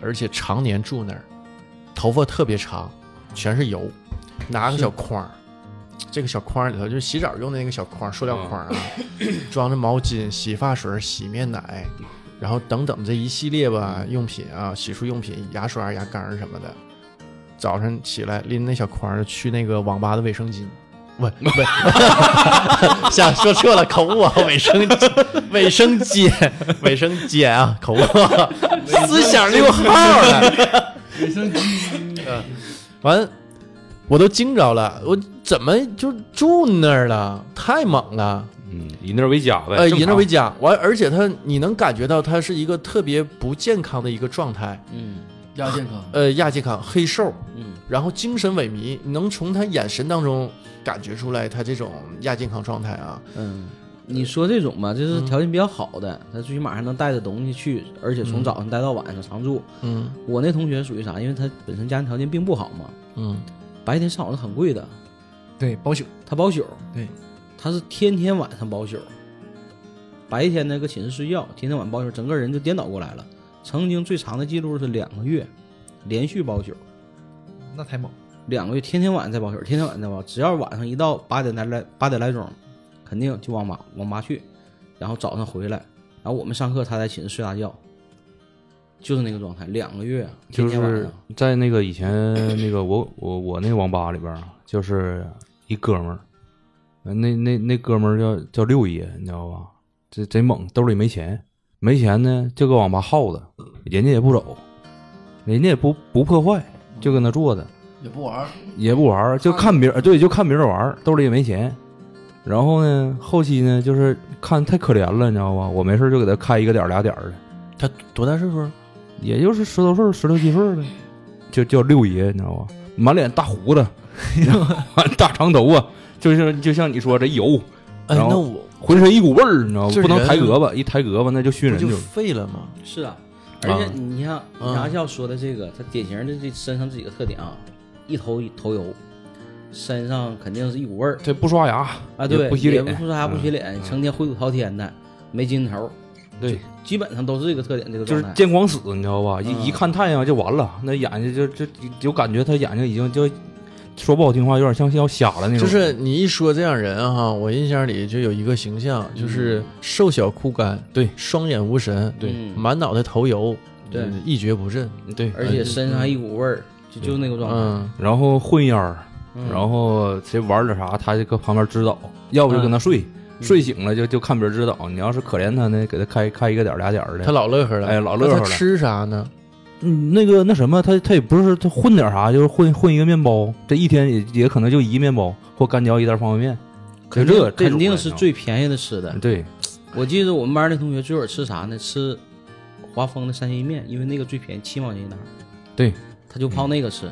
A: 而且常年住那儿，头发特别长，全是油，拿个小筐儿。这个小筐儿里头就是洗澡用的那个小筐儿，塑料筐儿 啊，装着毛巾、洗发水、洗面奶，然后等等这一系列吧用品啊，洗漱用品、牙刷、牙缸什么的。早上起来拎那小筐儿去那个网吧的卫生巾，不 不，想说错了，口误 啊，卫生卫生间卫生间啊，口误啊， 思想溜号了。
C: 卫生巾
A: 完，我都惊着了，我怎么就住那儿了？太猛了！
D: 嗯，以那为家呗，
A: 呃，
D: 正
A: 以那
D: 常
A: 为家，完，而且他你能感觉到他是一个特别不健康的一个状态，
E: 嗯
C: 亚健 康，
A: 呃，亚健康、黑瘦，
E: 嗯，
A: 然后精神萎靡，你能从他眼神当中感觉出来他这种亚健康状态啊。
E: 嗯，你说这种吧，就是条件比较好的，他最起码还能带着东西去，而且从早上待到晚上常住。
A: 嗯
E: 我那同学属于啥？因为他本身家庭条件并不好嘛，
A: 嗯，
E: 白天上网是很贵的，
B: 对，保宿
E: 他包宿。
B: 对，
E: 他是天天晚上包宿，白天呢搁寝室睡觉，天天晚包宿，整个人就颠倒过来了。曾经最长的记录是两个月，连续包宿，
B: 那太猛了。
E: 两个月天天晚上在包宿，天天晚上在包宿，只要晚上一到八点来来八点来钟，肯定就网吧网吧去，然后早上回来，然后我们上课他在寝室睡大觉，就是那个状态，两个月，啊
D: 就
E: 天天晚
D: 是
E: 上
D: 在那个以前那个我我我那网吧里边儿，就是一哥们儿，呃那那那哥们儿叫叫六爷，你知道吧？这贼猛，兜里没钱，没钱呢就搁网吧耗着，人家也不走，人家也不不破坏，就搁那坐着，
C: 也不玩儿，
D: 也不玩儿，就看别人，对，就看别人玩儿，兜里也没钱。然后呢，后期呢，就是看太可怜了，你知道吧？我没事儿就给他开一个点儿俩点儿的，
A: 他多大岁数？
D: 也就是十多岁儿、十六七岁儿呗，就叫六爷，你知道吧？满脸大胡 子，大长头啊，就像就像你说这油，
A: 哎，
D: 然后
A: 那我
D: 浑身一股味儿，你知道吗？
A: 这
D: 不能
A: 人
D: 抬胳膊，一抬胳膊那就熏
A: 不
D: 人
A: 就
D: 就。
A: 废了吗？
E: 是啊，而
D: 啊
E: 且你像
A: 嗯
E: 你像要说的这个，他典型的这身上这几个特点啊，一头一头油，身上肯定是一股味儿
D: 这不刷牙
E: 啊，对，
D: 也不洗
E: 也
D: 脸，嗯
E: 不刷牙不洗脸，成天灰土滔天的，没精神头儿，
D: 对，
E: 基本上都是这个特点，这个
D: 就
E: 状
D: 是
E: 态。
D: 见光死，你知道吧？一
E: 嗯
D: 一看太阳就完了，那眼睛就就就感觉他眼睛已经就说不好听话，有点像要瞎了那种。
A: 就是你一说这样人哈、我印象里就有一个形象，就是瘦小枯干，
D: 对
A: 双眼无神，
D: 对
E: 嗯
A: 满脑袋头油，
E: 对
A: 嗯一蹶不振，
D: 对，
E: 而且身上还一股味儿，就就那个状态。
A: 嗯，
D: 然后混烟儿，
E: 嗯
D: 然后谁玩点啥，他就搁旁边指导，要不就搁那睡，睡醒了就就看别人指导。你要是可怜他呢，给他开开一个点儿俩点儿的。
A: 他老乐呵了，
D: 哎老乐呵了
A: 那他吃啥呢？
D: 嗯那个那什么，他他也不是他混点啥，就是混混一个面包，这一天也也可能就一面包或干嚼一袋方便面，就
E: 肯
D: 这
E: 定
D: 这种
E: 肯定
D: 人
E: 是
D: 啊
E: 最便宜的吃的。
D: 对
E: 我记得我们班那同学最后吃啥呢？吃华丰的三鲜意面，因为那个最便宜，七毛钱一袋儿，
D: 对，
E: 他就泡那个吃。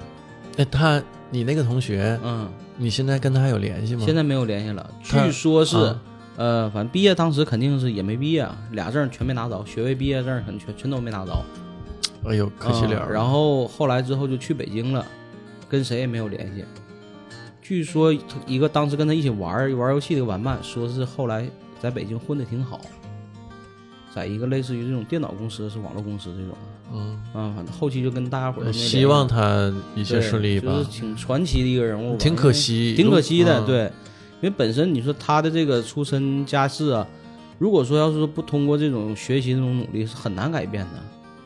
A: 那他你那个同学，
E: 嗯，
A: 你现在跟他还有联系吗？
E: 现在没有联系了，
A: 他
E: 据说是
A: 啊，
E: 呃，反正毕业当时肯定是也没毕业啊，俩证全没拿着，学位、毕业证很全全都没拿着，
A: 哎呦，可惜了。
E: 嗯然后后来之后就去北京了，跟谁也没有联系。据说他一个当时跟他一起玩儿玩儿游戏的玩伴，说是后来在北京混的挺好，在一个类似于这种电脑公司是网络公司这种，
A: 嗯，
E: 啊、反正后期就跟大家伙儿都没联系
A: 希望他一切
E: 对
A: 顺利吧
E: 就。是挺传奇的一个人物吧，
A: 挺
E: 因
A: 可
E: 为
A: 惜，
E: 挺可惜的，
A: 嗯。
E: 对，因为本身你说他的这个出身家世啊，如果说要是不通过这种学习这种努力是很难改变的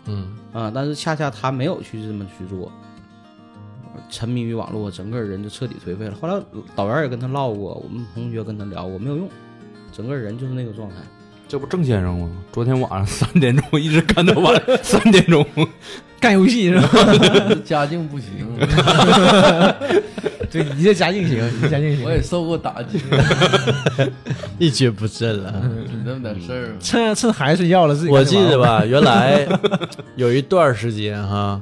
A: 嗯，
E: 啊，但是恰恰他没有去这么去做，沉迷于网络，整个人就彻底颓废了。后来导员也跟他唠过，我们同学跟他聊过，没有用，整个人就是那个状态。
D: 这不郑先生吗？昨天晚上三点钟一直干到晚上三点钟，
B: 干游戏是吧？
C: 家境不行，
B: 对你这家境行，你这家境
C: 我
B: 行。
C: 也受过打击，
A: 一蹶不振了。
C: 那么点事 儿。
B: 趁趁孩子睡觉了，自己
A: 嗯我
B: 干就
A: 记
B: 完
A: 得
B: 了？
A: 吧，原来有一段时间哈，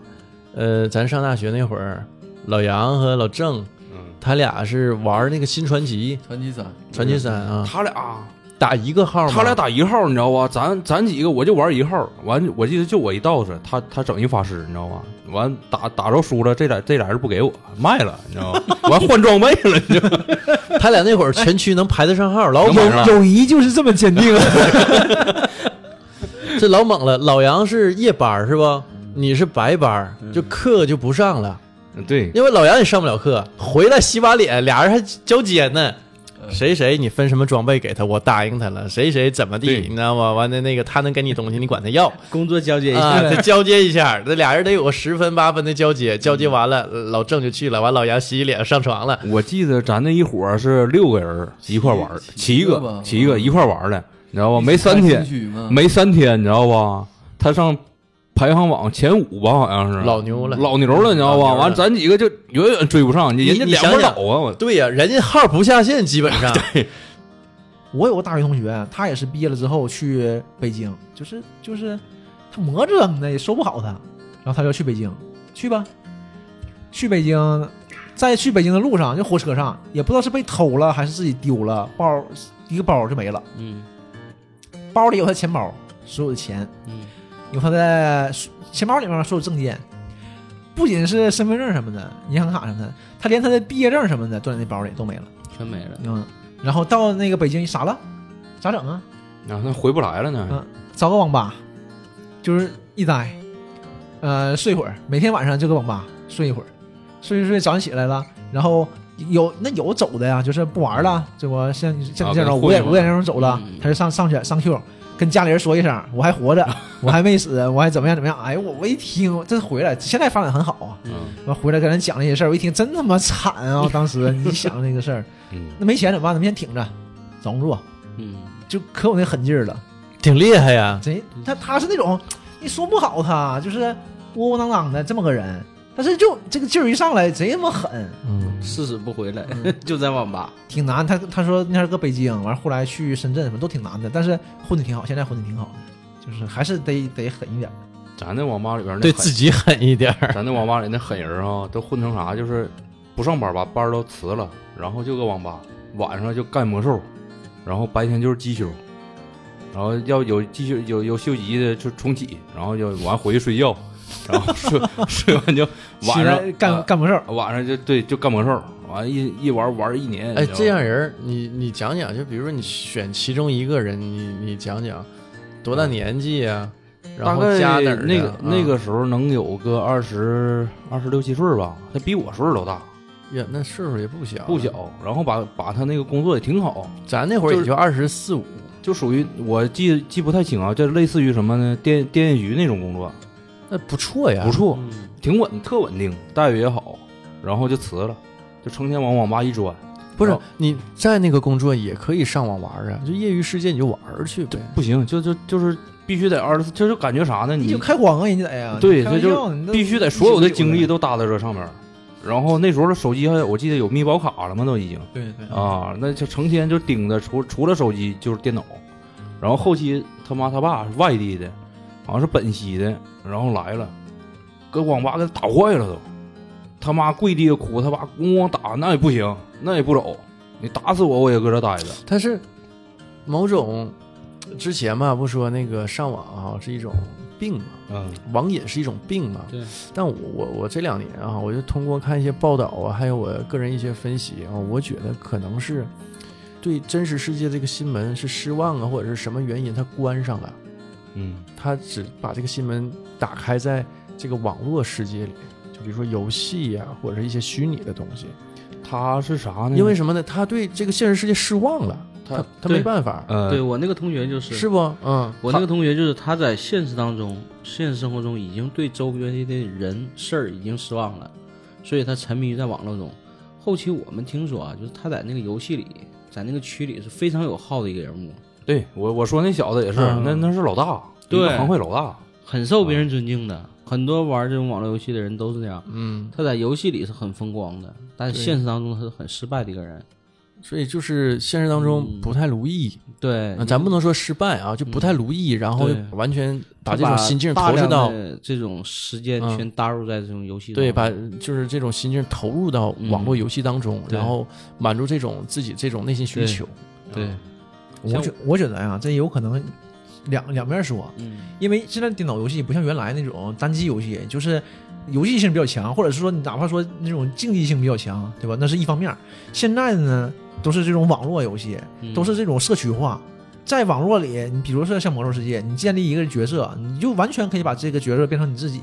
A: 呃，咱上大学那会儿，老杨和老郑，
D: 嗯
A: 他俩是玩那个新传奇、
C: 传奇三，
A: 传奇三啊，
D: 嗯他俩
A: 打一个号嘛，
D: 他俩打一号，你知道吧？咱咱几个我就玩一号，完我记得就我一道士，他他整一法师，你知道吧？完打打着输了，这俩这俩人不给我卖了，你知道吧？ 完换装备了，你知道吗？
A: 他俩那会儿全区能排得上号，老
D: 能
A: 猛
D: 排上
A: 了，
B: 友谊就是这么坚定。
A: 这老猛了。老杨是夜班儿是不？你是白班儿，
D: 嗯
A: 就课就不上了，
D: 对，
A: 因为老杨也上不了课，回来洗把脸，俩人还交接呢。
D: 嗯
A: 谁谁你分什么装备给他，我答应他了。谁谁怎么地，
D: 对
A: 你知道吗？完了那个他能给你东西，你管他要。
E: 工作交接一
A: 啊，
E: 下，
A: 得交接一下，这俩人得有个十分八分的交接，交接完了，呃老郑就去了，完老杨洗洗脸上床了，
D: 我记得咱那一伙是六个人一块玩，
C: 七
D: 七
C: 七个
D: 个
C: 吧
D: 七个一块玩的，你知道吧？
C: 一起
D: 没三
C: 看
D: 天
C: 新，区嘛，
D: 没三天，你知道吧？他上排行榜前五吧，好像是
A: 老牛了。
D: 嗯老牛了，你知
A: 老
D: 道吧？
A: 牛了
D: 完咱几个就远远追不上，人家
A: 你
D: 两
A: 想
D: 边倒
A: 想
D: 啊！我
A: 对呀、人家号不下线，基本 上
B: 我有个大学同学，他也是毕业了之后去北京，就是就是他磨着呢，也收不好他，然后他就去北京，去吧，去北京，在去北京的路上，就火车上，也不知道是被偷了还是自己丢了，包一个包就没了，
E: 嗯
B: 包里有他钱包，所有的钱，
E: 嗯，
B: 有他的钱包里面所有证件，不仅是身份证什么的、银行卡什么的，他连他的毕业证什么的都在那包里都没了。
E: 全没了。
B: 嗯，然后到那个北京傻了，咋整啊？
D: 啊，那回不来了呢。
B: 嗯找个网吧，就是一待，呃，睡会儿，每天晚上就搁网吧睡一会儿，睡睡睡，早上起来了，然后有那有走的呀，就是不玩了，这我像像你这
D: 啊
B: 种五
D: 给他
B: 点
D: 混了
B: 五点钟走了，
E: 嗯
B: 他就上上去上 Q，跟家里人说一声，我还活着，我还没死，我还怎么样怎么样，哎我我一听这回来，现在发展很好啊，
D: 嗯
B: 完回来跟人讲那些事儿，我一听真他妈惨啊，当时你想那个事儿，
D: 嗯，
B: 那没钱怎么办？咱们先挺着，装住，
E: 嗯，
B: 就可有那狠劲儿了。
A: 挺厉害呀。
B: 贼，啊他他是那种，你说不好他就是窝窝囊囊的这么个人，但是就这个劲儿一上来贼他妈狠，
A: 嗯，
E: 誓死不回来， 就在网吧。
B: 挺难。他他说那时候搁北京，完后来去深圳什么都挺难的，但是混的挺好，现在混的挺好的，就是还是得得狠一点。
D: 咱那网吧里边儿那
A: 对
D: 狠
A: 自己狠一点儿。
D: 咱那网吧里那狠人啊，都混成啥？就是不上班吧，班儿都辞了，然后就搁网吧，晚上就干魔兽，然后白天就是机修，然后要有机修有有秀级的就重启，然后就完回去睡觉，然后睡 睡完就晚
B: 起
D: 上
B: 来干、
D: 呃
B: 干不事儿，
D: 晚上就对就干魔兽，完一一玩玩一年。
A: 哎，
D: 你知道吗
A: 这样人儿，你你讲讲，就比如说你选其中一个人，你你讲讲多大年纪呀、然
D: 大
A: 后
D: 概
A: 家哪儿的
D: 那个
A: 啊
D: 那个时候能有个二十二十六七岁吧，他比我岁数都大
A: 呀，那岁数也不小，
D: 不。小，然后把把他那个工作也挺好。
A: 咱那会儿也
D: 就是
A: 就二十四五，
D: 就属于我记记不太清啊，这类似于什么呢？电电信局那种工作，
A: 那不错呀，
D: 不错，
E: 嗯
D: 挺稳，特稳定，待遇也好，然后就辞了，就成天往网吧一钻，
A: 不是
D: 哦
A: 你在那个工作也可以上网玩儿啊，就业余时间你就玩儿去呗。
D: 不行，就就就是必须得二十四，这就感觉啥呢？
B: 你
D: 你
B: 就开光啊，人家得呀，
D: 对
B: 开玩
D: 这就
B: 笑你都
D: 必须得所有的精力都搭在这上面儿，然后那时候手机还有，我记得有密保卡了吗？都已经
B: 对对
D: 啊，那就成天就顶着除除了手机就是电脑，然后后期他妈他爸是外地的，好像是本溪的，然后来了，搁网吧给他打坏了都，他妈跪地下哭，他爸咣咣打，那也不行，那也不走，你打死我我也搁这待着，
A: 但是某种之前嘛，不说那个上网啊是一种病嘛，
D: 嗯
A: 网瘾是一种病嘛。
E: 对。
A: 但我我我这两年啊，我就通过看一些报道啊，还有我个人一些分析啊，我觉得可能是对真实世界这个新闻是失望啊，或者是什么原因，它关上了，
D: 嗯
A: 它只把这个新闻打开在这个网络世界里，就比如说游戏呀、或者是一些虚拟的东西。
D: 他是啥呢？
A: 因为什么呢？他对这个现实世界失望了，
D: 他
A: 他他
E: 对
A: 没办法，
D: 呃
E: 对我那个同学就是，
A: 是不？嗯，
E: 我那个同学就是他在现实当中、现实生活中已经对周边的人事儿已经失望了，所以他沉迷于在网络中。后期我们听说啊，就是他在那个游戏里，在那个区里是非常有号的一个人物，
D: 对我我说那小子也是，
E: 嗯
D: 那那是老大，
E: 对
D: 一个行会老大，
E: 很受别人尊敬的。很多玩这种网络游戏的人都是这样，
A: 嗯，
E: 他在游戏里是很风光的，但是现实当中他是很失败的一个人。
A: 所以就是现实当
E: 嗯
A: 中不太如意，
E: 对
A: 啊，咱不能说失败啊，就不太如意，然后
E: 对
A: 完全把
E: 他
A: 这种心境
E: 大
A: 投射
E: 量
A: 到，
E: 的这种时间
A: 嗯
E: 全搭入在这种游戏中，
A: 对，把就是这种心境投入到网络游戏当中，
E: 对
A: 然后满足这种自己这种内心需求。
E: 对，
B: 我
E: 像
B: 觉我觉得呀、这有可能两两面说，
E: 嗯，
B: 因为现在电脑游戏不像原来那种单机游戏，就是游戏性比较强，或者是说你哪怕说那种竞技性比较强，对吧？那是一方面儿。现在呢，都是这种网络游戏，
E: 嗯
B: 都是这种社区化。在网络里，你比如说像《魔兽世界》，你建立一个角色，你就完全可以把这个角色变成你自己，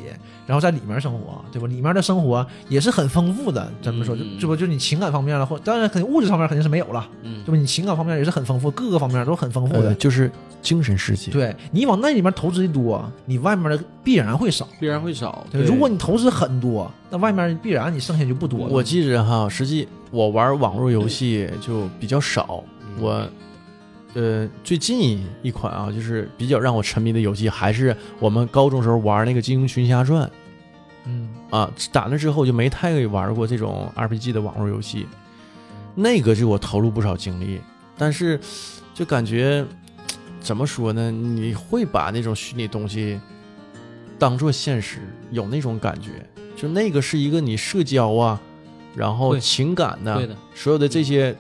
B: 然后在里面生活，对吧？里面的生活也是很丰富的。咱们说，就
E: 嗯
B: 这不就你情感方面了，或当然肯定物质方面肯定是没有了，
E: 嗯
B: 对吧？你情感方面也是很丰富，各个方面都很丰富的
A: 呃。就是精神世界，
B: 对你往那里面投资一多，你外面的必然会少。
E: 必然会少。
B: 对，如果你投资很多，那外面必然你剩下就不多了。
A: 我记着哈，实际我玩网络游戏就比较少，
D: 嗯
A: 我。呃，最近一款啊，就是比较让我沉迷的游戏，还是我们高中时候玩那个《金庸群侠传
B: 嗯，》
A: 啊。打那之后就没太玩过这种 RPG 的网络游戏，那个就我投入不少精力，但是就感觉怎么说呢？你会把那种虚拟东西当做现实，有那种感觉，就那个是一个你社交啊，然后
E: 对
A: 情感呐、
E: 对的，
A: 所有的这些，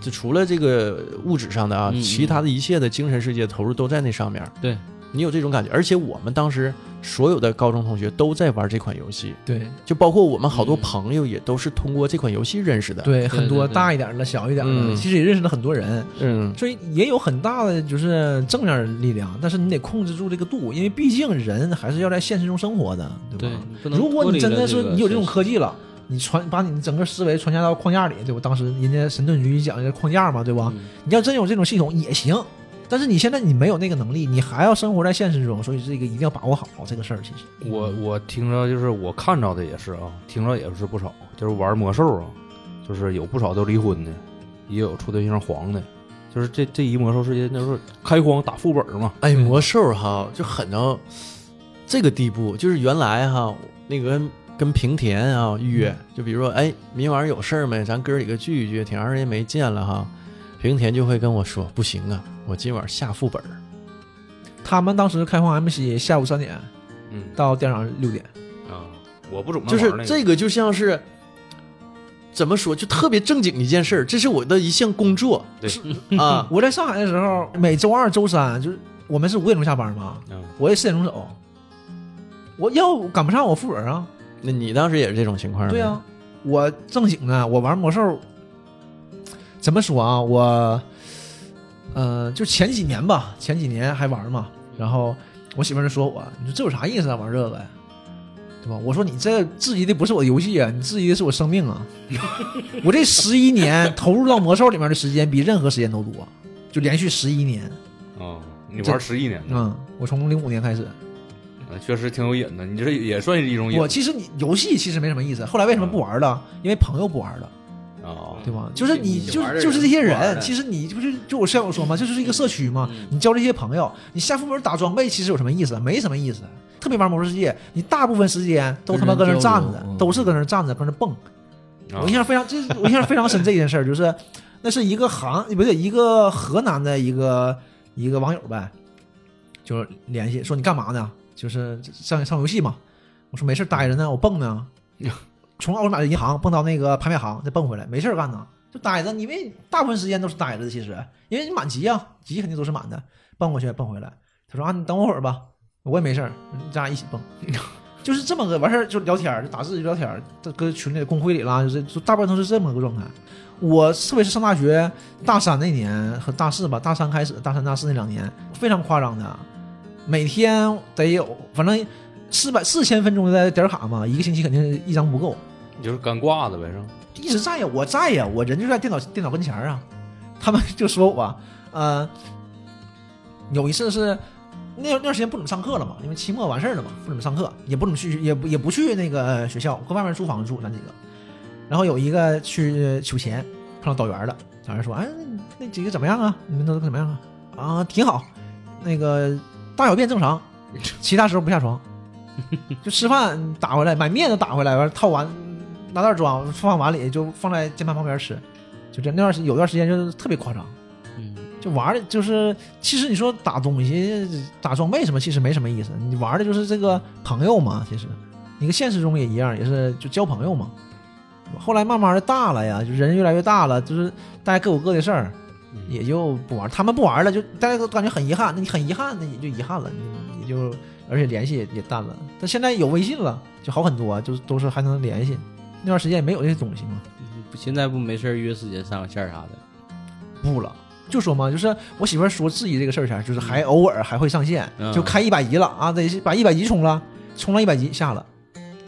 A: 就除了这个物质上的啊，
E: 嗯嗯
A: 其他的一切的精神世界投入都在那上面。
E: 对，
A: 你有这种感觉。而且我们当时所有的高中同学都在玩这款游戏，
B: 对
A: 就包括我们好多
E: 嗯
A: 朋友也都是通过这款游戏认识的。，
B: 对，很多
E: 对对
B: 大一点的、小一点的，
A: 嗯
B: 其实也认识了很多人，
A: 嗯，
B: 所以也有很大的就是正面力量，但是你得控制住这个度，因为毕竟人还是要在现实中生活的，对
E: 对
B: 吧？，
E: 不能
B: 啊如果
E: 脱
B: 你
E: 离
B: 真
E: 了
B: 的
E: 这
B: 是
E: 个
B: 你有这种
E: 现
B: 科技了，你传把你整个思维传下到框架里，对吧？当时人家神盾局讲的框架嘛，对吧？
E: 嗯
B: 你要真有这种系统也行，但是你现在你没有那个能力，你还要生活在现实中，所以这个一定要把握好这个事儿。其实
D: 我我听着就是我看着的也是啊，听着也是不少，就是玩魔兽啊，就是有不少都离婚的，也有处对象黄的，就是这这一魔兽世界那时候开荒打副本嘛，
A: 哎，魔兽哈就狠到这个地步，就是原来哈那个跟跟平田啊约，就比如说哎，明晚有事儿没？咱哥几个聚一聚，挺长时间没见了哈。平田就会跟我说：“不行啊，我今晚下副本儿。
B: 他们当时开放 MC 下午三点
D: 嗯
B: 到第二天六点，
D: 啊，我不怎么
A: 就是
D: 玩那个
A: 这个就像是怎么说，就特别正经一件事儿，这是我的一项工作。
D: 对
A: 是 啊，
B: 我在上海的时候，每周二、周三就是我们是五点钟下班嘛，
D: 嗯
B: 我也四点钟走，我要赶不上我副本啊。
A: 那你当时也是这种情况？
B: 对呀、，啊我正经的，我玩魔兽，怎么说啊？我，呃，就前几年吧，前几年还玩嘛。然后我媳妇儿就说我，你说这有啥意思啊？玩这个呀，对吧？我说你这质疑的不是我的游戏啊，你质疑的是我生命啊！我这十一年投入到魔兽里面的时间比任何时间都多，就连续十一年。
D: 啊，你
B: 这
D: 玩十一年呢，
B: 嗯，我从零五年开始，
D: 嗯确实挺有瘾的，你这也算是一种瘾啊
B: 我其实你游戏其实没什么意思。后来为什么不玩了？因为朋友不玩了。
D: 啊，
B: 对吧？就是你
E: 你
B: 就
E: 玩的
B: 就是
E: 人
B: 这些
E: 不玩
B: 人，
E: 的
B: 其实你不是就我像我说嘛，这就是一个社区嘛
E: 嗯，
B: 你交这些朋友，你下副本打装备其实有什么意思？没什么意思。特别玩魔兽世界，你大部分时间都他妈搁那儿站
C: 跟人
B: 着
C: 交流，嗯
B: 都是搁那儿站着，搁那儿蹦。
D: 啊
B: 我印象非常，这是我印象非常深这件事儿，就是那是一个杭不对，一个河南的一个一个网友呗，就是联系说你干嘛呢？就是上上游戏嘛。我说没事儿待着呢，我蹦呢，从奥马银行蹦到那个拍卖行，再蹦回来，没事儿干呢，就待着。因为大部分时间都是待着的，其实因为你满级啊，级肯定都是满的，蹦过去蹦回来。他说啊，你等我会儿吧，我也没事儿，咱俩一起蹦。就是这么个完事儿就聊天儿，就打字就聊天儿，这搁群里、公会里啦，就是就大部分都是这么个状态。我特别是上大学大三那年和大四吧，大三开始，大三大四那两年非常夸张的，每天得有反正四百四千分钟的点儿卡嘛，一个星期肯定是一张不够，
D: 你就是干挂的呗，是吧？
B: 一直在呀，我在呀，我人就在电脑电脑跟前儿啊。他们就说我啊，呃，有一次是那那段时间不怎么上课了嘛，因为期末完事儿了嘛，不怎么上课，也不怎么去，也不也不去那个呃学校，跟外面租房住，咱几个。然后有一个去取钱，碰到导员了，导员说：“哎，那那几个怎么样啊？你们都怎么样啊？”啊，挺好，那个大小便正常，其他时候不下床， 就吃饭打回来，买面都打回来，完了套完拿袋装，放碗里就放在键盘旁边吃，就这那段时有段时间就是特别夸张，
E: 嗯，
B: 就玩的就是其实你说打东西、打装备什么，其实没什么意思，你玩的就是这个朋友嘛，其实你跟现实中也一样，也是就交朋友嘛。后来慢慢的大了呀，就人越来越大了，就是大家各有各的事儿，
D: 嗯
B: 也就不玩。他们不玩了，就大家都感觉很遗憾。那你很遗憾，那也就遗憾了，你也就而且联系也也淡了。但现在有微信了，就好很多，就是都是还能联系。那段时间也没有这些东西嘛，
E: 不嗯现在不没事儿约时间上个线儿啥的，
B: 不了。就说嘛，就是我媳妇儿说质疑这个事儿前，就是还偶尔还会上线，
E: 嗯
B: 就开一百级了啊，得是把一百级冲了，冲了一百级下了。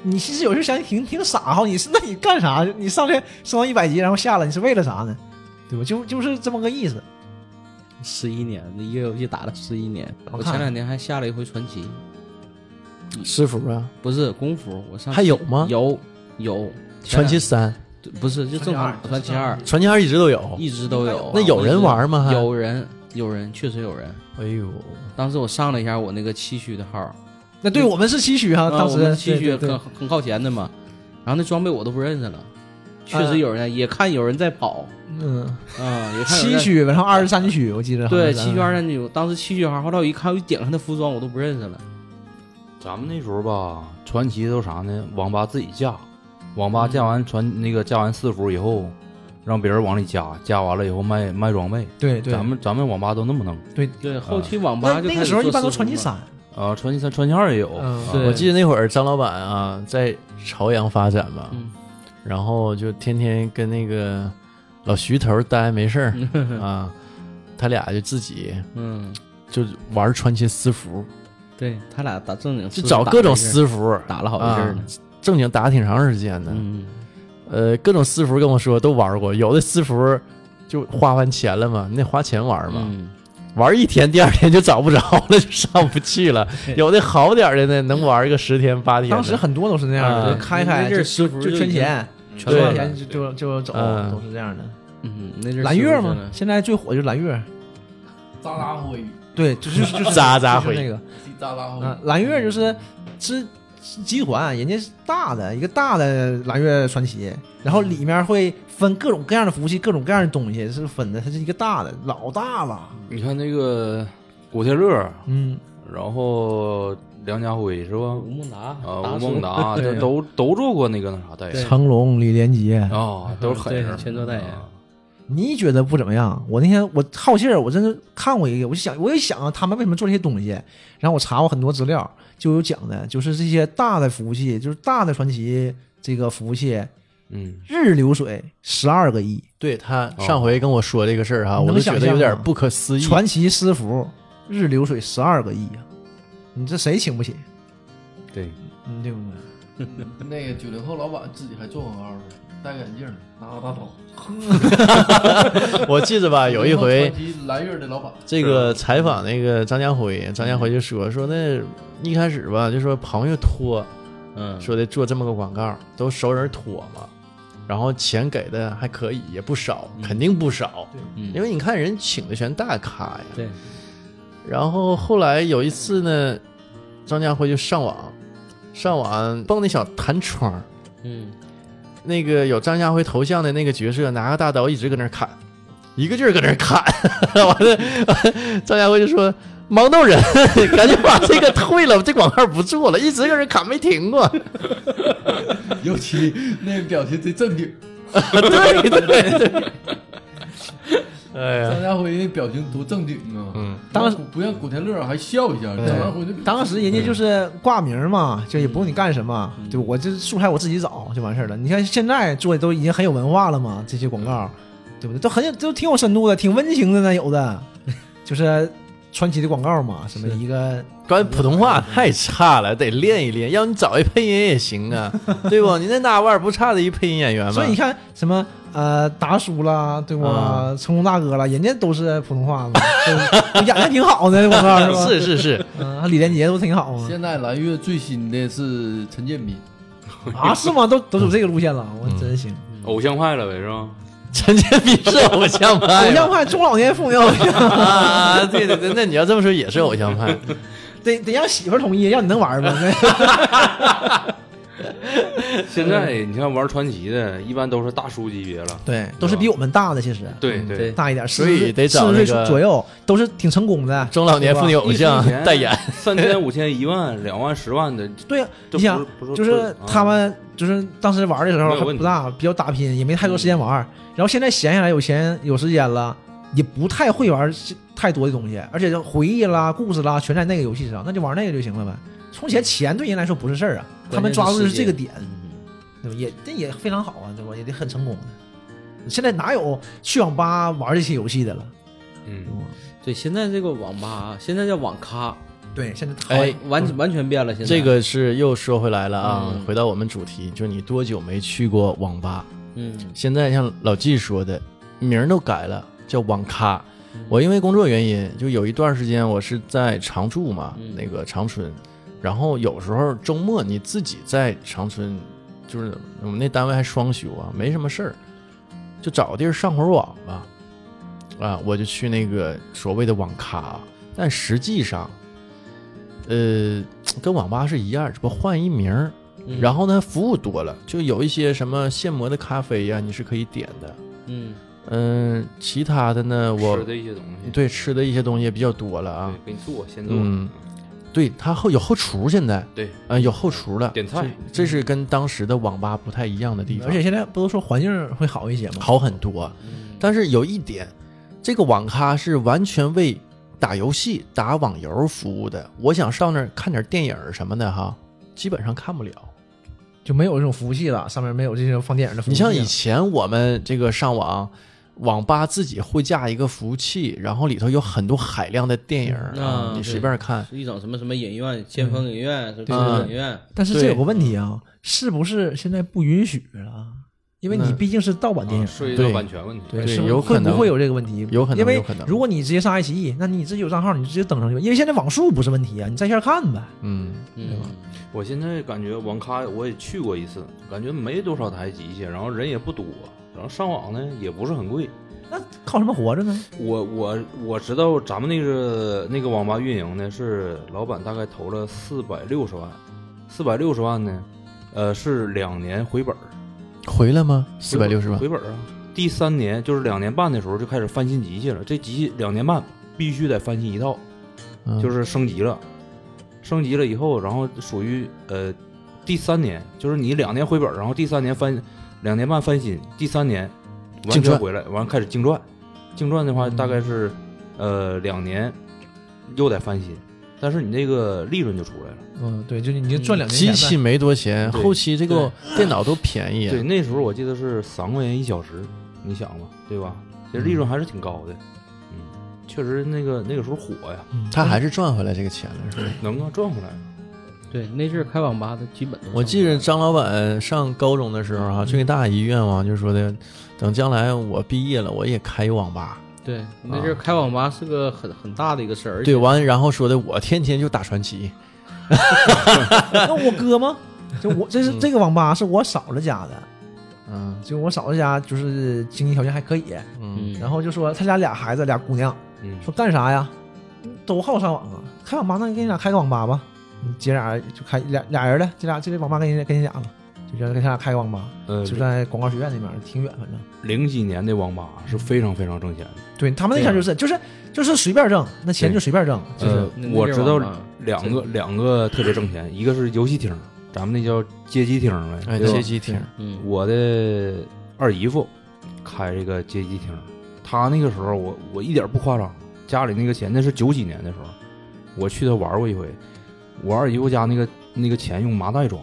B: 你其实有时候想挺挺傻哈，你是那你干啥？你上去升到一百级，然后下了，你是为了啥呢？对吧？就就是这么个意思。
E: 十一年那一个游戏打了十一年。
B: 好
E: 我
B: 看啊
E: 前两年还下了一回传奇，
A: 师傅啊，
E: 不是功夫，我上
A: 还有吗
E: 有有
A: 传奇三、
E: 前两不是就正常
B: 传
E: 传
B: 奇
E: 奇
B: 二
E: 二
A: 传奇二一直都有。
E: 一直都有。
A: 那有人玩吗还
E: 有人有人确实有人。
A: 哎呦，
E: 当时我上了一下我那个七区的号儿，
B: 那对我们是期许哈，
E: 啊
B: 啊当
E: 我
B: 时
E: 们七区
B: 对对
E: 很
B: 对
E: 很靠前的嘛，然后那装备我都不认识了，确
B: 啊
E: 实有人在也看有人在跑
B: 嗯，
E: 啊，也看有
B: 七
E: 人在
B: 区，然后二十三区，我记得
E: 对
B: 好
E: 七
B: 像
E: 区
B: 是
E: 二战区，当时七区号，后来我一看我一点开那服装我都不认识了，
D: 咱们那时候吧，传
E: 嗯
D: 奇都啥呢？网吧自己架，网吧架完传那个架完四服以后，让别人往里加，加完了以后卖卖装备。
B: 对对，
D: 咱们咱们网吧都那么弄
B: 对
E: 对，后期网吧
B: 那
E: 就
B: 那
E: 开
B: 个
E: 始
B: 时候
E: 做
B: 一般都
E: 私
B: 传
E: 服
B: 进
E: 嘛
B: 三，
D: 啊，传奇三传奇二也有，
B: 嗯
D: 啊
E: 对
A: 我记得那会儿张老板啊，在朝阳发展嘛，
E: 嗯
A: 然后就天天跟那个老徐头待没事 儿啊，他俩就自己
E: 嗯，
A: 就玩穿些私服，
E: 对他俩打正经
A: 就
E: 私
A: 找
E: 打
A: 各种
E: 了一阵儿
A: 私服，啊
E: 打了好一阵儿呢，
A: 正经打挺长时间的。
E: 嗯，
A: 呃，各种私服跟我说都玩过，有的私服就花完钱了嘛，你得花钱玩嘛，
E: 嗯
A: 玩一天，第二天就找不着了，就上不去 了。有的好点儿的呢，能玩个十天八天的。
B: 当时很多都是那样的，
A: 啊
B: 就开开
E: 那
B: 就
E: 阵儿西服
B: 就圈
E: 已经，
B: 钱，
E: 全啊
B: 圈
A: 对
B: 完
E: 完
B: 钱
E: 钱
B: 就就就走，
A: 嗯
B: 都是这样的。
E: 嗯，那阵儿
B: 蓝
E: 西服
B: 月
E: 真
B: 嘛
E: 的，
B: 现在最火就是蓝月，
C: 扎拉灰，
B: 对， 就是就是
A: 渣渣
B: 就是那
A: 回，
B: 个，
C: 扎拉灰，
E: 啊
B: 嗯，蓝月就是是是集团，人家是大的一个大的蓝月传奇，然后里面会分各种各样的服务器，各种各样的东西是分的，它是一个大的，老大了，
D: 你看那个古天乐，
B: 嗯，
D: 然后梁家辉是吧？
E: 吴孟达
D: 啊，
E: 达
D: 吴
E: 叔
D: 孟达
E: 对
D: 这都都做过那个那啥代言
B: 成龙、李连杰，
D: 啊，都是狠人
E: 嗯对，全做代言
D: 啊
B: 你觉得不怎么样？我那天我好气儿，我真是看过一个，我就想，我也想啊，他们为什么做这些东西？然后我查过很多资料，就有讲的，就是这些大的服务器，就是大的传奇这个服务器，
D: 嗯，
B: 日流水十二个亿，
A: 对他上回跟我说这个事儿哈，
B: 哦
A: 我都觉得有点
B: 能想象吗
A: 不可思议。
B: 传奇私服日流水十二个亿啊！你这谁请不起？
D: 对，
B: 嗯，对不对？
C: 那个九零后老板自己还做广告呢，戴个眼镜，拿个大刀。
A: 我记着
E: 啊
A: 吧，有一 回
C: 传奇蓝月的老板，
A: 这个采访那个张家
E: 嗯
A: 辉，张家辉就说说那一开始吧，就说朋友托
E: 嗯，
A: 说的做这么个广告，都熟人托嘛，然后钱给的还可以，也不少，肯定不少，
E: 嗯
A: 因为你看人请的全大咖呀。
E: 对，
A: 然后后来有一次呢，张家辉就上网，上网蹦那小弹窗，
E: 嗯，
A: 那个有张家辉头像的那个角色拿个大刀一直搁那儿砍，一个劲儿搁那儿砍， 完了张家辉就说。盲豆人， 赶紧把这个退了，这广告不做了，一直搁这儿砍没停 过。
C: 尤其那表情贼正 经，
A: 对对对，哎呀，
C: 张家辉那表情多正经啊！
A: 嗯，
B: 当时
C: 不像古天乐还笑一下，张家辉那表
B: 当时人家就是挂名嘛，
A: 嗯
B: 就也不用你干什么，对我这素材我自己找就完事儿了。你看现在做的都已经很有文化了
A: 嗯
B: 嘛，这些广告，对不对？都很有，都挺有深度的，挺温情的呢，有的，就是传奇的广告嘛，什么一个
A: 关于普通话太差了，得练一练。要你找一配音也行 啊，对不？你那哪腕儿不差的一配音演员吗？
B: 所以你看什么呃达叔啦，对不？
A: 啊
B: 成龙大哥啦，人家都是普通话嘛，就演的挺好的 广告是吧？
A: 是是是，
B: 嗯，李连杰都挺好
C: 情。
B: 嘛。
C: 现在蓝月最新的是陈建斌，
B: 啊，是吗？都都走这个路线了，我真行。
E: 嗯
D: 偶像派了呗，是 吧？
A: 陈建斌是偶像派
B: 偶像
A: 吗，
B: 派中老年妇女偶像，
A: 啊，对对对，那你要这么说也是偶像派。
B: 得得让媳妇儿同意，让你能玩吗？
D: 现在你看玩传奇的，一般都是大叔级别了。
B: 对，都是比我们大的，其实
D: 对
E: 嗯
D: 对，
B: 大一点，
A: 所以
B: 40
A: 得找那个
B: 40岁左右，都是挺成功的。
A: 中老年妇女偶像代言，
D: 三千、五千、一万、两万、十万的，
B: 对呀，
D: 这
B: 你想，
D: 不不
B: 就是
A: 嗯
B: 他们就是当时玩的时候
D: 没
B: 还
D: 有问
B: 不
D: 题
B: 大，比较打拼，也没太多时间玩。然后现在闲下来有钱有时间了，也不太会玩太多的东西，而且就回忆啦、故事啦全在那个游戏上，那就玩那个就行了呗。充钱钱对人来说不是事儿啊，他们抓住的是这个点，
E: 嗯
B: 对吧？也这也非常好啊，对吧？也得很成功的。现在哪有去网吧玩这些游戏的了？
D: 嗯
B: 对吧
E: 对，现在这个网吧，啊现在叫网咖，
B: 对，现在太
A: 哎
E: 完完全变了。现在
A: 这，个是又说回来了啊
E: 嗯。
A: 回到我们主题，就是你多久没去过网吧？
E: 嗯
A: 现在像老纪说的，名儿都改了，叫网咖。
E: 嗯
A: 我因为工作原因，就有一段时间我是在长住嘛，
E: 嗯
A: 那个长春，然后有时候周末你自己在长春，就是我们那单位还双休啊，没什么事儿，就找个地儿上会儿网吧，啊，我就去那个所谓的网咖啊，但实际上，呃，跟网吧是一样，只不过换一名儿，
E: 嗯
A: 然后呢，服务多了，就有一些什么现磨的咖啡呀、你是可以点的。
E: 嗯，
A: 嗯、其他的呢，我
D: 吃的一些东西，
A: 对吃的一些东西也比较多了啊
D: 对，。给你做先做。
A: 嗯，对，它后有后厨，现在
D: 对，
A: 呃，有后厨了，
D: 点菜
A: 这，这是跟当时的网吧不太一样的地方，
B: 嗯而且现在不都说环境会好一些吗？
A: 好很多。
E: 嗯
A: 但是有一点，这个网咖是完全为打游戏、打网游服务的。我想上那儿看点电影什么的哈，基本上看不了。
B: 就没有这种服务器了，上面没有这些放电影的服务
A: 你
B: 器了。
A: 像以前我们这个上网，网吧自己会架一个服务器，然后里头有很多海量的电影啊
D: 嗯
E: 啊，
A: 你随便看。
E: 是一种什么什么影院，先锋影院，什么
A: 嗯
E: 中影院，
B: 但是这
A: 对
B: 有个问题啊，是不是现在不允许了？因为你
A: 那
B: 毕竟是盗版电影，
D: 啊涉及
A: 对
D: 到版权问题，
A: 对
B: 是不是
A: 有
B: 会
A: 可能
B: 不会有这个问题？
A: 有可能
B: 因为
A: 有可能
B: 如果你直接上爱奇艺，那你自己有账号，你直接登上去吧。因为现在网速不是问题啊，你在线看呗。
A: 嗯，
E: 嗯，
D: 我现在感觉网咖我也去过一次，感觉没多少台机器，然后人也不多，然后上网呢也不是很贵。
B: 那靠什么活着呢？
D: 我我我知道咱们那个那个网吧运营呢是老板大概投了四百六十万，四百六十万呢，呃是两年回本儿，
A: 回来吗？四百六十万
D: 回本儿啊。第三年就是两年半的时候就开始翻新机器了，这机器两年半必须得翻新一套，，
A: 嗯
D: 就是升级了，升级了以后，然后属于呃第三年，就是你两年回本儿，然后第三年翻两年半翻新，第三年完
A: 净
D: 全
A: 赚
D: 回来，完开始净赚，净赚的话
A: 嗯
D: 大概是、呃两年又得翻新，但是你这个利润就出来了。
B: 嗯，对，就是你就赚两年
A: 机
B: 钱呗
A: 器没多钱，
D: 对
A: 后期这个电脑都便宜。
E: 嗯
D: 对，，那时候我记得是三块钱一小时，你想吧，对吧？这利润还是挺高的，嗯，确实那个那个时候火呀，
A: 他还是赚回来这个钱了，是吧？
D: 能啊赚回来。
E: 对，那阵儿开网吧的基本都是
A: 我记着张老板上高中的时候哈、
D: 嗯
A: 最大一愿望就是说的，等将来我毕业了，我也开一网吧。
E: 对，那阵儿开网吧是个很很大的一个事儿，而且
A: 对，完然后说的我天天就打传奇，
B: 那我哥吗？就我这
D: 嗯
B: 是这个网吧是我嫂子家的，
A: 嗯
B: 就我嫂子家就是经济条件还可以，
A: 嗯，
E: 嗯，
B: 然后就说他家俩孩子俩姑娘，
D: 嗯，
B: 说干啥呀？都好上网啊，开网吧，那你给你俩开个网吧吧。你姐俩就开俩俩人了，这俩这个网吧给你给你俩了，就觉得给他俩开个网吧，
D: 呃，
B: 就在广告学院那边，挺远，反正。
D: 零几年的网吧是非常非常挣钱的。
B: 对他们那前就是就是就是随便挣，那钱就随便挣，就是、
D: 啊呃
E: 那，
D: 我
E: 那
D: 知
E: 阵儿
D: 道
E: 网吧
D: 两
E: 真
D: 个两个特别挣钱，一个是游戏厅，咱们那叫街机厅呗，
A: 哎，
D: 对
A: 街
D: 吧？
A: 机厅，
E: 嗯，
D: 我的二姨夫开这个街机厅，他那个时候我我一点不夸张，家里那个钱那是九几年的时候，我去他玩过一回，我二姨夫家那个那个钱用麻袋装，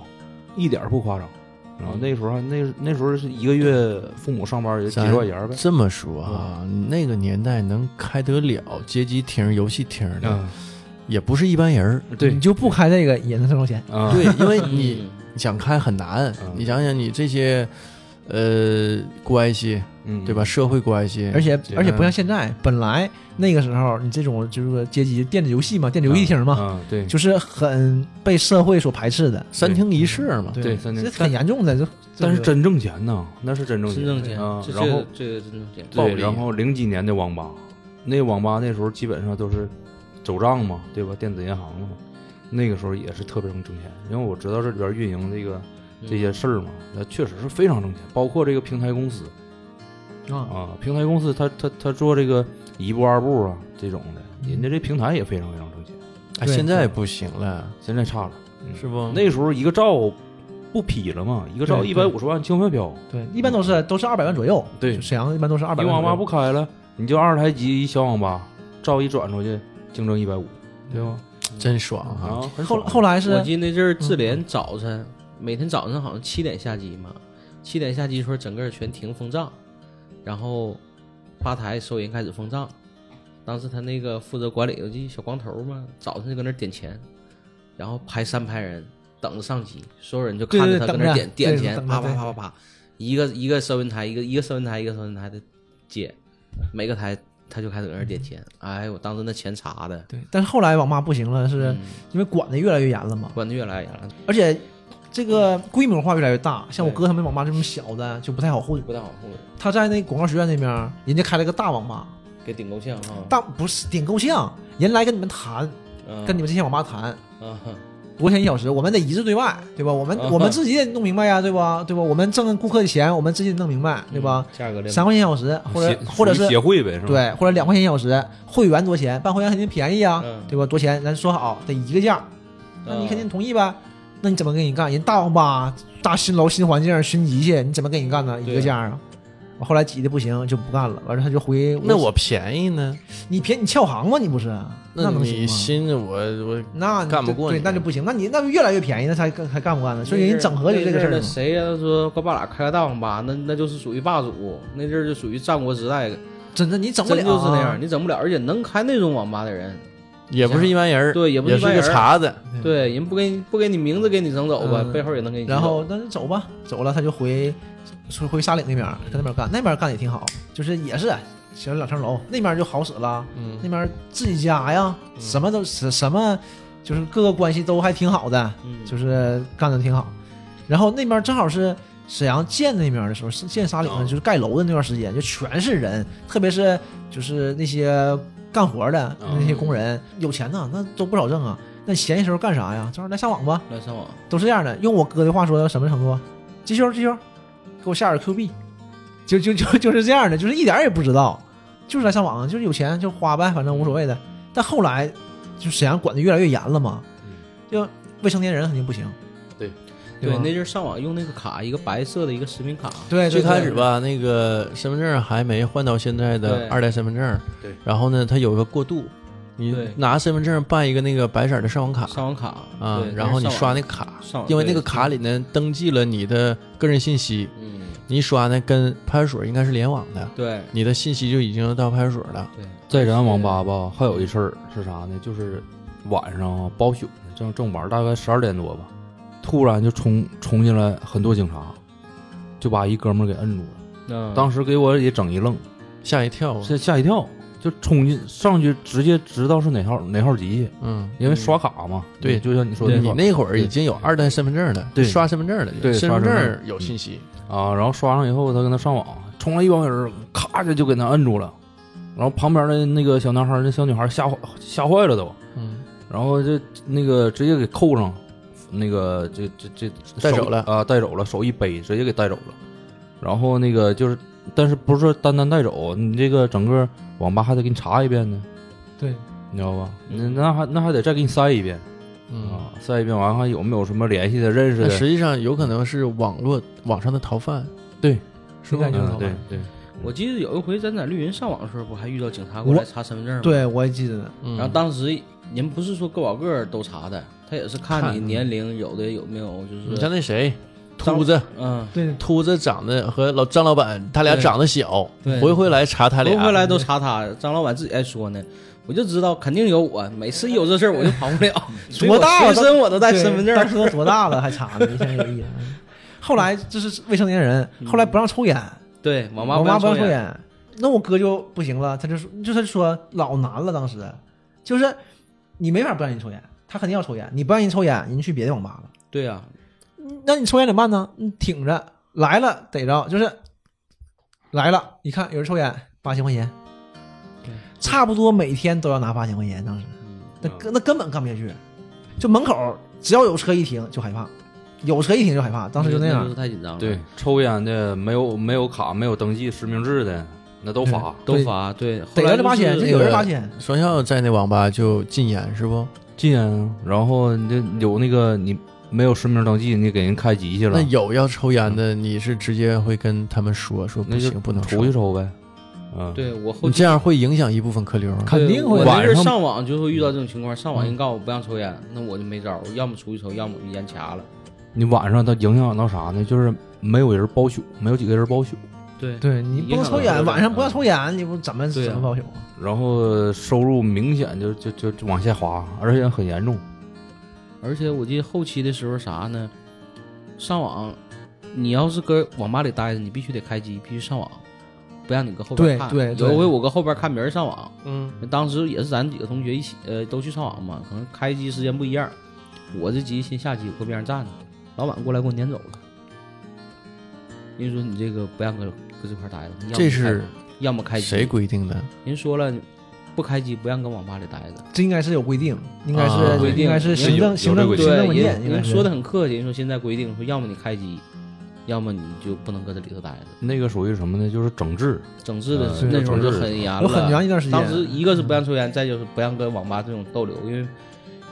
D: 一点不夸张。然后那时候还那那时候是一个月父母上班也几
A: 咱
D: 十块钱呗，
A: 这么说啊，那个年代能开得了街机厅、游戏厅的，
D: 嗯，
A: 也不是一般人儿。
D: 对
B: 你就不开这个也能挣着钱。
D: 啊，
A: 对，因 为你
E: 嗯
A: 想开很难
D: 嗯。
A: 你想想，你这些呃关系，
D: 嗯，
A: 对吧？社会关系，
B: 而且
D: 对
B: 而且不像现在，本来那个时候你这种就是说阶级电子游戏嘛，电子游戏厅嘛，
D: 嗯，对，
B: 就是很被社会所排斥的，
A: 三厅一室嘛。
D: 对三厅
B: 这很严重的。就
D: 嗯但是
B: 这个
D: 真挣钱呐，那是真挣
E: 嗯真
D: 钱，
E: 挣钱
D: 啊，
E: 这
D: 然后
E: 这个真挣钱，
A: 暴
D: 对，
A: 利
D: 然后零几年的网吧，那网吧那时候基本上都是走账嘛，对吧？电子银行嘛，那个时候也是特别能挣钱，因为我知道这里边运营这个这些事儿嘛，那确实是非常挣钱，包括这个平台公司
B: 啊，
D: 啊，平台公司他他他做这个一步二步啊这种的，人家这平台也非常非常挣钱，
A: 哎，
B: 对
A: 现在不行了，
D: 现在差了，嗯
A: 是不？
D: 那时候一个兆不匹了嘛，一个兆
B: 对
D: 一
B: 对
D: 百五十万轻飘飘。
B: 对，一般都是都是二百万左右。
D: 对
B: 就沈阳一般都是二百
D: 你
B: 万左右。
D: 网吧不开了，你就二十台机一小网吧，照一转出去，竞争一百五，对吧？
A: 真爽啊！
D: 啊，很
B: 后
D: 爽
B: 后来
E: 我
B: 是嗯
E: 记得那阵儿智联早晨每天早晨好像七点下机嘛，七点下机的时候整个全停风账，然后吧台收银开始封账。当时他那个负责管理的就小光头嘛，早晨就搁那儿点钱，然后排三排人等着上机，所有人就看
B: 对对
E: 着他搁
B: 等
E: 那
B: 着
E: 儿点点
B: 对
E: 钱，
B: 等着
E: 啪啪
B: 对
E: 啪啪啪，一个一个收银台，一个一个收银台，一个收银台的接，每个台他就开始搁那儿点钱。哎，我当时那钱查的，
B: 对，但是后来网吧不行了，是
E: 嗯
B: 因为管的越来越严了嘛，
E: 管的越来越严了，
B: 而且这个规模化越来越大。像我
E: 对
B: 哥他们网吧这种小的就不太好混。
E: 不太好控制，
B: 他在那广告学院那边儿，人家开了个大网吧，
E: 给顶够呛哈。
B: 大不是顶够呛，人来跟你们谈，
E: 嗯
B: 跟你们这些网吧谈，
E: 啊，
B: 我多少钱一小时，我们得一致对外，对吧？我们、
E: 啊
B: 我们自己也弄明白呀，对吧？对吧？我们挣顾客的钱，我们自己弄明白，对吧？
E: 价格
B: 三块钱一小时，或者
D: 协
B: 或者
D: 属于
B: 是
D: 协会呗，是吧？，
B: 对，或者两块钱一小时，会员多钱？办会员肯定便宜啊，
E: 嗯
B: 对吧？多钱，咱说好得一个价，那你肯定同意呗。那你怎么跟人干？人大王八，大新楼、新环境、寻级去，你怎么跟人干呢？一
E: 对
B: 个价啊！我后来急的不行，就不干了。完了他就回
A: 那我便宜呢？
B: 你便你翘行吗？你不是？那能行
A: 你
B: 吗？
A: 心着我我
B: 那你
A: 干不
B: 就
A: 过
B: 对，
A: 你
B: 那就不行。那你那就越来越便宜，那才干还干不干呢？所以人整合就这个事儿
E: 了。
B: 嘛。
E: 谁呀、说关巴拉开个大网吧，那那就是属于霸主，那地儿就属于战国时代，
B: 真的，你整不了
E: 真
B: 啊，
E: 就是那样，你整不了。而且能开那种网吧的人，
A: 也不是一般人儿，
E: 对也
A: 也
E: 不是一般
A: 个
E: 人
A: 茬子。
E: 对人不给你不给你名字给你整走吧，
B: 嗯
E: 背后也能给你整
B: 然
E: 走。
B: 后那就走吧，走了他就回回回沙岭那边儿，在那边儿干，那边儿干得也挺好，就是也是小两层楼，那边儿就好使了，
A: 嗯
B: 那边儿自己家呀，什么都什什么，就是各个关系都还挺好的，
E: 嗯
B: 就是干得挺好。然后那边儿正好是沈阳建那边儿的时候，是建沙岭的，就是盖楼的那段时间，就全是人，特别是就是那些干活的那些工人，有钱呐，那都不少挣啊。那闲的时候干啥呀？正好来上网吧。
E: 来上网，
B: 都是这样的。用我哥的话说到什么程度？啊继续继续，给我下点 Q 币，就就就就是这样的，就是一点儿也不知道，就是来上网，就是有钱就花呗，反正无所谓的。但后来就沈阳管的越来越严了嘛，就未成年人肯定不行。
A: 对
B: 对吧
E: 那阵儿上网用那个卡，一个白色的一个实名卡，
B: 对，
A: 最
B: 对
A: 开始，吧，那个身份证还没换到现在的
E: 对
A: 二代身份证，
D: 对。
A: 然后呢，它有一个过渡，你
E: 对
A: 拿身份证办一个那个白色的上网卡
E: 上网卡
A: 啊
E: 对，
A: 然后你刷那
E: 那
A: 个卡
E: 上网，
A: 因为
E: 对
A: 那个卡里呢登记了你的个人信息，
E: 是嗯
A: 你一刷呢跟派出所应该是联网的，
E: 对
A: 你的信息就已经到派出所了。
E: 对
D: 在咱网吧吧，还有一事儿是啥呢？就是晚上啊包宿呢，正正玩儿，大概十二点多吧，突然就冲冲进来很多警察，就把一哥们儿给摁住了。
E: 嗯
D: 当时给我也整一愣，
A: 吓一跳啊！
D: 吓吓一跳，就冲进上去，直接知道是哪号哪号机去，
A: 嗯，
D: 因为刷卡嘛。
A: 对
D: 就像你说的
A: 你
D: 刷
A: 那会儿已
D: 对
A: 经有二代身份证了，
D: 对
A: 刷身份证了就，
D: 对
A: 身
D: 刷
A: 份
D: 身份
A: 证
D: 证
A: 有信息，
D: 啊，然后刷上以后，他跟他上网，冲了一帮人，咔就就给他摁住了。然后旁边的那个小男孩儿、那小女孩儿吓坏吓坏了都，
A: 嗯，
D: 然后就那个直接给扣上，那个这这这
A: 带走了
D: 啊，带走了，手一背，直接给带走了。然后那个就是，但是不是说单单带走，你这个整个网吧还得给你查一遍呢，
B: 对，
D: 你知道吧？那那还那还得再给你筛一遍
A: 嗯，呃
D: 啊，筛一遍完还有没有什么联系的、认识
A: 那
D: 的？
A: 实际上有可能是网络网上的逃犯，
D: 对，
A: 是吧？
D: 嗯对对，
E: 我记得有一回咱在绿云上网的时候，不还遇到警察过
B: 我
E: 来查身份证吗？
B: 对我也记得呢。
A: 嗯
E: 然后当时人不是说个把个儿都查的，他也是看你
A: 看
E: 年龄，有的有
B: 嗯
E: 没有就是
A: 你像那谁，秃子，
E: 嗯，
B: 对，
A: 秃子长得和老张老板他俩
E: 对
A: 长得小，
E: 对
A: 回回来查他
E: 回
A: 俩，
E: 回来都查他。张老板自己还说呢，我就知道肯定有我，每次一有这事儿我就跑 不了，所以我
B: 多大了
E: 随身我都带身份证
B: 当时都多大了还查呢？一天有意思。后来这是未成年人，后来不让抽烟。
E: 对，网吧
B: 我妈不让
E: 抽
B: 抽。烟，那我哥就不行了，他就说，就他就说老难了，当时就是你没法不让人抽烟，他肯定要抽烟，你不让人抽烟，人去别的网吧了，
E: 对啊呀，
B: 那你抽烟怎么办呢？你挺着，来了逮着就是来了，一看有人抽烟，八千块钱，差不多每天都要拿八千块钱，当时那根那根本干不下去，就门口只要有车一停就害怕，有车一停就害怕，当时就那样
E: 是。太紧张了。
D: 对，抽烟的没有没有卡、没有登记实名制的，那都罚。
E: 都罚对，
B: 逮
E: 后
B: 着
E: 来就
B: 这八千，
E: 是
B: 就
A: 这
B: 有人
A: 个
B: 八千，
A: 双校在那网吧就禁烟是不？
D: 禁烟啊，然后你这有那个你没有实名登记，你给人开机去了
A: 那，有要抽烟的，你是直接会跟他们说说不
D: 那就
A: 行，不能抽
D: 出去，抽呗。嗯，，
E: 对我后
A: 你这样会影响一部分客流。啊
B: 肯定会嗯
E: 我那阵
D: 晚
E: 儿
D: 上
E: 上网就会遇到这种情况，上网人告诉我不让抽烟，那我就没招儿，我要么出去抽，要么我就烟卡了。
D: 你晚上它影响到啥呢？就是没有人包宿，没有几个人包宿，
E: 对
B: 对你不能抽
E: 影
B: 烟，
E: 响了
B: 晚上不要抽烟，你不怎么
E: 对啊
B: 怎么报销？
D: 然后收入明显就就就就往下滑，而且很严重。
E: 而且我记得后期的时候啥呢？上网，你要是搁网吧里待着，你必须得开机，必须上网，不让你搁后边
B: 对
E: 看。
B: 对对
E: 有一回我搁后边看别人上网，
A: 嗯，
E: 当时也是咱几个同学一起，呃，都去上网嘛，可能开机时间不一样。我这机先下机，我搁边上站着，老板过来给我撵走了。人家说你这个不让搁搁这块儿待着，你要么
A: 这
E: 开
A: 是
E: 要么开机。
A: 谁规定的？
E: 人说了，不开机，不让跟网吧里待着。
B: 这应该是有规定，应该是、
A: 啊
E: 规定
B: 应该是行
D: 有
B: 政行
D: 有这规
B: 政
D: 定
B: 行政文
E: 对，
B: 件，
E: 人
B: 应该
E: 人
B: 是
E: 说的很客气，人说现在规定说，要么你开机，要么你就不能搁这里头待着。
D: 那个属于什么呢？就是整治，
E: 整治的
D: 呃
E: 那时候
D: 整
E: 就
D: 治
E: 很严了，
B: 有很长一段时间嗯
E: 当时一个是不让抽烟，再就是不让跟网吧这种逗留，因为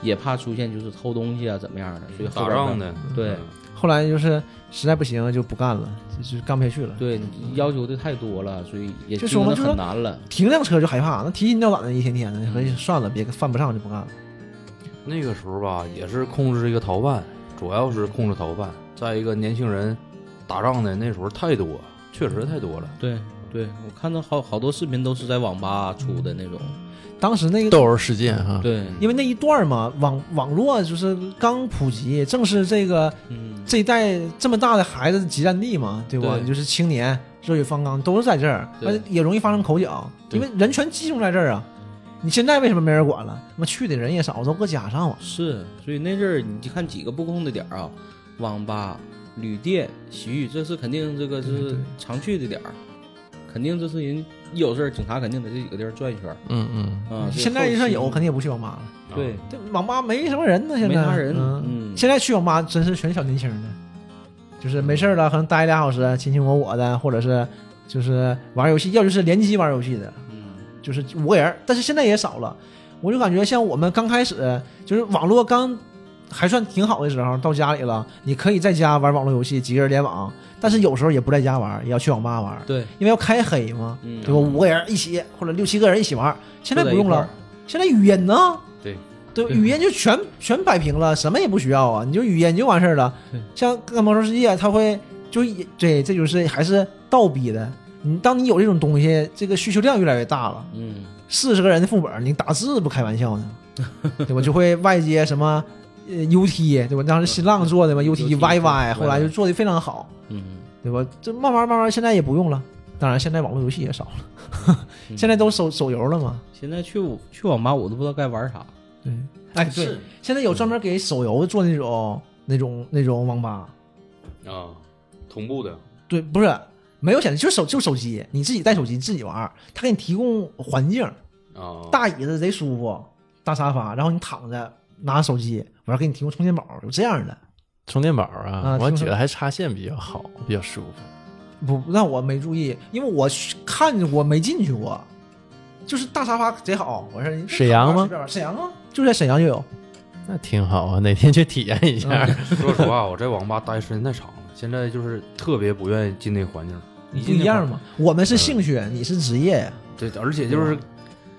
E: 也怕出现就是偷东西啊怎么样的，所以
D: 打
E: 后边
D: 仗的，嗯
E: 对
B: 后来就是实在不行就不干了，就是干不下去了。
E: 对你要求的太多了，所以也
B: 就
E: 均
B: 说嘛
E: 衡
B: 就
E: 得
B: 说
E: 很难了。
B: 停辆车就害怕，那提心吊胆的，一天天的，合计算了，别犯不上就不干了。
D: 那个时候吧，也是控制这个逃犯，主要是控制逃犯。再一个，年轻人打仗的那时候太多，确实太多了。
E: 对对，我看到好好多视频都是在网吧出的那种，
B: 当时那个，
A: 斗殴事件哈、
E: 对，
B: 因为那一段嘛，网网络就是刚普及，正是这个
E: 嗯，
B: 这一代这么大的孩子的集散地嘛，对吧？
E: 对
B: 就是青年热血方刚都是在这儿，
E: 对
B: 而且也容易发生口角，
A: 对
B: 因为人全集中在这儿啊。你现在为什么没人管了？他妈去的人也少，都搁家上了。
E: 是，所以那阵儿你就看几个不控的点儿啊，网吧、旅店、洗浴，这是肯定这个
B: 嗯
E: 是常去的点儿，肯定这是人一有事儿，警察肯定得这几个地儿转一圈儿
A: 嗯嗯，
E: 啊。所以
B: 现在就算有，
E: 后
B: 肯
E: 期
B: 定也不去网吧了。
E: 对，
B: 这网吧没什么人呢，现在
E: 没啥人，
B: 嗯，
E: 嗯，
B: 现在去网吧真是全小年轻的，就是没事儿了，可能待俩小时，卿卿我我的，或者是就是玩游戏，要就是联机玩游戏的，
E: 嗯
B: 就是五个人儿。但是现在也少了，我就感觉像我们刚开始就是网络刚还算挺好的时候，到家里了，你可以在家玩网络游戏，几个人联网，但是有时候也不在家玩，也要去网吧玩，
E: 对，
B: 因为要开黑嘛，
E: 嗯
B: 对吧？五个人一起或者六七个人一起玩，现在
E: 都在
B: 不用
E: 一块儿
B: 了。现在语音呢？
D: 对
B: 对，语音就全全摆平了，什么也不需要啊，你就语音就完事儿了
E: 对。
B: 像《干魔兽世界》，它会就也对，这就是还是倒逼的。你当你有这种东西，这个需求量越来越大了，
E: 嗯，
B: 四十个人的副本，你打字不开玩笑呢， 对吧？就会外接什么呃 UT，对吧？当时新浪做的嘛
E: UT
B: ，UT YY，后来
E: YY
B: 就做的非常好，
E: 嗯，
B: 对吧？这慢慢慢慢，现在也不用了。当然，现在网络游戏也少了，
E: 嗯
B: 现在都手手游了嘛。
E: 现在去去网吧我都不知道该玩啥，
B: 对，哎，对，
C: 是
B: 现在有专门给手游做那种那种那种网吧，
D: 啊，同步的，
B: 对，不是没有显示，就手就手机，你自己带手机自己玩儿，他给你提供环境，
A: 哦
D: 啊，
B: 大椅子贼舒服，大沙发，然后你躺着拿手机，完了给你提供充电宝，有这样的。
A: 充电宝啊
B: 啊，
A: 我
B: 听
A: 觉
B: 说
A: 得还插线比较好，比较舒服。
B: 不，那我没注意，因为我去看着过没进去过，就是大沙发贼好，我说
A: 沈阳吗？
B: 沈阳啊，就在沈阳就有。
A: 那挺好啊，哪天去体验一下。
D: 说实话，我在网吧待时间太长了，现在就是特别不愿意进那环境。
B: 不
D: 进
B: 一
D: 那嗯
B: 样
D: 环
B: 嘛，我们是兴趣，你是职业呀。
D: 对，而且就是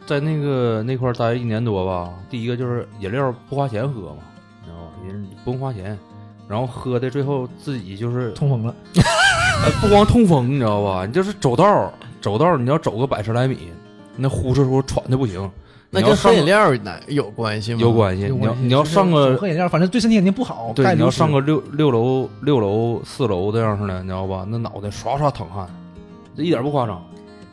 D: 在那个那块儿待一年多吧，第一个就是饮料不花钱喝嘛，你知道吧？人不用花钱，然后喝的最后自己就是
B: 通风了，
D: 呃不光痛风，你知道吧？你就是走道儿走道儿，你要走个百十来米，那呼哧呼哧喘的不行。
A: 那
D: 你要
A: 跟
D: 上
A: 喝
D: 个
A: 饮料哪有关系吗？
D: 有关系，
B: 有
D: 你要
B: 关系
D: 你要
B: 就是
D: 上个
B: 总喝饮料，反正对身体肯定不好。
D: 对，
B: 钙
D: 你要
B: 流失
D: 上个六六楼、六楼、四楼这样似的，你知道吧？那脑袋刷刷淌汗，这一点不夸张。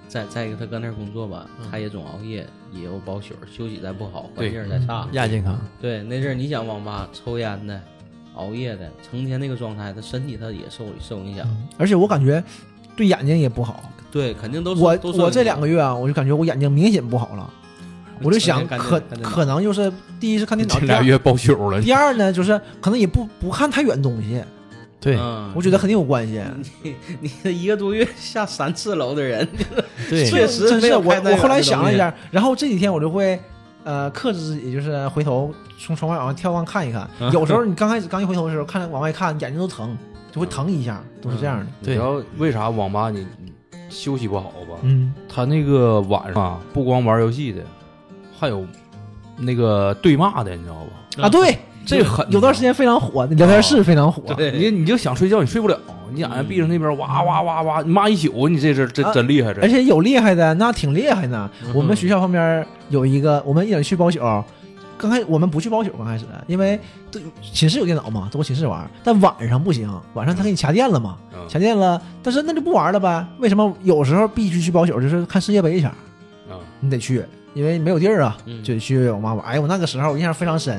E: 再再一个他搁那儿工作吧，
B: 嗯
E: 他也总熬夜，也有包宿，休息再不好，环境儿再差，
A: 亚健康。
E: 对，那阵儿你想网吧抽烟的、熬夜的，成天那个状态，他身体他也受受影响。
B: 而且我感觉对眼睛也不好。
E: 对，肯定都是
B: 我
E: 都
B: 我这两个
E: 月，
B: 月啊，我就感觉我眼睛明显不 好了，我就想
E: 看见
B: 可
E: 看见
B: 可能就是第一是看电 脑，
D: 这
B: 第
D: 俩
B: 二
D: 月包宿了，
B: 第二呢就是可能也不不看太远东西，
A: 对
E: 嗯
B: 我觉得肯定有关系。
E: 你这一个多月下三次楼的人，
A: 对，
E: 确实
B: 真是
E: 没有
B: 我
E: 看太
B: 我后来
E: 远的
B: 想了
E: 东
B: 一
E: 西
B: 下，然后这几天我就会。呃，克制自己，就是回头从窗外往外眺望看一看。
E: 嗯
B: 有时候你刚开始刚一回头的时候，看往外看，眼睛都疼，就会疼一下，都是这样的。
D: 你知道为啥网吧你你休息不好吧？
B: 嗯，
D: 他那个晚上啊不光玩游戏的，还有那个对骂的，你知道吧？
E: 嗯
B: 啊，对，
D: 这狠
B: 有段时间非常火，聊天室非常火。
E: 对
D: 你你就想睡觉，你睡不了，你眼睛闭上那边哇哇哇哇，你骂一宿，你这是这
B: 啊
D: 真厉害，
B: 而
D: 这
B: 且有厉害的，那挺厉害的。
D: 嗯
B: 我们学校旁边有一个，我们一起去包宿。刚开我们不去包宿，刚开始，因为都寝室有电脑嘛，都搁寝室玩。但晚上不行，晚上他给你掐电了嘛，
D: 嗯
B: 掐电了，但是那就不玩了呗。为什么有时候必须去包宿？就是看世界杯去，
D: 啊
B: 你得去，因为没有地儿啊，
E: 嗯
B: 就得去网吧玩。哎，我那个时候我印象非常深，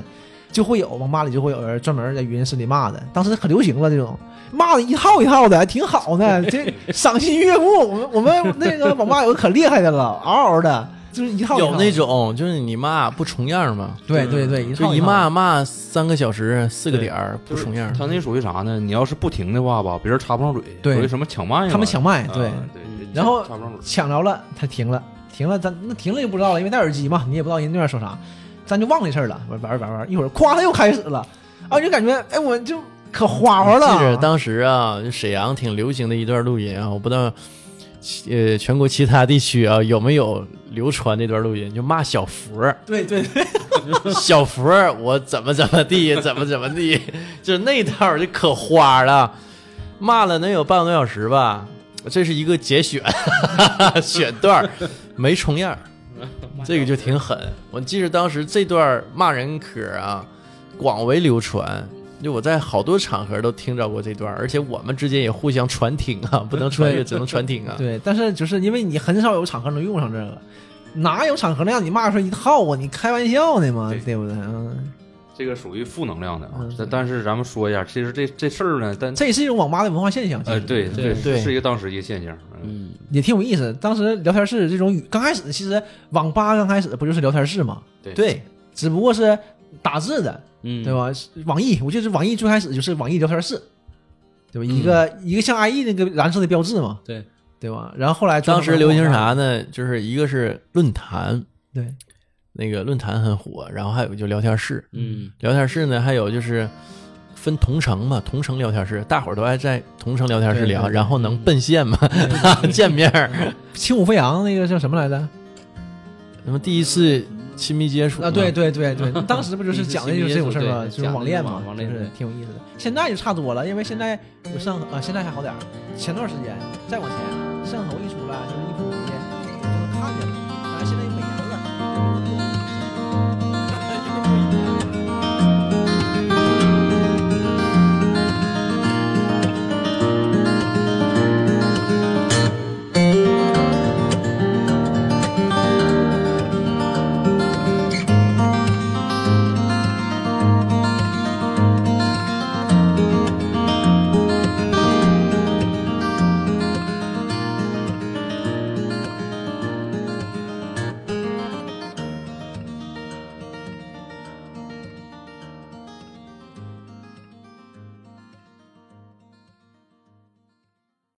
B: 就会有网吧里就会有人专门在语音室里骂的，当时可流行了这种，骂的一套一套的，还 挺好呢，这赏心悦目。我们我们那个网吧有个可厉害的了，嗷嗷的，就是一套一套
A: 有那种就是你骂不重样吗？
B: 对对对，一
A: 就
B: 套
A: 一
B: 套
A: 骂骂三个小时四个
D: 对
A: 点儿不重样。
D: 他那属于啥呢？你要是不停的话吧，别人插不上嘴，
B: 对
D: 属于什么抢麦嘛，
B: 他们抢麦
D: 啊
B: 对
D: 对
E: 嗯，
D: 这
B: 然后
D: 插不上嘴，
B: 抢着了，他停了，停了，咱那停了就不知道了，因为戴耳机嘛，你也不知道人对面说啥，咱就忘这事儿了，玩玩玩玩，一会儿咵他又开始了，啊，就感觉哎，我就可花花
A: 记着
B: 了，
A: 当时啊，沈阳挺流行的一段录音啊，我不知道，呃，全国其他地区啊有没有流传这段录音，就骂小佛儿，
B: 对对对，
A: 小佛儿我怎么怎么地，怎么怎么地，就那套儿就可花了，骂了能有半个多小时吧。这是一个节选 选段儿，没重 样儿，这个就挺狠。我记着当时这段儿骂人嗑儿啊，广为流传。就我在好多场合都听着过这段儿，而且我们之间也互相传听 啊，不能穿越，只能传听啊。
B: 对，但是就是因为你很少有场合能用上这个，哪有场合能让你骂出一套啊？你开玩笑呢嘛，
D: 对
B: 对不对？嗯，
D: 这个属于负能量的啊
B: 嗯。
D: 但但是咱们说一下，其实这这事儿呢，但
B: 这也是一种网吧的文化现象，其
D: 呃，
B: 实
D: 对
E: 对
A: 对
D: 是一个当时一个现象，嗯，
E: 嗯，
B: 也挺有意思。当时聊天室这种语，刚开始其实网吧刚开始不就是聊天室嘛，
D: 对
B: 对，只不过是打字的，
E: 嗯
B: 对？吧？网易，我记得网易最开始就是网易聊天室，对吧？一个一个像 IE 那个蓝色的标志嘛，
E: 对
B: 对吧？然后后 来
A: 当时流行？啥呢？就是一个是论坛，
B: 啊对，
A: 那个论坛很火，然后还有就聊天室，
E: 嗯，
A: 聊天室呢，还有就是分同城嘛，同城聊天室，大伙儿都爱在同城聊天室聊，
B: 对对对
A: 然后能奔现嘛， 见面儿，
B: 轻舞飞扬那个叫什么来着？
A: 那么第一次亲密接触嗯
B: 啊，
A: 嘛
B: 对对对对，当时不就是讲的就是这种事儿吗？
E: 对对
B: 就是网恋嘛，
E: 网
B: 就
E: 恋
B: 是
E: 对
B: 挺有意思的。现在就差多了，因为现在我上啊，现在还好点儿。前段时间再往前，上头一出来就是一普及，就能看见了。